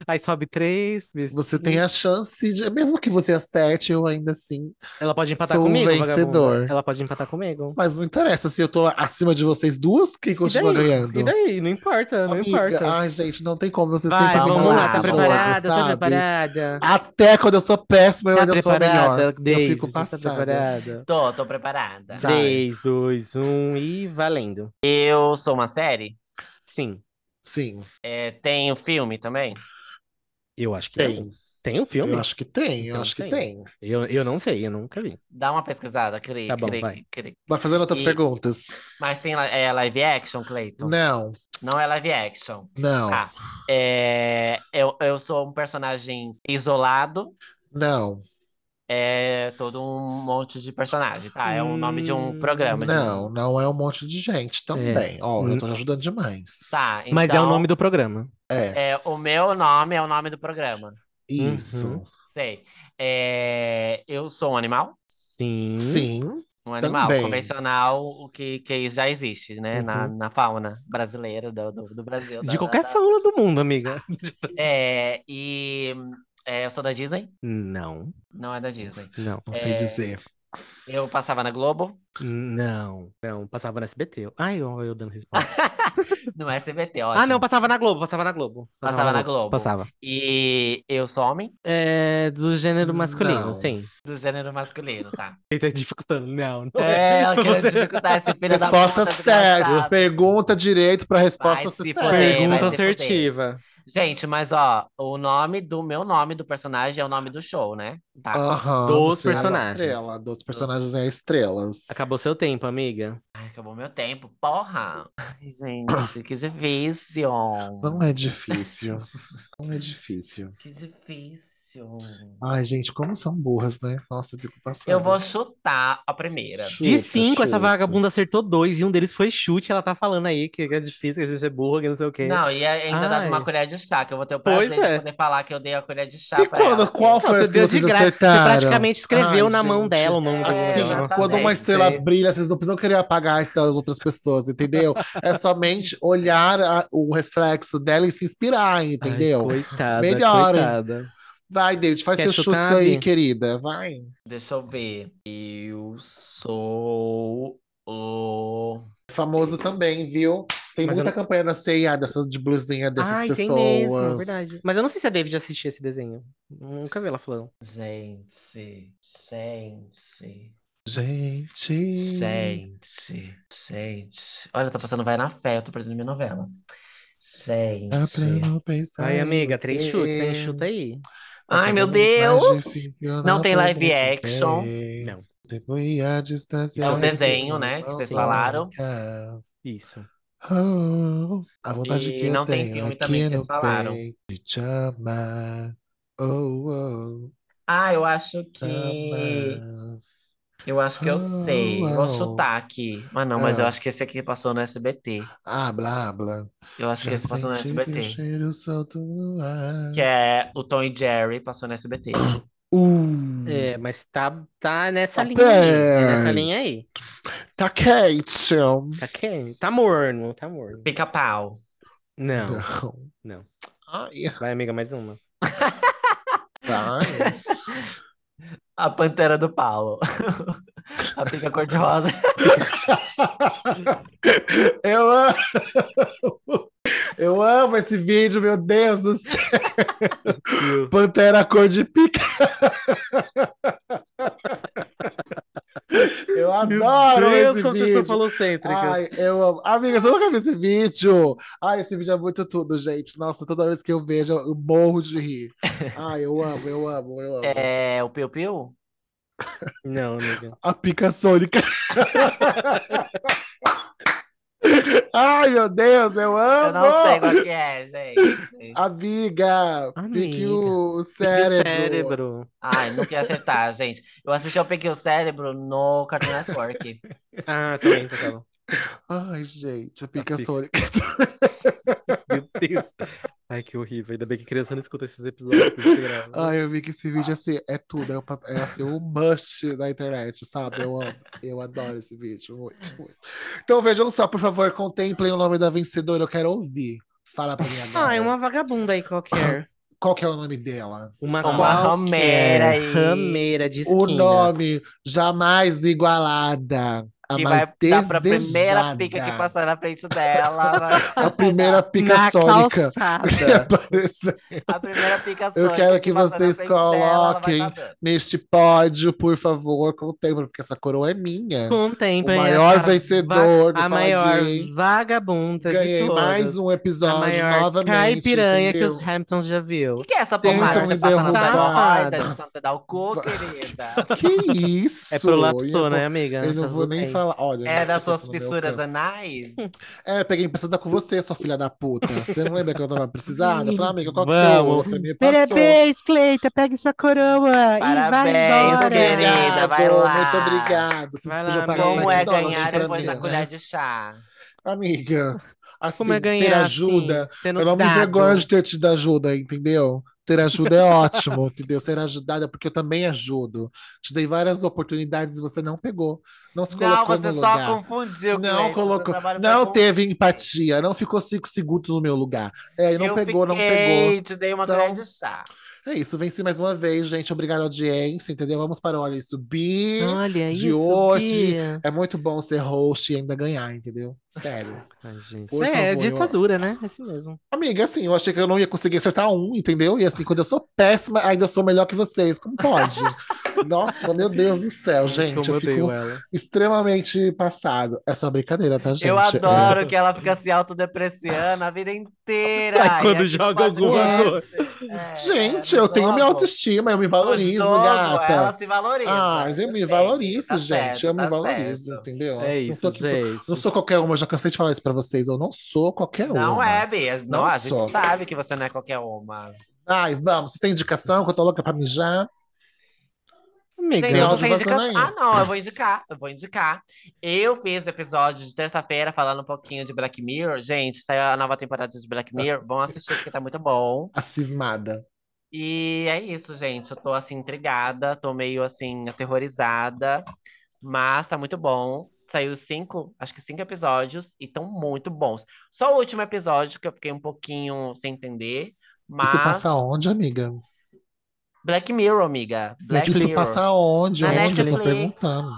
[SPEAKER 3] Aí sobe três. bis-
[SPEAKER 1] Você tem a chance de. Mesmo que você acerte, eu ainda assim.
[SPEAKER 3] Ela pode empatar
[SPEAKER 1] Sou o
[SPEAKER 3] comigo,
[SPEAKER 1] vencedor.
[SPEAKER 3] vagabunda. Ela pode empatar comigo.
[SPEAKER 1] Mas não interessa se eu tô acima de vocês duas, quem continua
[SPEAKER 3] e daí?
[SPEAKER 1] ganhando?
[SPEAKER 3] E daí? Não importa, não
[SPEAKER 1] Amiga,
[SPEAKER 3] importa.
[SPEAKER 1] Ai, gente, não tem como você
[SPEAKER 3] Vai,
[SPEAKER 1] sempre
[SPEAKER 3] vamos
[SPEAKER 1] ganhar
[SPEAKER 3] lá,
[SPEAKER 1] esse
[SPEAKER 3] tá
[SPEAKER 2] jogo,
[SPEAKER 3] preparada, tá
[SPEAKER 1] sabe?
[SPEAKER 3] preparada.
[SPEAKER 1] Até quando eu sou péssima, eu
[SPEAKER 3] Tá
[SPEAKER 1] ainda sou
[SPEAKER 3] preparada,
[SPEAKER 1] melhor.
[SPEAKER 3] Davis,
[SPEAKER 1] eu fico
[SPEAKER 3] tá
[SPEAKER 1] passada.
[SPEAKER 3] preparada.
[SPEAKER 2] Tô, tô preparada.
[SPEAKER 1] Vai.
[SPEAKER 3] 3, 2, 1 e valendo.
[SPEAKER 2] Eu sou uma série?
[SPEAKER 3] Sim,
[SPEAKER 1] Sim,
[SPEAKER 2] É, tem o filme também?
[SPEAKER 3] eu acho que
[SPEAKER 1] tem.
[SPEAKER 3] não. Tem um filme?
[SPEAKER 1] Eu acho que tem, eu
[SPEAKER 3] Então
[SPEAKER 1] acho que
[SPEAKER 3] tem.
[SPEAKER 1] tem.
[SPEAKER 3] Eu, eu não sei, eu nunca vi.
[SPEAKER 2] Dá uma pesquisada, cri,
[SPEAKER 3] Tá bom,
[SPEAKER 2] cri,
[SPEAKER 3] vai.
[SPEAKER 2] cri.
[SPEAKER 1] Vai fazendo outras
[SPEAKER 2] E-
[SPEAKER 1] perguntas.
[SPEAKER 2] Mas tem li- é, live action, Cleiton?
[SPEAKER 1] Não,
[SPEAKER 2] Não é live action.
[SPEAKER 1] não,
[SPEAKER 2] Tá. É, eu, eu sou um personagem isolado,
[SPEAKER 1] não,
[SPEAKER 2] é todo um monte de personagem, tá? É o nome de um
[SPEAKER 3] Hum,
[SPEAKER 2] programa. de um-
[SPEAKER 1] não, não é um monte de gente também. Ó,
[SPEAKER 3] Hum.
[SPEAKER 1] eu tô ajudando demais.
[SPEAKER 2] Tá, então,
[SPEAKER 3] Mas é o nome do programa.
[SPEAKER 1] É,
[SPEAKER 2] é, o meu nome é o nome do programa.
[SPEAKER 1] isso.
[SPEAKER 2] Sei. É, eu sou um animal?
[SPEAKER 3] Sim.
[SPEAKER 1] Sim,
[SPEAKER 2] Um animal
[SPEAKER 1] Também.
[SPEAKER 2] convencional, o que, que já existe, né? Na,
[SPEAKER 3] Uhum.
[SPEAKER 2] na fauna brasileira do, do, do Brasil.
[SPEAKER 3] De
[SPEAKER 2] da-
[SPEAKER 3] qualquer
[SPEAKER 2] da- da-
[SPEAKER 3] fauna do mundo, amiga.
[SPEAKER 2] É, e hum, é, eu sou da Disney?
[SPEAKER 3] Não,
[SPEAKER 2] Não é da Disney.
[SPEAKER 3] não.
[SPEAKER 1] não sei
[SPEAKER 2] É.
[SPEAKER 1] dizer.
[SPEAKER 2] Eu passava na Globo,
[SPEAKER 3] Não, não, passava no SBT. Ai, eu, eu dando resposta.
[SPEAKER 2] no SBT,
[SPEAKER 3] Ah, não,
[SPEAKER 2] ótimo.
[SPEAKER 3] passava na Globo, passava na Globo.
[SPEAKER 2] Passava na Globo.
[SPEAKER 3] Passava.
[SPEAKER 2] E eu sou homem
[SPEAKER 3] É, do gênero masculino,
[SPEAKER 1] Não.
[SPEAKER 3] sim.
[SPEAKER 2] do gênero masculino, tá?
[SPEAKER 3] Ele tá dificultando, não. não
[SPEAKER 2] É, eu
[SPEAKER 3] Foi
[SPEAKER 2] quero
[SPEAKER 3] você.
[SPEAKER 2] dificultar esse filho da
[SPEAKER 1] Resposta
[SPEAKER 2] puta,
[SPEAKER 1] certa.
[SPEAKER 2] desgraçado.
[SPEAKER 1] Pergunta direito pra resposta
[SPEAKER 2] Vai
[SPEAKER 1] ser
[SPEAKER 2] se
[SPEAKER 3] É,
[SPEAKER 1] certa.
[SPEAKER 2] fuder, vai
[SPEAKER 3] Pergunta
[SPEAKER 2] se fuder.
[SPEAKER 3] assertiva.
[SPEAKER 2] Gente, mas ó, o nome do meu nome do personagem é o nome do show, né? Tá.
[SPEAKER 3] Ah.
[SPEAKER 1] Aham,
[SPEAKER 3] Dos
[SPEAKER 1] você é a
[SPEAKER 3] personagens.
[SPEAKER 1] estrela. Dos personagens é estrelas.
[SPEAKER 3] Acabou seu tempo, amiga.
[SPEAKER 2] Ai, acabou meu tempo, porra. Ai, gente, que difícil.
[SPEAKER 1] Não é difícil. Não é difícil.
[SPEAKER 2] Que difícil.
[SPEAKER 1] Ai, gente, como são burras, né? Nossa, eu fico passando.
[SPEAKER 2] Eu vou chutar a primeira.
[SPEAKER 1] Chuta,
[SPEAKER 3] De cinco, essa
[SPEAKER 1] chuta.
[SPEAKER 3] vagabunda acertou dois e um deles foi chute. Ela tá falando aí que é difícil, que a gente é burro, que não sei o quê.
[SPEAKER 2] Não, e é ainda dado
[SPEAKER 3] Ai.
[SPEAKER 2] uma colher de chá, que eu vou ter o
[SPEAKER 3] Pois
[SPEAKER 2] prazer de
[SPEAKER 3] é.
[SPEAKER 2] poder falar que eu dei a colher de chá
[SPEAKER 1] E
[SPEAKER 2] Tá, pra
[SPEAKER 1] quando,
[SPEAKER 2] ela.
[SPEAKER 1] qual foi
[SPEAKER 3] Você
[SPEAKER 1] a que
[SPEAKER 3] deu de
[SPEAKER 1] vocês
[SPEAKER 3] graça. Você
[SPEAKER 1] acertaram?
[SPEAKER 3] praticamente escreveu
[SPEAKER 1] Ai,
[SPEAKER 3] na mão
[SPEAKER 1] gente.
[SPEAKER 3] dela o nome da
[SPEAKER 1] Assim,
[SPEAKER 3] pessoa.
[SPEAKER 2] exatamente.
[SPEAKER 1] quando uma estrela
[SPEAKER 2] Sim.
[SPEAKER 1] brilha, vocês não precisam querer apagar a estrela das outras pessoas, entendeu? É somente olhar a- o reflexo dela e se inspirar,
[SPEAKER 3] Ai,
[SPEAKER 1] entendeu?
[SPEAKER 3] coitada,
[SPEAKER 1] Melhora.
[SPEAKER 3] coitada.
[SPEAKER 1] Vai, David, faz
[SPEAKER 3] Quer
[SPEAKER 1] seus
[SPEAKER 3] chutar,
[SPEAKER 1] chutes aí,
[SPEAKER 3] Bi?
[SPEAKER 1] querida. Vai.
[SPEAKER 2] Deixa eu ver. Eu sou o.
[SPEAKER 1] Famoso também, viu? Tem
[SPEAKER 3] Mas eu
[SPEAKER 1] muita campanha da CIA dessas de blusinha dessas
[SPEAKER 3] Ai, tem mesmo, é
[SPEAKER 1] pessoas.
[SPEAKER 3] verdade. Mas eu não sei se a David assistia esse desenho. Nunca vi ela falando.
[SPEAKER 2] Gente, gente,
[SPEAKER 1] Gente.
[SPEAKER 2] gente, gente. Olha, tá passando Vai na Fé, eu tô perdendo minha novela. Gente.
[SPEAKER 1] Dá pra não pensar
[SPEAKER 3] Ai,
[SPEAKER 1] em
[SPEAKER 3] amiga, três
[SPEAKER 1] você.
[SPEAKER 3] chutes, hein? Chuta aí.
[SPEAKER 1] Tá
[SPEAKER 2] Ai, meu
[SPEAKER 1] cada vez mais né?
[SPEAKER 2] Deus!
[SPEAKER 1] difícil,
[SPEAKER 2] Não
[SPEAKER 1] dá
[SPEAKER 2] tem
[SPEAKER 1] pra
[SPEAKER 2] live
[SPEAKER 1] não
[SPEAKER 2] action.
[SPEAKER 1] ver.
[SPEAKER 3] Não.
[SPEAKER 1] Tempo e a distância. assim,
[SPEAKER 2] É
[SPEAKER 3] um
[SPEAKER 2] desenho, né, que vocês falaram.
[SPEAKER 1] marca.
[SPEAKER 3] Isso.
[SPEAKER 1] Oh, a vontade
[SPEAKER 2] E
[SPEAKER 1] que eu
[SPEAKER 2] não tem
[SPEAKER 1] tenho
[SPEAKER 2] filme
[SPEAKER 1] aqui
[SPEAKER 2] também que vocês
[SPEAKER 1] no
[SPEAKER 2] falaram.
[SPEAKER 1] peito de te amar. Oh, oh,
[SPEAKER 2] Ah, eu acho
[SPEAKER 1] te
[SPEAKER 2] que.
[SPEAKER 1] amar.
[SPEAKER 2] Eu acho que eu sei. Eu Vou
[SPEAKER 1] Oh, oh.
[SPEAKER 2] chutar aqui. Mas não, mas eu
[SPEAKER 1] Ah.
[SPEAKER 2] acho que esse aqui passou no SBT.
[SPEAKER 1] Ah, blá, blá.
[SPEAKER 2] Eu acho que
[SPEAKER 1] Já
[SPEAKER 2] esse passou no
[SPEAKER 1] senti teu
[SPEAKER 2] SBT.
[SPEAKER 1] cheiro solto no ar.
[SPEAKER 2] Que é o Tom e Jerry, passou no SBT.
[SPEAKER 1] Uh,
[SPEAKER 3] É, mas tá, tá nessa
[SPEAKER 1] Tá
[SPEAKER 3] linha aí. É nessa
[SPEAKER 1] bem.
[SPEAKER 3] linha aí.
[SPEAKER 1] tá quente.
[SPEAKER 3] Tá quente. Tá morno, tá morno.
[SPEAKER 2] Pica-pau.
[SPEAKER 3] Não. não.
[SPEAKER 1] Ai,
[SPEAKER 3] Vai, amiga, mais uma.
[SPEAKER 1] ai.
[SPEAKER 2] A Pantera do Paulo. A pica cor-de-rosa.
[SPEAKER 1] Eu amo. Eu amo esse vídeo, meu Deus do céu. Pantera cor de pica. Eu adoro
[SPEAKER 3] Deus,
[SPEAKER 1] esse
[SPEAKER 3] como tá vocês
[SPEAKER 1] vídeo.
[SPEAKER 3] são falocêntricas.
[SPEAKER 1] Ai, eu amo. Amiga, você nunca viu esse vídeo? Ai, esse vídeo é muito tudo, gente. Nossa, toda vez que eu vejo, eu morro de rir. Ai, eu amo, eu amo, eu amo.
[SPEAKER 2] É, o Piu Piu?
[SPEAKER 3] Não, amiga.
[SPEAKER 1] A pica sônica. Ai, meu Deus, eu
[SPEAKER 2] Eu
[SPEAKER 1] amo!
[SPEAKER 2] não sei qual que é, gente.
[SPEAKER 1] Amiga, pique
[SPEAKER 3] Amiga.
[SPEAKER 1] o, o
[SPEAKER 3] Que
[SPEAKER 1] cérebro.
[SPEAKER 3] cérebro.
[SPEAKER 2] Ai, não queria acertar, gente. Eu assisti ao Pique o Cérebro no Cartoon Network.
[SPEAKER 3] Ah, também, tá bom.
[SPEAKER 1] Ai, gente, a pica
[SPEAKER 3] A pica.
[SPEAKER 1] sônica.
[SPEAKER 3] Meu Deus. Ai, que horrível. Ainda bem que criança não escuta esses episódios que a gente grava.
[SPEAKER 1] Ai, eu vi que esse vídeo assim, é tudo, é, o pa- é assim, o must da internet, sabe? Eu amo, eu adoro esse vídeo, muito, muito. Então vejam só, por favor, contemplem o nome da vencedora, eu quero ouvir. Fala pra mim agora.
[SPEAKER 3] Ah, é uma vagabunda aí qualquer.
[SPEAKER 1] Qual que é o nome dela?
[SPEAKER 3] Uma,
[SPEAKER 1] Fala.
[SPEAKER 2] Uma rameira
[SPEAKER 3] qualquer
[SPEAKER 2] aí.
[SPEAKER 3] rameira de esquina.
[SPEAKER 1] O nome jamais igualada, a
[SPEAKER 2] Que vai
[SPEAKER 1] mais
[SPEAKER 2] dar pra primeira
[SPEAKER 1] desejada.
[SPEAKER 2] pica que passar na frente dela. vai-
[SPEAKER 1] A primeira pica
[SPEAKER 3] Na
[SPEAKER 1] sônica. Que
[SPEAKER 3] calçada.
[SPEAKER 1] apareceu.
[SPEAKER 2] A primeira pica
[SPEAKER 1] Eu
[SPEAKER 2] sônica
[SPEAKER 1] quero que
[SPEAKER 2] passar na
[SPEAKER 1] vocês
[SPEAKER 2] frente dela, ela vai
[SPEAKER 1] coloquem
[SPEAKER 2] tá dando.
[SPEAKER 1] neste pódio, por favor, contempla, porque essa coroa é minha.
[SPEAKER 3] Contempla
[SPEAKER 1] O maior
[SPEAKER 3] é essa va-
[SPEAKER 1] vencedor do
[SPEAKER 3] a
[SPEAKER 1] Fala
[SPEAKER 3] maior
[SPEAKER 1] Gay.
[SPEAKER 3] vagabunda de
[SPEAKER 1] Ganhei
[SPEAKER 3] todas.
[SPEAKER 1] mais um
[SPEAKER 3] a
[SPEAKER 1] episódio
[SPEAKER 3] maior
[SPEAKER 1] novamente.
[SPEAKER 3] caipiranha
[SPEAKER 1] entendeu?
[SPEAKER 3] que os Hamptons já
[SPEAKER 2] O
[SPEAKER 3] viu.
[SPEAKER 2] que, que é essa
[SPEAKER 1] Tentam
[SPEAKER 2] pomada que
[SPEAKER 1] me
[SPEAKER 2] você passa na sua
[SPEAKER 3] derrubar.
[SPEAKER 2] hemorroida quando você dá o cu, querida?
[SPEAKER 1] Que isso?
[SPEAKER 3] É
[SPEAKER 1] Eu
[SPEAKER 3] prolapsou,
[SPEAKER 1] não-
[SPEAKER 3] né, amiga?
[SPEAKER 1] Eu não
[SPEAKER 3] Essas
[SPEAKER 1] vou nem
[SPEAKER 3] tem.
[SPEAKER 1] falar. Olha, já
[SPEAKER 2] É das
[SPEAKER 1] fica
[SPEAKER 2] suas
[SPEAKER 1] no meu
[SPEAKER 2] fissuras
[SPEAKER 1] canto.
[SPEAKER 2] anais?
[SPEAKER 1] É, peguei emprestado com você, sua filha da puta. Você não lembra que eu tava precisada? Eu falei, amiga, qual que
[SPEAKER 3] Vamos.
[SPEAKER 1] Você me passou.
[SPEAKER 3] Parabéns, Cleita, pegue sua coroa
[SPEAKER 2] Parabéns,
[SPEAKER 3] e vai embora.
[SPEAKER 2] querida. vai
[SPEAKER 1] Obrigado,
[SPEAKER 2] lá.
[SPEAKER 1] Muito obrigado. Vocês
[SPEAKER 3] Vai lá,
[SPEAKER 1] podiam pagar
[SPEAKER 3] amiga.
[SPEAKER 2] Como é
[SPEAKER 1] McDonald's
[SPEAKER 2] ganhar
[SPEAKER 1] pra
[SPEAKER 2] depois
[SPEAKER 1] mim,
[SPEAKER 2] da
[SPEAKER 1] né?
[SPEAKER 2] colher de chá?
[SPEAKER 1] Amiga, assim,
[SPEAKER 3] Como
[SPEAKER 1] ter
[SPEAKER 3] é ganhar
[SPEAKER 1] ajuda.
[SPEAKER 3] assim, sendo
[SPEAKER 1] Eu não me
[SPEAKER 3] dado?
[SPEAKER 1] envergonho de ter te dado ajuda, entendeu? Ter ajuda é ótimo, entendeu? Ser ajudada, porque eu também ajudo. Te dei várias oportunidades e você não pegou. Não se
[SPEAKER 2] Não,
[SPEAKER 1] colocou
[SPEAKER 2] você
[SPEAKER 1] no
[SPEAKER 2] só
[SPEAKER 1] lugar.
[SPEAKER 2] confundiu,
[SPEAKER 1] Não
[SPEAKER 2] Cleiton. Seu
[SPEAKER 1] colocou,
[SPEAKER 2] trabalho foi
[SPEAKER 1] não
[SPEAKER 2] confuso.
[SPEAKER 1] teve empatia, não ficou cinco segundos no meu lugar. É, e não
[SPEAKER 2] Eu
[SPEAKER 1] pegou, não
[SPEAKER 2] fiquei,
[SPEAKER 1] pegou.
[SPEAKER 2] te dei uma
[SPEAKER 1] Então-
[SPEAKER 2] colher de chá.
[SPEAKER 1] É isso, venci mais uma vez, gente. Obrigado, audiência, entendeu? Vamos para o Olha e Subir.
[SPEAKER 3] Olha
[SPEAKER 1] de
[SPEAKER 3] isso,
[SPEAKER 1] hoje.
[SPEAKER 3] Bia.
[SPEAKER 1] É muito bom ser host e ainda ganhar, entendeu? Sério.
[SPEAKER 3] Ai, gente.
[SPEAKER 1] Por
[SPEAKER 3] é,
[SPEAKER 1] favor, eu-
[SPEAKER 3] ditadura, né? É assim mesmo.
[SPEAKER 1] Amiga, assim, eu achei que eu não ia conseguir acertar um, entendeu? E assim, quando eu sou péssima, ainda sou melhor que vocês. Como pode? Nossa, meu Deus do céu, gente.
[SPEAKER 3] Como
[SPEAKER 1] eu
[SPEAKER 3] eu
[SPEAKER 1] fico
[SPEAKER 3] odeio é. ela.
[SPEAKER 1] extremamente passado. É só brincadeira, tá, gente?
[SPEAKER 2] Eu
[SPEAKER 1] É-
[SPEAKER 2] adoro que ela fica se autodepreciando a vida inteira.
[SPEAKER 3] Ai, quando
[SPEAKER 2] E aqui
[SPEAKER 3] joga
[SPEAKER 2] no
[SPEAKER 3] alguma
[SPEAKER 2] podcast, é,
[SPEAKER 1] Gente,
[SPEAKER 2] no
[SPEAKER 1] eu tenho minha
[SPEAKER 2] jogo,
[SPEAKER 1] autoestima, eu me
[SPEAKER 2] no
[SPEAKER 1] valorizo,
[SPEAKER 2] jogo,
[SPEAKER 1] gata.
[SPEAKER 2] Ela se valoriza.
[SPEAKER 1] Ah, eu
[SPEAKER 2] Eu
[SPEAKER 1] me
[SPEAKER 2] sei,
[SPEAKER 1] valorizo,
[SPEAKER 2] tá
[SPEAKER 1] gente.
[SPEAKER 2] certo,
[SPEAKER 1] eu me
[SPEAKER 2] tá
[SPEAKER 1] valorizo,
[SPEAKER 2] certo.
[SPEAKER 1] entendeu?
[SPEAKER 3] É
[SPEAKER 1] não sou
[SPEAKER 3] isso,
[SPEAKER 1] aqui pra-
[SPEAKER 3] gente.
[SPEAKER 1] não sou qualquer uma, já cansei de falar isso pra vocês. Eu não sou qualquer um.
[SPEAKER 2] Não
[SPEAKER 1] uma.
[SPEAKER 2] é, Bia. Não,
[SPEAKER 1] Não
[SPEAKER 2] a gente
[SPEAKER 1] sou.
[SPEAKER 2] sabe que você não é qualquer uma.
[SPEAKER 1] Ai, vamos, vocês têm indicação que eu tô louca pra mijar?
[SPEAKER 3] Amiga,
[SPEAKER 2] Gente, eu não
[SPEAKER 1] áudio
[SPEAKER 2] sei indicar.
[SPEAKER 1] vazando aí.
[SPEAKER 2] Ah, não, eu vou indicar. Eu vou indicar. Eu fiz episódio de terça-feira falando um pouquinho de Black Mirror. Gente, saiu a nova temporada de Black Mirror. Vão assistir porque tá muito bom.
[SPEAKER 1] A cismada.
[SPEAKER 2] E é isso, gente. Eu tô assim intrigada, tô meio assim aterrorizada, mas tá muito bom. Saiu cinco, acho que cinco episódios e tão muito bons. Só o último episódio que eu fiquei um pouquinho sem entender,
[SPEAKER 1] Isso
[SPEAKER 2] mas
[SPEAKER 1] passa onde, amiga?
[SPEAKER 2] Black Mirror, amiga. Black
[SPEAKER 1] Isso
[SPEAKER 2] Mirror.
[SPEAKER 1] passa onde?
[SPEAKER 2] Na
[SPEAKER 1] onde? Eu tô
[SPEAKER 2] Netflix.
[SPEAKER 1] perguntando.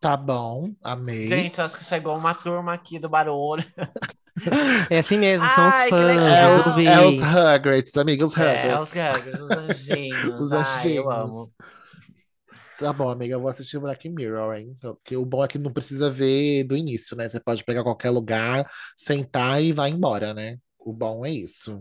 [SPEAKER 1] Tá bom, amei.
[SPEAKER 2] Gente, acho que chegou uma turma aqui do barulho.
[SPEAKER 3] é assim mesmo, são os
[SPEAKER 2] Ai, que
[SPEAKER 3] fãs.
[SPEAKER 2] legal.
[SPEAKER 1] é,
[SPEAKER 3] eu
[SPEAKER 1] os,
[SPEAKER 3] vi.
[SPEAKER 1] é os Rugrats, amiga, os
[SPEAKER 2] É, os
[SPEAKER 1] Rugrats.
[SPEAKER 2] gags, os anjinhos.
[SPEAKER 1] Os
[SPEAKER 2] Ai, eu
[SPEAKER 1] anjinhos.
[SPEAKER 2] amo.
[SPEAKER 1] Tá bom, amiga, eu vou assistir Black Mirror, hein? Porque o bom é que não precisa ver do início, né? Você pode pegar qualquer lugar, sentar e vai embora, né? O bom é isso.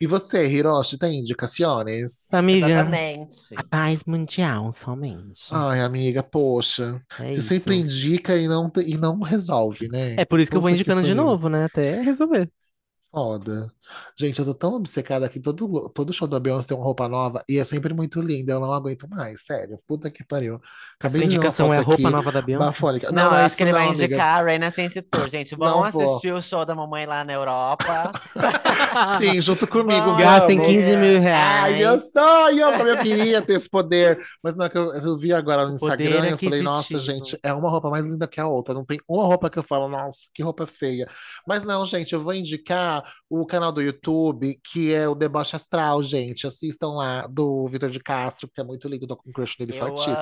[SPEAKER 1] E você, Hiroshi, tem indicações?
[SPEAKER 2] Tá.
[SPEAKER 3] Amiga,
[SPEAKER 2] Exatamente.
[SPEAKER 3] a paz mundial somente.
[SPEAKER 1] Ai, amiga, poxa.
[SPEAKER 3] é
[SPEAKER 1] Ah, Você
[SPEAKER 3] isso.
[SPEAKER 1] sempre indica e não, e não resolve, né?
[SPEAKER 3] É por isso que eu vou
[SPEAKER 1] Puta que
[SPEAKER 3] indicando de
[SPEAKER 1] pariu.
[SPEAKER 3] novo, né? Até resolver.
[SPEAKER 1] Foda. Gente, eu tô tão obcecada aqui. Todo, todo show da Beyoncé tem uma roupa nova e é sempre muito linda. Eu não aguento mais, sério. Puta que pariu.
[SPEAKER 3] A
[SPEAKER 1] Acabei
[SPEAKER 3] sua
[SPEAKER 1] de ver uma
[SPEAKER 3] indicação é a
[SPEAKER 1] foto
[SPEAKER 3] roupa
[SPEAKER 1] aqui.
[SPEAKER 3] nova da Beyoncé?
[SPEAKER 1] Bafônica.
[SPEAKER 2] Não,
[SPEAKER 1] Não, não
[SPEAKER 2] eu
[SPEAKER 1] é
[SPEAKER 2] acho que
[SPEAKER 1] isso
[SPEAKER 2] ele vai
[SPEAKER 1] não, amiga.
[SPEAKER 2] indicar a Renaissance Tour, gente. Vão
[SPEAKER 1] Não vou.
[SPEAKER 2] assistir o show da mamãe lá na Europa.
[SPEAKER 1] Sim, junto comigo,
[SPEAKER 3] Gastem
[SPEAKER 1] vamos.
[SPEAKER 3] 15 mil
[SPEAKER 1] Ai, meu
[SPEAKER 3] reais.
[SPEAKER 1] sonho! Como eu queria ter esse poder. Mas não, é que eu, eu vi agora no
[SPEAKER 3] Poder
[SPEAKER 1] Instagram e eu falei,
[SPEAKER 3] aquisitivo.
[SPEAKER 1] nossa, gente, é uma roupa mais linda que a outra. Não tem uma roupa que eu falo, nossa, que roupa feia. Mas não, gente, eu vou indicar o canal do YouTube, que é o Deboche Astral, gente. Assistam lá, do Vitor de Castro, que é muito lindo, eu tô com um crush nele
[SPEAKER 2] Eu
[SPEAKER 1] fortíssimo.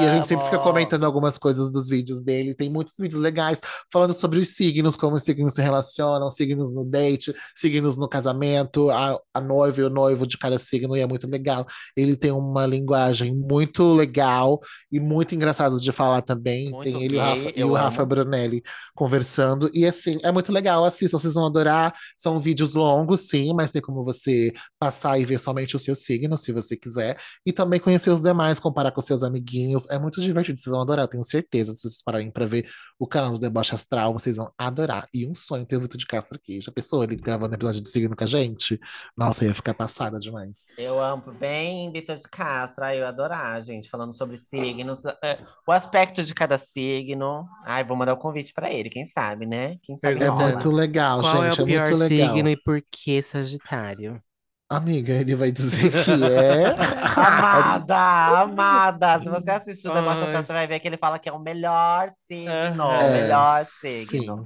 [SPEAKER 1] E a gente sempre fica
[SPEAKER 2] amo.
[SPEAKER 1] comentando algumas coisas dos vídeos dele. Tem muitos vídeos legais falando sobre os signos, como os signos se relacionam, signos no date, signos no casamento, a, a noiva e o noivo de cada signo, e é muito legal. Ele tem uma linguagem muito legal e muito engraçada de falar também.
[SPEAKER 2] Muito
[SPEAKER 1] tem ele e o
[SPEAKER 2] gay,
[SPEAKER 1] Rafa, e
[SPEAKER 2] eu
[SPEAKER 1] o Rafa
[SPEAKER 2] amo.
[SPEAKER 1] Brunelli conversando. E assim, é muito legal. Assistam, vocês vão adorar. São vídeos longos, sim, mas tem como você passar e ver somente o seu signo, se você quiser. E também conhecer os demais, comparar com seus amiguinhos. É muito divertido, vocês vão adorar, eu tenho certeza. Se vocês pararem pra ver o canal do Deboche Astral, vocês vão adorar. E um sonho ter o Vitor de Castro aqui. Já pensou ele gravando episódio de signo com a gente? Nossa, eu ia ficar passada demais.
[SPEAKER 2] Eu amo bem Vitor de Castro. Ai, eu ia adorar, gente, falando sobre signos, é, o aspecto de cada signo. Ai, vou mandar o convite pra ele, quem sabe, né? Quem sabe
[SPEAKER 1] É
[SPEAKER 3] Pergunta.
[SPEAKER 2] rola.
[SPEAKER 1] muito legal,
[SPEAKER 3] Qual é
[SPEAKER 1] gente.
[SPEAKER 3] o
[SPEAKER 1] É
[SPEAKER 3] pior
[SPEAKER 1] muito legal.
[SPEAKER 3] signo e por que Sagitário?
[SPEAKER 1] Amiga, ele vai dizer que é.
[SPEAKER 2] Amada, amada. Se você assistir o Deboche
[SPEAKER 3] Ai.
[SPEAKER 2] Astral, você vai ver que ele fala que é o melhor signo,
[SPEAKER 3] Aham.
[SPEAKER 2] o melhor
[SPEAKER 1] É. Sim.
[SPEAKER 2] signo.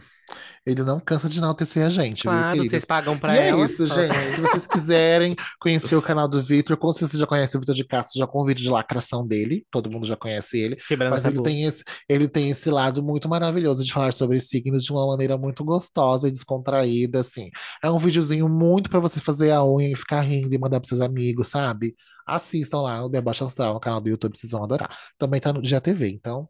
[SPEAKER 1] Ele não cansa de enaltecer a gente, viu,
[SPEAKER 3] Claro,
[SPEAKER 1] queridos?
[SPEAKER 3] vocês pagam pra
[SPEAKER 1] E é
[SPEAKER 3] ela.
[SPEAKER 1] isso, gente. Se vocês quiserem conhecer o canal do Vitor, como vocês já conhecem o Vitor de Castro, já com o vídeo de lacração dele, todo mundo já conhece ele,
[SPEAKER 3] Quebrando
[SPEAKER 1] mas ele
[SPEAKER 3] tabu.
[SPEAKER 1] tem esse, ele tem esse lado muito maravilhoso de falar sobre signos de uma maneira muito gostosa e descontraída, assim. É um videozinho muito pra você fazer a unha e ficar rindo e mandar pros seus amigos, sabe? Assistam lá o Deboche Astral, no canal do YouTube, vocês vão adorar. Também tá no Dia TV, então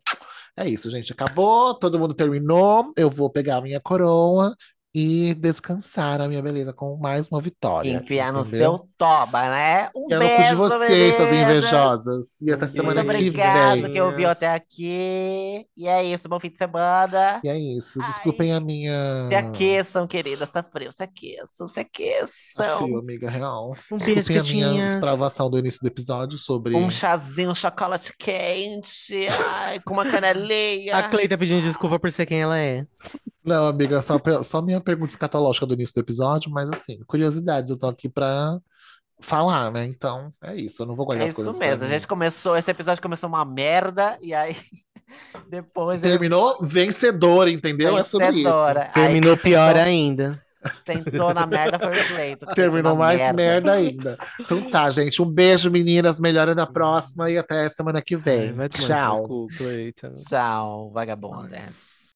[SPEAKER 1] é isso, gente. Acabou, todo mundo terminou. Eu vou pegar a minha coroa e descansar a minha beleza com mais uma vitória.
[SPEAKER 2] Enfiar no
[SPEAKER 1] entendeu?
[SPEAKER 2] seu toba, né? Um
[SPEAKER 1] Eu no cu
[SPEAKER 2] beijo,
[SPEAKER 1] de vocês, suas invejosas. E até
[SPEAKER 3] Um
[SPEAKER 1] semana
[SPEAKER 2] Muito
[SPEAKER 3] beijo.
[SPEAKER 1] que
[SPEAKER 2] obrigado
[SPEAKER 1] vem.
[SPEAKER 2] que ouviu até aqui. E é isso, bom fim de semana.
[SPEAKER 1] E é isso.
[SPEAKER 2] Ai.
[SPEAKER 1] Desculpem a minha.
[SPEAKER 2] Se aqueçam, queridas, tá frio. Se aqueçam, se aqueçam.
[SPEAKER 1] Fio, amiga real.
[SPEAKER 3] Um beijo,
[SPEAKER 1] Desculpem a minha
[SPEAKER 3] gatinhas.
[SPEAKER 1] expravação do início do episódio sobre.
[SPEAKER 2] Um chazinho, um chocolate quente, ai, com uma
[SPEAKER 1] Tá
[SPEAKER 2] canelinha.
[SPEAKER 3] A Cleita pedindo desculpa por ser quem ela é.
[SPEAKER 1] Não, amiga, só, pe- só minha pergunta escatológica do início do episódio, mas assim, curiosidades, eu tô aqui pra falar, né? Então, é isso. Eu não vou guardar
[SPEAKER 2] É
[SPEAKER 1] as coisas
[SPEAKER 2] isso
[SPEAKER 1] pra
[SPEAKER 2] mesmo. A
[SPEAKER 1] mim.
[SPEAKER 2] gente começou, esse episódio começou uma merda, e aí depois ele
[SPEAKER 1] Terminou vencedor, entendeu? É sobre isso.
[SPEAKER 2] vencedora. Aí,
[SPEAKER 3] Terminou
[SPEAKER 2] quem
[SPEAKER 3] pior
[SPEAKER 1] então. né?
[SPEAKER 2] ficou-
[SPEAKER 3] ainda.
[SPEAKER 2] Sentou na merda, foi pleito.
[SPEAKER 1] Terminou mais merda ainda. Então tá, gente. Um beijo, meninas. Melhora na próxima e até semana que vem.
[SPEAKER 3] Vai tomar no seu
[SPEAKER 1] Tchau.
[SPEAKER 3] cu, Cleiton.
[SPEAKER 2] Tchau, vagabundas.